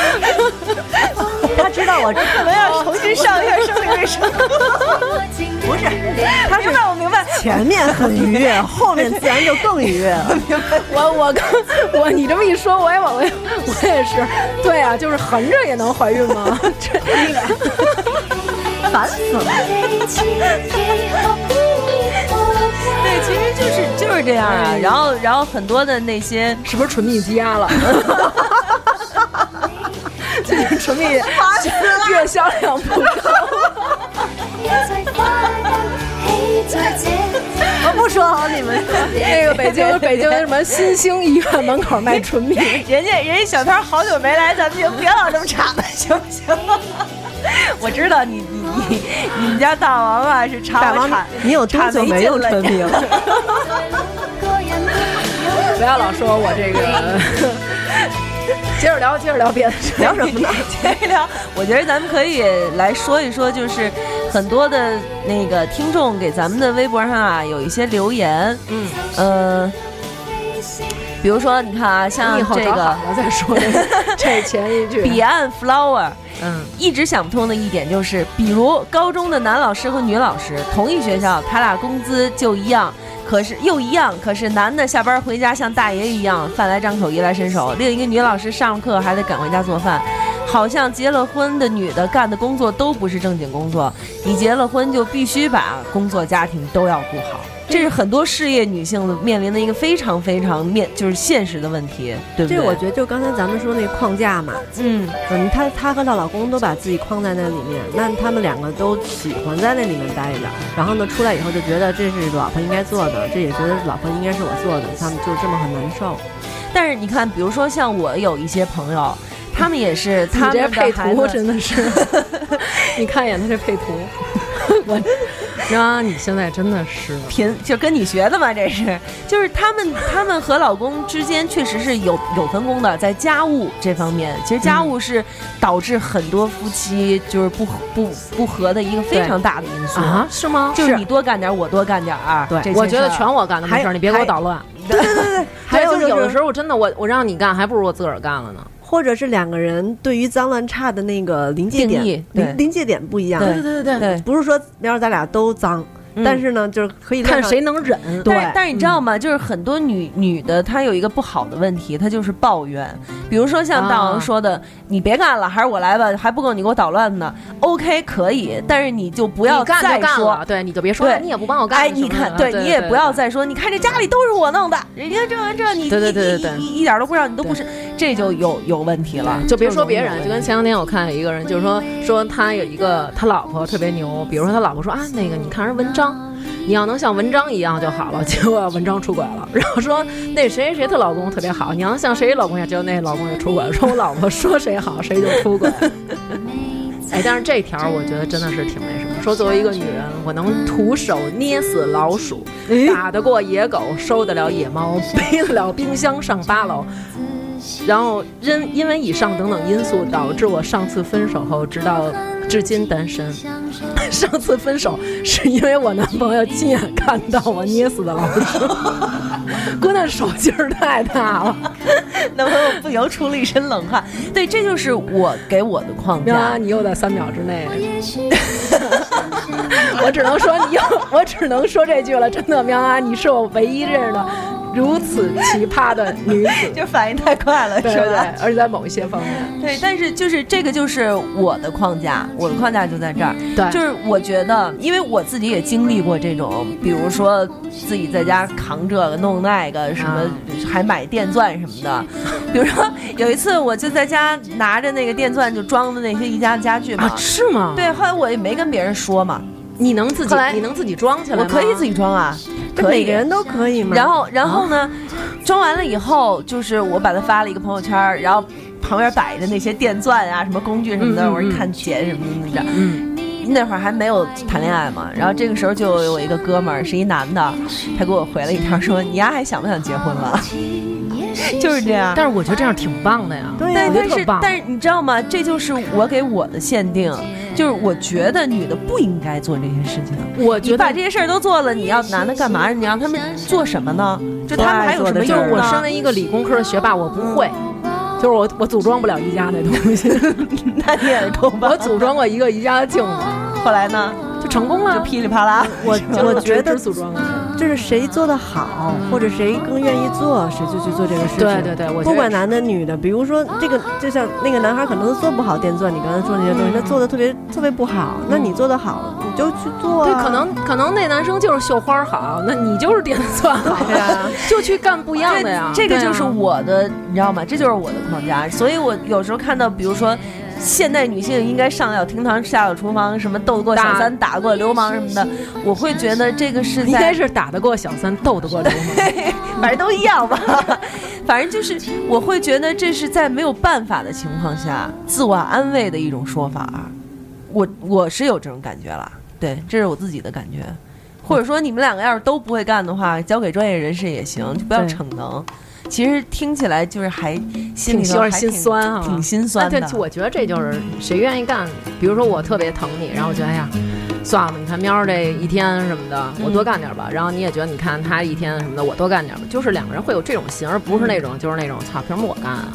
[LAUGHS] 他知道我
可能要重新上一下生理卫生。
[LAUGHS] 不是，他明白我明白，前面很愉悦，后面自然就更愉悦了，
我我刚我你这么一说，我也我也我也是，对啊，就是横着也能怀孕吗？ [LAUGHS] 这
烦死了。
对，其实就是就是这样
哎
啊。然后，然后很多的那些
是不是唇蜜啊积压了？ [LAUGHS] 最近唇蜜 [LAUGHS] 月销量不高，
我不说好你们，
那个北京北京什么新兴医院门口卖唇蜜，
人家人家小涛好久没来咱们节目，别老这么插了，行 [LAUGHS] 不行？我知道你你你你们家大王啊是插
大
我
王
产，，
你有多久没用唇
[LAUGHS]
蜜了？
不要老说我这个。
[LAUGHS]
接着聊，接着聊别的。
聊什么呢？
聊一聊，我觉得咱们可以来说一说，就是很多的那个听众给咱们的微博上啊有一些留言，嗯，呃，比如说，你看啊，像
你以后
这
找好
个
了再说这个这前
[LAUGHS]
一句。
Beyond Flower，
嗯
一直想不通的一点就是，比如高中的男老师和女老师同一学校，他俩工资就一样，可是又一样，可是男的下班回家像大爷一样，饭来张口，衣来伸手；另一个女老师上课还得赶回家做饭。好像结了婚的女的干的工作都不是正经工作，你结了婚就必须把工作、家庭都要顾好，这是很多事业女性的面临的一个非常非常面就是现实的问题，对不对？
这我觉得就刚才咱们说那框架嘛，
嗯，
嗯，她她和她老公都把自己框在那里面，那他们两个都喜欢在那里面待着，然后呢，出来以后就觉得这是老婆应该做的，这也觉得老婆应该是我做的，他们就这么很难受。
但是你看，比如说像我有一些朋友，他们也是
[LAUGHS] 你
他
这
们
配
的孩
图真
子，
的
[LAUGHS]
是，你看一眼他这配图，我，让你现在真的是，
贫就跟你学的嘛，这是就是他们他们和老公之间确实是有有分工的，在家务这方面，其实家务是导致很多夫妻就是不和不不和的一个非常大的因素
啊，是吗？
就是你多干点儿，我多干点儿，啊
对
这些
我觉得
事儿
全我干的没事儿，
还
你别给我捣乱。
对对对对，还有
对就是
就
有的
是
时候我真的我我让你干，还不如我自个儿干了呢。
或者是两个人对于脏乱差的那个临界点
定义，对
临临界点不一样。
对
对对
对，
不是说要是咱俩都脏，
嗯
但是呢，就是可以
看
量上
谁能忍。
对
但是但是你
嗯
知道吗？就是很多女女的，她有一个不好的问题，她就是抱怨。比如说像大
啊
王说的，你别干了，还是我来吧，还不够你给我捣乱呢。OK，可以，但是你就不
不
要
干
再
就干
说
了，。对你就别说
对
了，你也不帮我干。
哎，
什么
你
的
看，
啊
对
对
你也不要再说，你看这家里都是我弄的，人家这这你
对对对对对
你你你一点都不让，你都不是，这就有有问题了。
就别说别
这
人，
种
就跟前两天我看有一个人，就是说说他有一个他老婆特别牛，比如说他老婆说啊，那个你看人文章，你要能像文章一样就好了。结果文章出轨了， [LAUGHS] 然后说那谁谁谁她老公特别好，你要像谁谁老公一样，结果那老公也出轨了。说我老婆说谁好谁就出轨。哎，但是这条我觉得真的是挺那什么。说作为一个女人，我能徒手捏死老鼠，打得过野狗，收得了野猫，背得了冰箱上八楼，然后因因为以上等等因素导致我上次分手后，直到至今单身。 [LAUGHS] 上次分手是因为我男朋友亲眼看到我捏死的老 [LAUGHS] 鼠，姑娘手劲儿太大了。
[LAUGHS] 男朋友不由出了一身冷汗。对，这就是我给我的框架，
那。你又在三秒之内， [LAUGHS] 我只能说你又，我只能说这句了。真的，喵啊，你是我唯一认识的如此奇葩的女子
[LAUGHS] 就反应太快了，
对
是
对对
吧？，
而且在某一些方面，
对，但是就是这个就是我的框架，我的框架就在这儿。
对
就是我觉得，因为我自己也经历过这种，比如说自己在家扛这个弄那个，什么、
啊
还买电钻什么的。比如说有一次，我就在家拿着那个电钻就装的那些宜家的家具嘛。
啊是吗对，
对，后来我也没跟别人说嘛，
你能自己
后来，
你能自己装起来
我
吗？
可以自己装啊，
这
可以。
每个人都可以嘛。
然后，然后呢，装完了以后，就是我把它发了一个朋友圈儿，然后旁边摆着那些电钻啊、什么工具什么的，
嗯嗯
我说
嗯
看姐什么怎么着。
嗯，
那会儿还没有谈恋爱嘛，然后这个时候就有一个哥们儿是一男的，他给我回了一条说：“你丫还想不想结婚 [LAUGHS] 了？”就是这样。
但是我觉得这样挺棒的呀。
对啊呀、
但但
我觉得特
是
棒
但是你知道吗？这就是我给我的限定，就是我觉得女的不应该做这些事情。
我
你
觉
把
得
这些事儿都做了，你要男的干嘛？你让他们做什么呢？就他们还有什么
就
用
是
呢？
我身为一个理工科的学霸，我不会，啊嗯就是我我组装不了宜家那东 [LAUGHS] 西。
那你也是够吧
我组装过一个宜家的镜子，
后来呢，
就成功了
就。噼里啪啦。
我我觉得
只组装了。
就是
嗯
谁做的好，或者谁更愿意做，谁就去做这个事情。
对对对，我觉
不
得
管男的女的，比如说这个，就像那个男孩可能做不好电钻，你刚才说那些东西，
嗯
他做的特别特别不好，那你做的好，你就去做、啊。
对，可能可能那男生就是绣花儿好，那你就是电钻好，
对啊，
就去干不一样的呀。
这个
对啊
就是我的，你知道吗？这就是我的框架。所以我有时候看到，比如说。现代女性应该上得了厅堂，下得了厨房，什么斗得过小
打
三，打得过流氓什么的， [LAUGHS] 我会觉得这个是
应该
在
是打得过小三，斗得过流氓。
[LAUGHS] 反正都一样吧， [LAUGHS] 反正就是我会觉得这是在没有办法的情况下自我安慰的一种说法，我我是有这种感觉啦，对，这是我自己的感觉，或者说你们两个要是都不会干的话，交给专业人士也行，就不要
对
逞能。其实听起来就是还心里头
挺有
还
点心酸啊
挺心酸
那
的。
对，我觉得这就是谁愿意干。比如说我特别疼你，然后我觉得哎呀，算了，你看喵儿这一天什么的，我多干点吧。然后你也觉得，你看他一天什么的，我多干点吧。就是两个人会有这种心，而不是那种就是那种操，凭什么我干啊？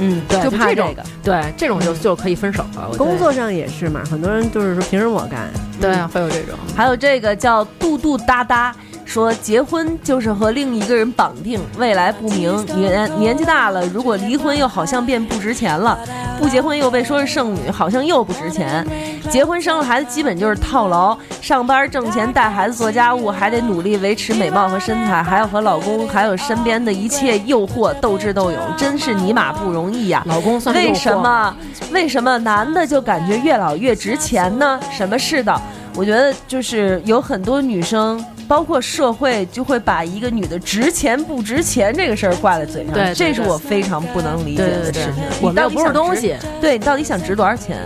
嗯，对，
就怕
这
这
种
个。对，这种就就可以分手了。我觉得
工作上也是嘛，很多人就是说凭什么我干？
对啊会有这种，
还有这个叫杜杜哒哒，说结婚就是和另一个人绑定，未来不明，年年纪大了，如果离婚又好像变不值钱了，不结婚又被说是剩女，好像又不值钱，结婚生了孩子基本就是套牢，上班挣钱带孩子做家务，还得努力维持美貌和身材，还要和老公还有身边的一切诱惑斗智斗勇，真是尼玛不容易呀、
老公算是诱惑
为什么？为什么男的就感觉越老越值钱呢？什么世道？我觉得就是有很多女生，包括社会，就会把一个女的值钱不值钱这个事儿挂在嘴上。
对对
这是我非常不能理解
对对
的
对
事情。
我
你
们
到
又
底
不是
想
东
值
西，
对你到底想值多少钱？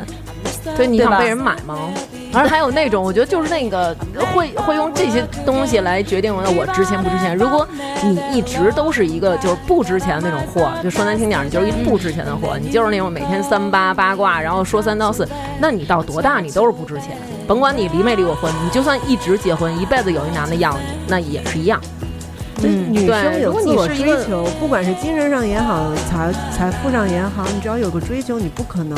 对，你
对
想
吧
被人买吗？而还有那种，我觉得就是那个会会用这些东西来决定我值钱不值钱。如果你一直都是一个就是不值钱的那种货，就说难听点儿，你就是一不值钱的货，你就是那种每天三八八卦，然后说三道四，那你到多大你都是不值钱。甭管你离没离过婚，你就算一直结婚，一辈子有一男的要你，那也是一样。
所以女生
嗯对如
有
果
自
你
我
是一
追
个
求，不管是精神上也好，财财富上也好，你只要有个追求，你不可能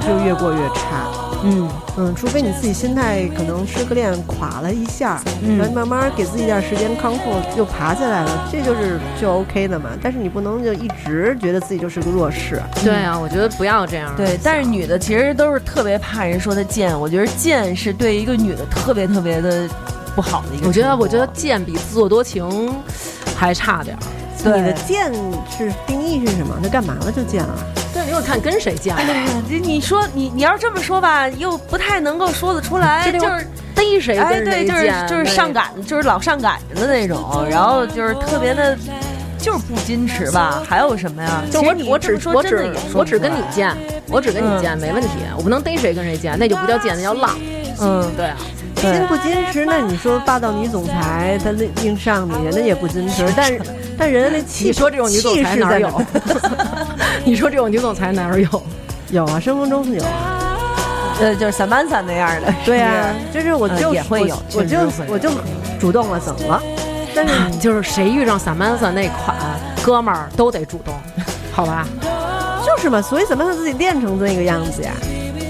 就越过越差。
嗯，
嗯，除非你自己心态可能失个恋垮了一下，
嗯
然后慢慢给自己点时间康复，又爬起来了，这就是就 OK 的嘛。但是你不能就一直觉得自己就是个弱势，
对啊，我觉得不要这样。
对。但是女的其实都是特别怕人说她贱，我觉得贱是对一个女的特别特别的不好的一个程度。
我觉得，我觉得贱比自作多情还差点儿。
对
你的贱是定义是什么？他干嘛了就啊贱了？
对，你有看跟谁贱了？啊
你哎你说你你要这么说吧，又不太能够说得出来，
这
哎就
种
是
逮谁跟
哎，
谁
对，就是
贱
就是上。赶，就是老上赶着的那种，然后就是特别的，就是不矜持吧？还有什么呀？
就
其
我
实你
我
这
只
么说
我
真的
只
也说
我
不
只跟
出
你
来，
见，我只跟
嗯
你见没问题，我不能逮谁跟谁见，那就不叫见，那叫浪。
嗯，
对啊，
对
矜不矜持？那你说霸道女总裁，她那硬上你，人家也不矜持，但是但人家那气
[LAUGHS] 你说这种女总裁哪儿有？ [LAUGHS] 你说这种女总裁哪儿有？
有啊，生活中有啊。
呃，就是散班散那样的，
[LAUGHS] 对啊，就是我
呃
就
也会有
我我
确实
就
会有
我就主动了，怎么了？但是
[LAUGHS] 就是谁遇上萨曼萨那款哥们儿都得主动， [LAUGHS] 好吧？
就是嘛，所以怎么让自己练成那个样子呀？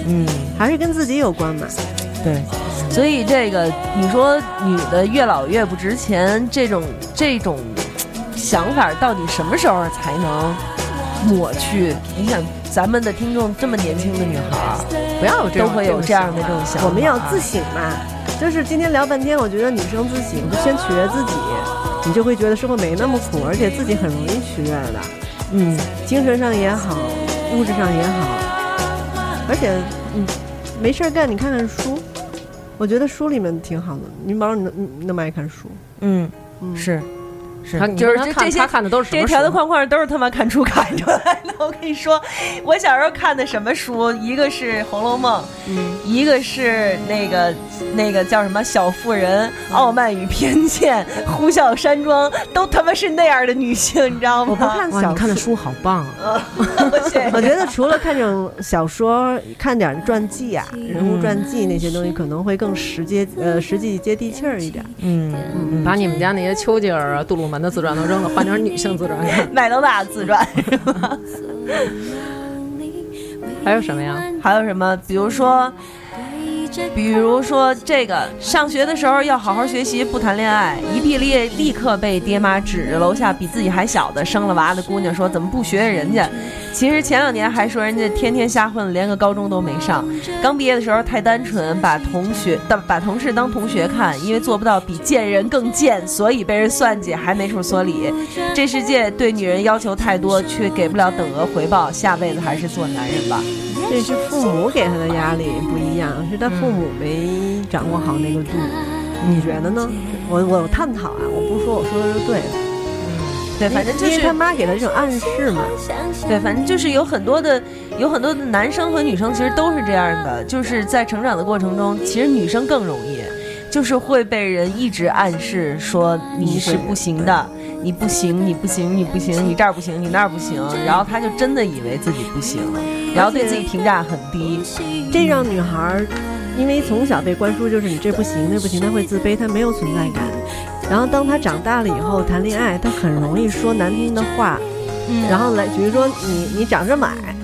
嗯，
还是跟自己有关嘛。
对。所以这个你说女的越老越不值钱，这种这种想法到底什么时候才能抹去？你想咱们的听众这么年轻的女孩儿，
不要有这
都
种
会有这样的这种想法。
我们要自省嘛，就是今天聊半天，我觉得女生自省，就先取悦自己，你就会觉得生活没那么苦，而且自己很容易取悦的，
嗯。
精神上也好，物质上也好，而且嗯，没事儿干，你看看书，我觉得书里面挺好的。你宝儿你那你那么爱看书，
嗯，
嗯
是，是
他，
就是
你
这
让
这
他看
些
他看的都是什么
这条条
书
框框都是他妈看书看出来的。 [LAUGHS] 我跟你说，我小时候看的什么书，一个是《红楼梦》，
嗯，
一个是那个那个叫什么《小妇人》《傲慢与偏见》《呼啸山庄》，都他妈是那样的女性，你知道吗？
我不看
哇，
小
你看的
说。
书好棒啊！
[LAUGHS] 我谢谢
[LAUGHS] 我觉得除了看这种小说，看点儿传记啊，人物传
嗯
记那些东西可能会更实接呃实际接地气儿一点。
嗯嗯
把你们家那些丘吉尔啊、杜鲁门的自传都扔了，换成女性自传
[LAUGHS]
看。
麦当娜自传。
还有什么呀？
还有什么？比如说，比如说这个，上学的时候要好好学习，不谈恋爱。一毕业立刻被爹妈指着楼下比自己还小的生了娃的姑娘说：“怎么不学学人家？”其实前两年还说人家天天瞎混，连个高中都没上。刚毕业的时候太单纯，把同学当把同事当同学看，因为做不到比贱人更贱，所以被人算计，还没处所理。这世界对女人要求太多，却给不了等额回报，下辈子还是做男人吧。
这是父母给他的压力不一样，是他父母没掌握好那个度。你觉得呢？我我探讨啊，我不说我说的是对的，
对，反正就
因
是
为他妈给他这种暗示嘛。
对，反正就是有很多的，有很多的男生和女生其实都是这样的，就是在成长的过程中，其实女生更容易，就是会被人一直暗示说你是不行的，你不行，你不行，你不行，你这儿不行，你那儿不行，然后他就真的以为自己不行，然后对自己评价很低。
这让女孩儿因为从小被灌输就是你这不行那不行，他会自卑，他没有存在感。然后当他长大了以后谈恋爱，他很容易说难听的话，然后来，比如说你你长这么矮，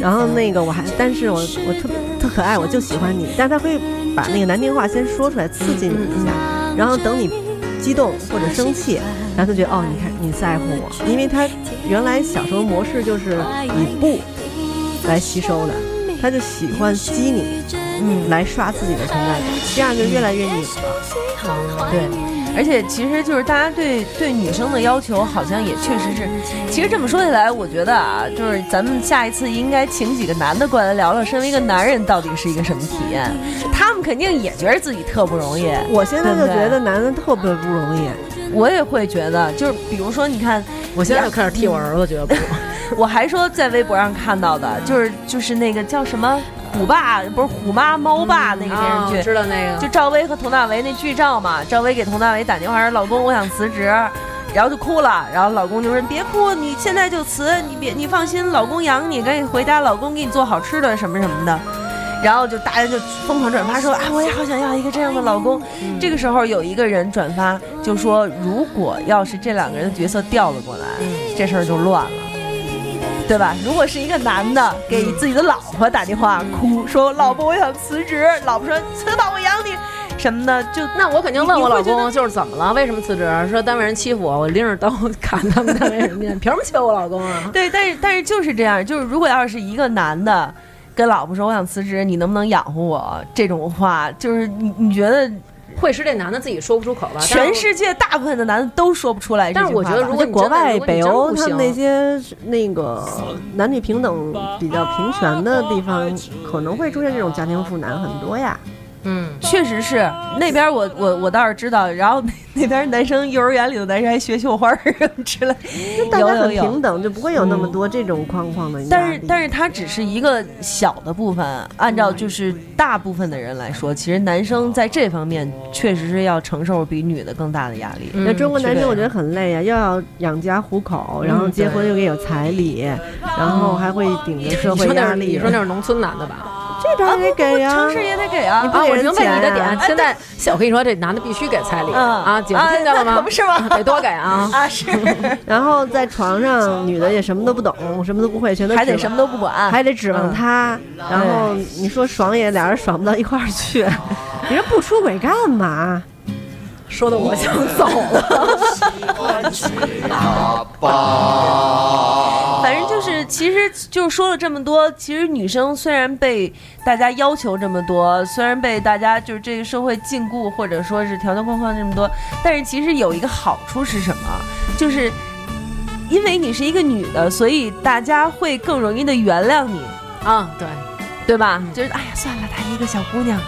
然后那个我还，但是我我特特可爱，我就喜欢你，但是他会把那个难听话先说出来刺激你一下，然后等你激动或者生气，然后他觉得哦，你看你在乎我，因为他原来小时候模式就是以不来吸收的，他就喜欢激你，嗯，来刷自己的存在感，这样就越来越拧了。
对，而且其实就是大家对对女生的要求，好像也确实是。其实这么说起来，我觉得啊，就是咱们下一次应该请几个男的过来聊聊，身为一个男人到底是一个什么体验。他们肯定也觉得自己特不容易。
我现在就
对不对
觉得男的特别不容易，
我也会觉得，就是比如说，你看，
我现在就开始替我儿子觉
[LAUGHS]
得不好，
我还说在微博上看到的，就是就是那个叫什么虎爸，不是虎妈猫爸那个电视剧，
啊知道那个
就赵薇和佟大为那剧照嘛，赵薇给佟大为打电话说：“老公，我想辞职。”然后就哭了，然后老公就说：“你别哭，你现在就辞，你别你放心，老公养你，赶紧回家，老公给你做好吃的什么什么的。”然后就大家就疯狂转发说啊，我也好想要一个这样的老公。这个时候有一个人转发就说，如果要是这两个人的角色调了过来，这事儿就乱了。对吧？如果是一个男的给自己的老婆打电话哭，说老婆我想辞职，老婆说辞吧，我养你什么的，就
那我肯定问我老
你你
公，就是怎么了？为什么辞职？说单位人欺负我，我拎着刀砍他们单位人家，凭什么欺负我老公啊？
对，但是但是就是这样，就是如果要是一个男的跟老婆说我想辞职，你能不能养活我这种话，就是你你觉得
会是这男的自己说不出口吧？但
全
是
世界大部分的男的都说不出来这
但
句
是
话
我
吧。
觉得如果
而且国外
你真的
北
如果
欧
你
他
真
们
的不行
那些是那个男女平等比较平权的地方，可能会出现这种家庭妇男很多呀。
嗯，
确实是那边我我我倒是知道，然后那那边男生幼儿园里的男生还学绣花儿什么之类，
大家
有有
很
有
平等，就不会有那么多这种框框的压力。
但是，但是它只是一个小的部分。按照就是大部分的人来说，其实男生在这方面确实是要承受比女的更大的压力。
嗯
那中国男
是这
生
样
我觉得很累啊，又要养家糊口，
嗯
然后结婚又得有彩礼，然后还会顶着社
你
会
说那
压
是
力。
你说那是农村男的吧？
这招也给呀、
城市也得给啊，
你不
啊，
给
我
人
明白你的
钱啊
点。现在，小我跟你说，这男的必须给彩礼
嗯
啊，姐夫
啊
听见了
那可
吗？
不是 [LAUGHS] 吗
[LAUGHS] 得多给啊！
啊是，
然后在床上，女的也什么都不懂，什么都不会，全
[LAUGHS]
都
还得
指望
什么都不嗯管，
还得指望他，然后你说爽也俩人爽不到一块儿去， [LAUGHS] 你说不出轨干嘛？
说的我想走了。哦
反正就是，其实就是说了这么多，其实女生虽然被大家要求这么多，虽然被大家就是这个社会禁锢或者说是条条框框这么多，但是其实有一个好处是什么？就是因为你是一个女的，所以大家会更容易的原谅你，
[LAUGHS] 啊，对，
对吧？
嗯
就是哎呀，算了，她一个小姑娘。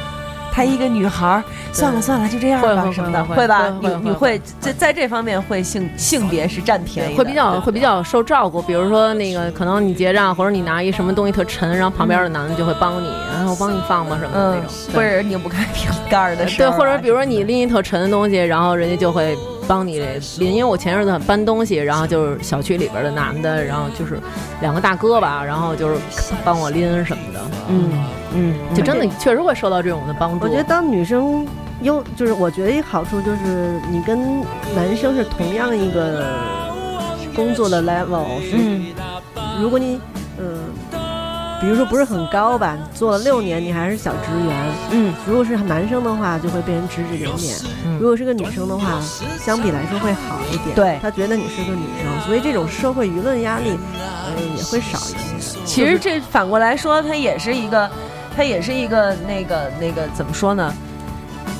她一个女孩儿，算了算了，就这样
会
吧，
会
什么的，
会
会吧？
会
你
会
你
会
会在在这方面会性性别是占便宜的，
会比较会比较受照顾。比如说那个，可能你结账或者你拿一什么东西特沉，然后旁边的男的就会帮你，然后我帮你放吧什么的那
嗯
种。，
或
对
者拧不开瓶盖儿的时
呃对，
候啊，
或者比如说你拎一特沉的东西，然后人家就会帮你拎。因为我前日子搬东西，然后就是小区里边的男的，然后就是两个大哥吧，然后就是帮我拎什么的，
嗯嗯，
就真的确实会受到这种的帮助。
我觉得当女生优，就是我觉得一好处就是你跟男生是同样一个工作的 level，是、
嗯
如果你嗯、比如说不是很高吧，你做了六年你还是小职员，
嗯
如果是男生的话，就会被人指指点点；
嗯
如果是个女生的话，相比来说会好一点。
对
他觉得你是个女生，所以这种社会舆论压力，呃，也会少一些。
其实这反过来说，它也是一个，它也是一个那个那个怎么说呢？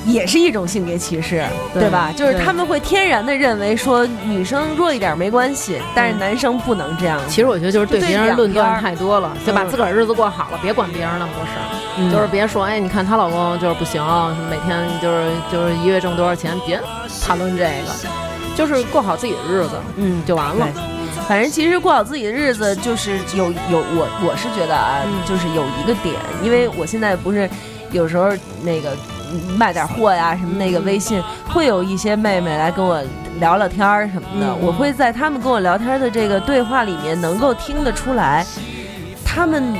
也是一种性别歧视，
对
对吧？就是
对
他们会天然的认为说女生弱一点没关系，但是男生不能这样。
嗯其实我觉得就是对别人论断太多了，就把
嗯
自个儿日子过好了，别管别人那么多事儿。
嗯
就是别说，哎，你看她老公就是不行，什么每天就是就是一月挣多少钱，别谈论这个，就是过好自己的日子
嗯，
就完了。
反正其实过好自己的日子，就是有有我我是觉得啊，就是有一个点，因为我现在不是有时候那个嗯卖点货呀什么，那个微信会有一些妹妹来跟我聊聊天儿什么的，我会在她们跟我聊天的这个对话里面能够听得出来，她们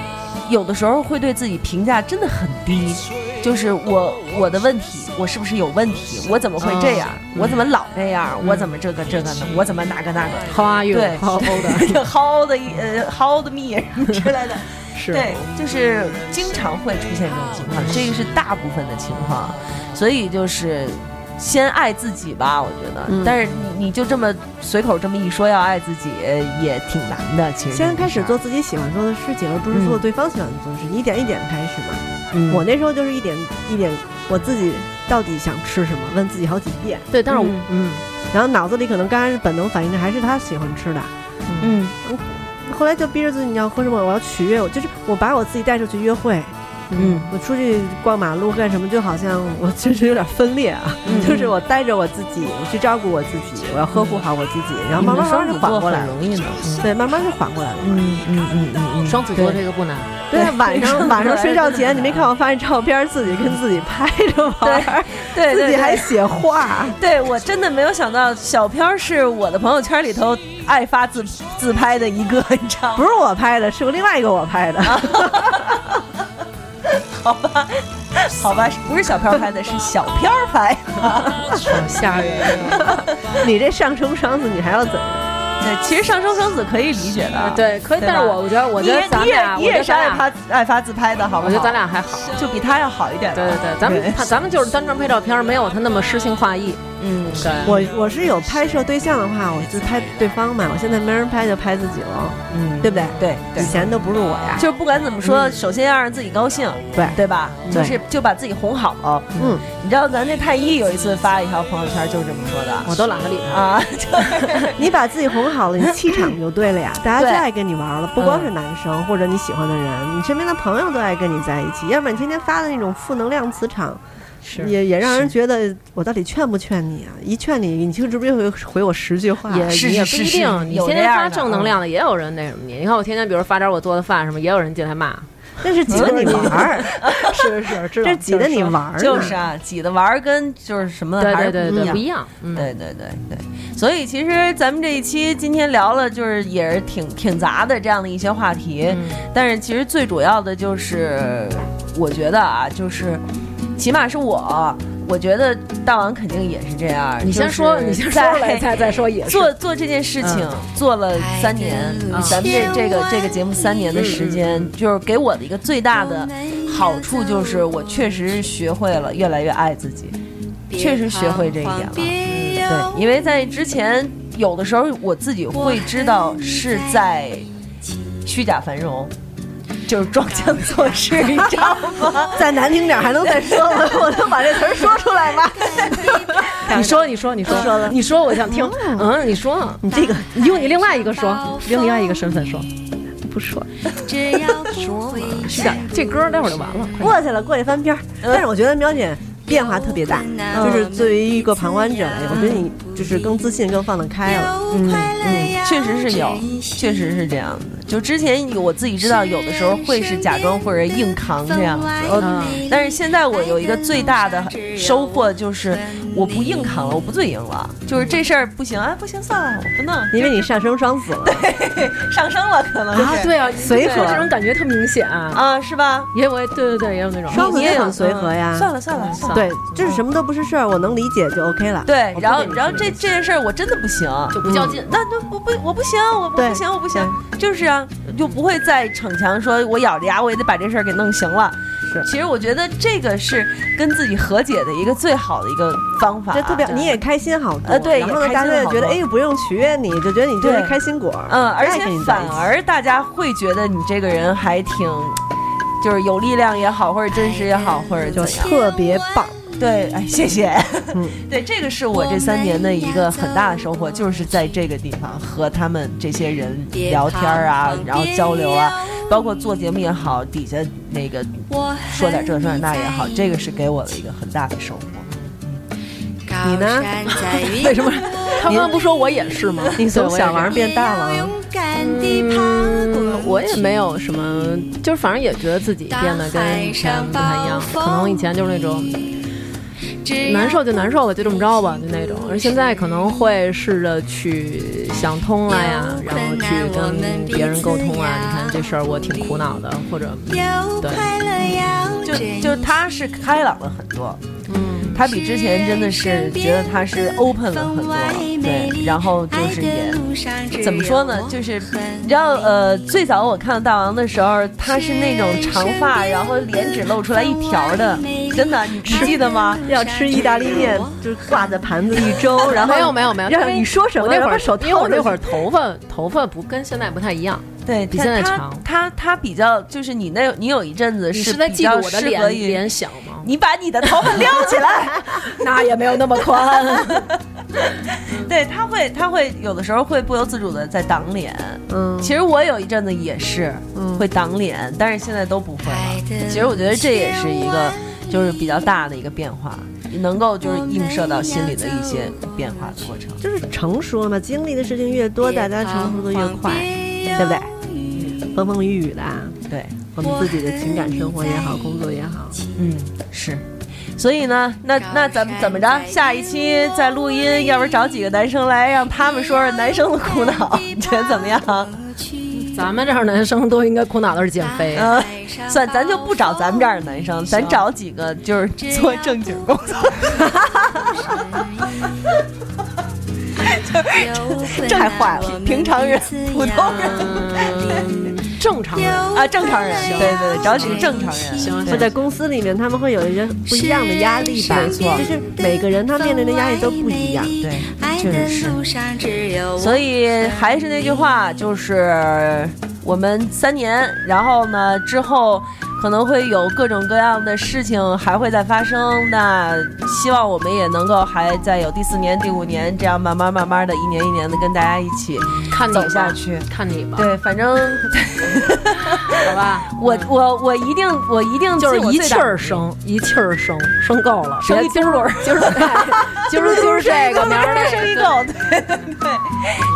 有的时候会对自己评价真的很低，就是我我的问题，我是不是有问题？我怎么会这样？我怎么老这样？我怎么这个这个呢？我怎么哪个那个？
How are you？
对
How old？are
[LAUGHS]
you？
，how old 呃 how old me 什么之类
[LAUGHS]
的，
是
对，就是经常会出现这种情况，这个是大部分的情况，所以就是。先爱自己吧，我觉得，
嗯
但是你你就这么随口这么一说要爱自己，呃也挺难的。其实
先开始做自己喜欢做的事情，而不是做对方喜欢做的事情，一点一点开始嘛。
嗯
我那时候就是一点一点，我自己到底想吃什么，问自己好几遍，
对，但是我
嗯
嗯，
然后脑子里可能刚开始本能反应的还是他喜欢吃的，
嗯，
后来就逼着自己你要喝什么，我要取悦我，就是我把我自己带出去约会，
嗯，
我出去逛马路干什么，就好像我 [LAUGHS] 确实有点分裂啊，
嗯
就是我带着我自己，我去照顾我自己，我要呵护好我自己，然后
你
慢
们
慢慢
双
慢就
子
缓
座
过
很
来了，
容易呢。
对，慢慢就缓过来了。
嗯嗯嗯嗯嗯，
双子座
对
这个不难。
[LAUGHS]
对
对，
晚
对
上晚上睡觉前，你没
对
看我发一照片，自己跟自己拍着玩儿，
对
自
对
己还
对，
写画，
对我真的没有想到小飘是我的朋友圈里头爱发自自拍的一个，你知道
不
吗？
是我拍的，是我另外一个我拍的。 [LAUGHS]
好吧，好吧，不是小飘拍的，是小飘拍。 [LAUGHS]
好吓人！
你这上升双子，你还要怎样？
对，其实上升双子可以理解的，
嗯对，可以，但
吧
是我我觉得，我
你
觉
也
得咱
你也
俩，
你
我觉
也
得
是
咱
爱
俩，
发爱发自拍的，好不好？
我觉得咱俩还好。
就比他要好一点吧。
对对对，咱们
对
他咱们就是单纯拍照片，没有他那么诗情画意。
嗯，
对，
我我是有拍摄对象的话，我就拍对方嘛。我现在没人拍，就拍自己了，
嗯，
对不对？
对对
以。前都不是我呀。
就是不管怎么
嗯
说，首先要让自己高兴，
对
对吧？就
对
是就把自己哄好了。
嗯，
你知道咱那太医有一次发一条朋友圈，就是这么说的
我都懒得理他。
啊， [LAUGHS] 就是
你把自己哄好了，你气场就对嗯了呀，大家就爱跟你玩了。不光是男生或者你喜欢的人，你身边的朋友都爱跟你在一起。要不然你天天发的那种负能量磁场，
是
也也让人觉得我到底劝不劝你啊？一劝你，你就是不是会回我十句话？
也
啊是
也
是
不一
是
定，你
有
天
这
天
样
发
的
正能
嗯
量的，也有人那什么你。你看我天天，比如发点我做的饭什么，也有人进来骂。
那是挤得你玩儿，
是是，知
嗯 [LAUGHS] 这是挤得你玩儿呢，
就是啊，挤的玩儿跟就是什么
对
还
对
是
对
不一
对，
样
不。一样。嗯，
对对对对，所以其实咱们这一期今天聊了，就是也是挺挺杂的这样的一些话题，
嗯
但是其实最主要的就是，我觉得啊，就是起码是我，我觉得大王肯定也是这样。
你先
就是
说，你先说
在
出来，再再说也是。嗯
做做这件事情、做了三年，啊咱们这这个这个节目三年的
嗯
时间，就是给我的一个最大的好处就是，我确实学会了越来越爱自己，确实学会这一点了。嗯对，因为在之前有的时候我自己会知道是在虚假繁荣，就是装腔作势，你知道吗？
再难听点儿还能再说吗？ [LAUGHS] 我能把这词儿说出来
[LAUGHS]
吗？
你说，你说，你说，
说了
你说，我想听。嗯，你说，嗯
你这个
你用你另外一个说，用另外一个身份说。
不说，
只要不回
是的，这歌待会儿就完了。
过去了，过去翻篇儿。
嗯
但是我觉得苗姐变化特别大，就是作为一个旁观者来讲，我觉得你就是更自信、更放得开了。
嗯嗯，确实是有，确实是这样的。就之前有我自己知道，有的时候会是假装或者硬扛这样子，呃但是现在我有一个最大的收获就是，我不硬扛了，我不嘴硬了，就是这事儿不行啊，不行算了，我不弄，
因为你上升双子了，
[LAUGHS] 上升了可能是
对啊，
随和
你就说这种感觉特明显啊。
啊，是吧？
也我也对对对，也有那种。
双子
你也
也
有嗯
很随和呀。
算了算了算了，
对，就是什么都不是事儿，我能理解就 OK 了。
对，然后
跟你
然后
说
这这件事儿我真的不行，
就不较劲。
那那我不我不行，我不
对
不行，我不行，就是啊，就不会再逞强，说我咬着牙我也得把这事儿给弄行了。
是
其实我觉得这个是跟自己和解的一个最好的一个方法，啊
这特别，你也开心好多。
呃对
然后
也
呢，
开
大
心
家就觉得
好多
哎，不用取悦你，就觉得你就是
对
开心果儿。
嗯，而
不爱
且
跟你在一
反
起
而大家会觉得你这个人还挺，就是有力量也好，或者真实也好，或者
就
怎样。
特别棒。
对，哎，谢谢。
嗯
[LAUGHS] 对，这个是我这三年的一个很大的收获，就是在这个地方和他们这些人聊天儿啊，然后交流啊，包括做节目也好，底下那个说点这说点那也好，这个是给我的一个很大的收获。
你呢？
为什么？他们不说我也是吗？
你从
对
小王变大啊王，
嗯，我也没有什么，就是反正也觉得自己变得跟以前不太一样。可能以前就是那种难受就难受了，就这么着吧，就那种。而现在可能会试着去想通了呀，然后去跟别人沟通啊。你看这事儿我挺苦恼的，或者对，
就就他是开朗了很多，
嗯，
他比之前真的是觉得他是 open 了很多，对，然后就是也怎么说呢，就是你知道呃，最早我看到大王的时候，他是那种长发，然后脸只露出来一条的，真的，你你记得吗？
要吃意大利面，就是挂在盘子一周，然
[LAUGHS]
后
没有没有没有，
让你说什
我
么，
那
然
会
后
儿
把手
因为我
套
那
着
会儿头发头发不跟现在不太一样，
对，
比
他
现在
他
长
他他比较就是你那，你有一阵子
你
是
是在
比
嫉
较
妒我的
适
脸
合于
脸小吗？
你把你的头发撩起来， [LAUGHS]
那也没有那么宽。
对他会，他会有的时候会不由自主的在挡脸。
嗯，
其实我有一阵子也是会挡脸，但是现在都不会了。其实我觉得这也是一个就是比较大的一个变化，能够就是映射到心里的一些变化的过程。
就是成熟了嘛，经历的事情越多，大家成熟的越快，对不对？风风雨雨的啊，
对，
我们自己的情感生活也好，工作也好，
嗯，是。所以呢，那那咱们怎么着？下一期再录音，要不然找几个男生来，让他们说说男生的苦恼，你觉得怎么样？
[LAUGHS] 咱们这样男生都应该苦恼的是减肥。
嗯，算，咱就不找咱们这样的男生，咱找几个就是做正经工作，太坏了，平常人、普通人
嗯，正常人。
啊，正常人，对对对，找几个正常人，
行
对
或在公司里面，他们会有一些不一样的压力吧？
没错
就是每个人他面对的压力都不一样。
对。
爱
确
的
实是
路上只有我
所以还是那句话，就是我们三年，然后呢之后可能会有各种各样的事情还会再发生。那希望我们也能够还再有第四年、第五年，这样慢慢慢慢的一年一年的跟大家一起
看你吧
走下，
[LAUGHS]
去。
看你吧，
对，反正
好吧。
[LAUGHS] 我我我一定我一定
就是
尽我
一
最
气
大
儿生，一气儿生，生够了，
生
别
一嘟噜儿，
今儿
[LAUGHS]
今儿今儿这个，明儿那
生一
个。
狗，对对对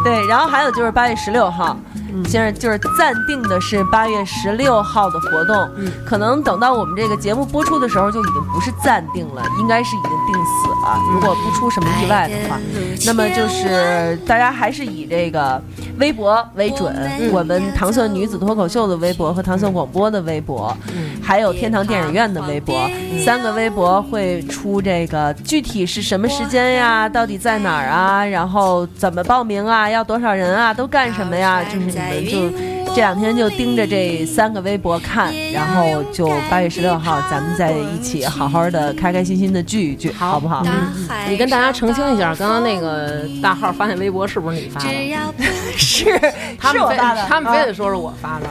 对。然后还有就是八月十六号，现在就是暂定的是八月十六号的活动，可能等到我们这个节目播出的时候就已经不是暂定了，应该是已经定死了。如果不出什么意外的话，那么就是大家还是以这个微博为准，我们糖蒜女子脱口秀的微博和糖蒜广播的微博，
嗯
还有天堂电影院的微博，三个微博会出这个具体是什么时间呀，到底在哪儿啊，然后怎么报名啊，要多少人啊，都干什么呀？就是你们就这两天就盯着这三个微博看，然后就八月十六号咱们在一起好好的开开心心的聚一聚，好不好？
你跟大家澄清一下，刚刚那个大号发现微博是不是你发的？
是
他
是
们
我
非
发的，
他们非
啊
得说是我发的，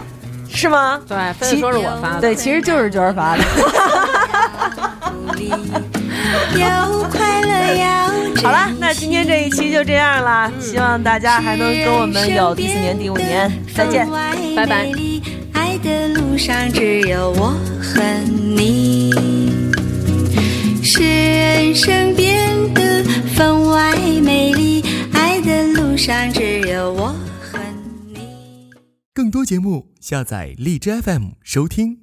是吗？
对，非
其
得说是我发的。
对，其实就是娟儿发的。
有快乐要
好了，那今天这一期就这样啦，希望大家还能跟我们有第四年、第五年，再见。
拜拜。
爱的路上只有我和你，使人生变得分外美丽。爱的路上只有我和你。
更多节目，下载荔枝 FM 收听。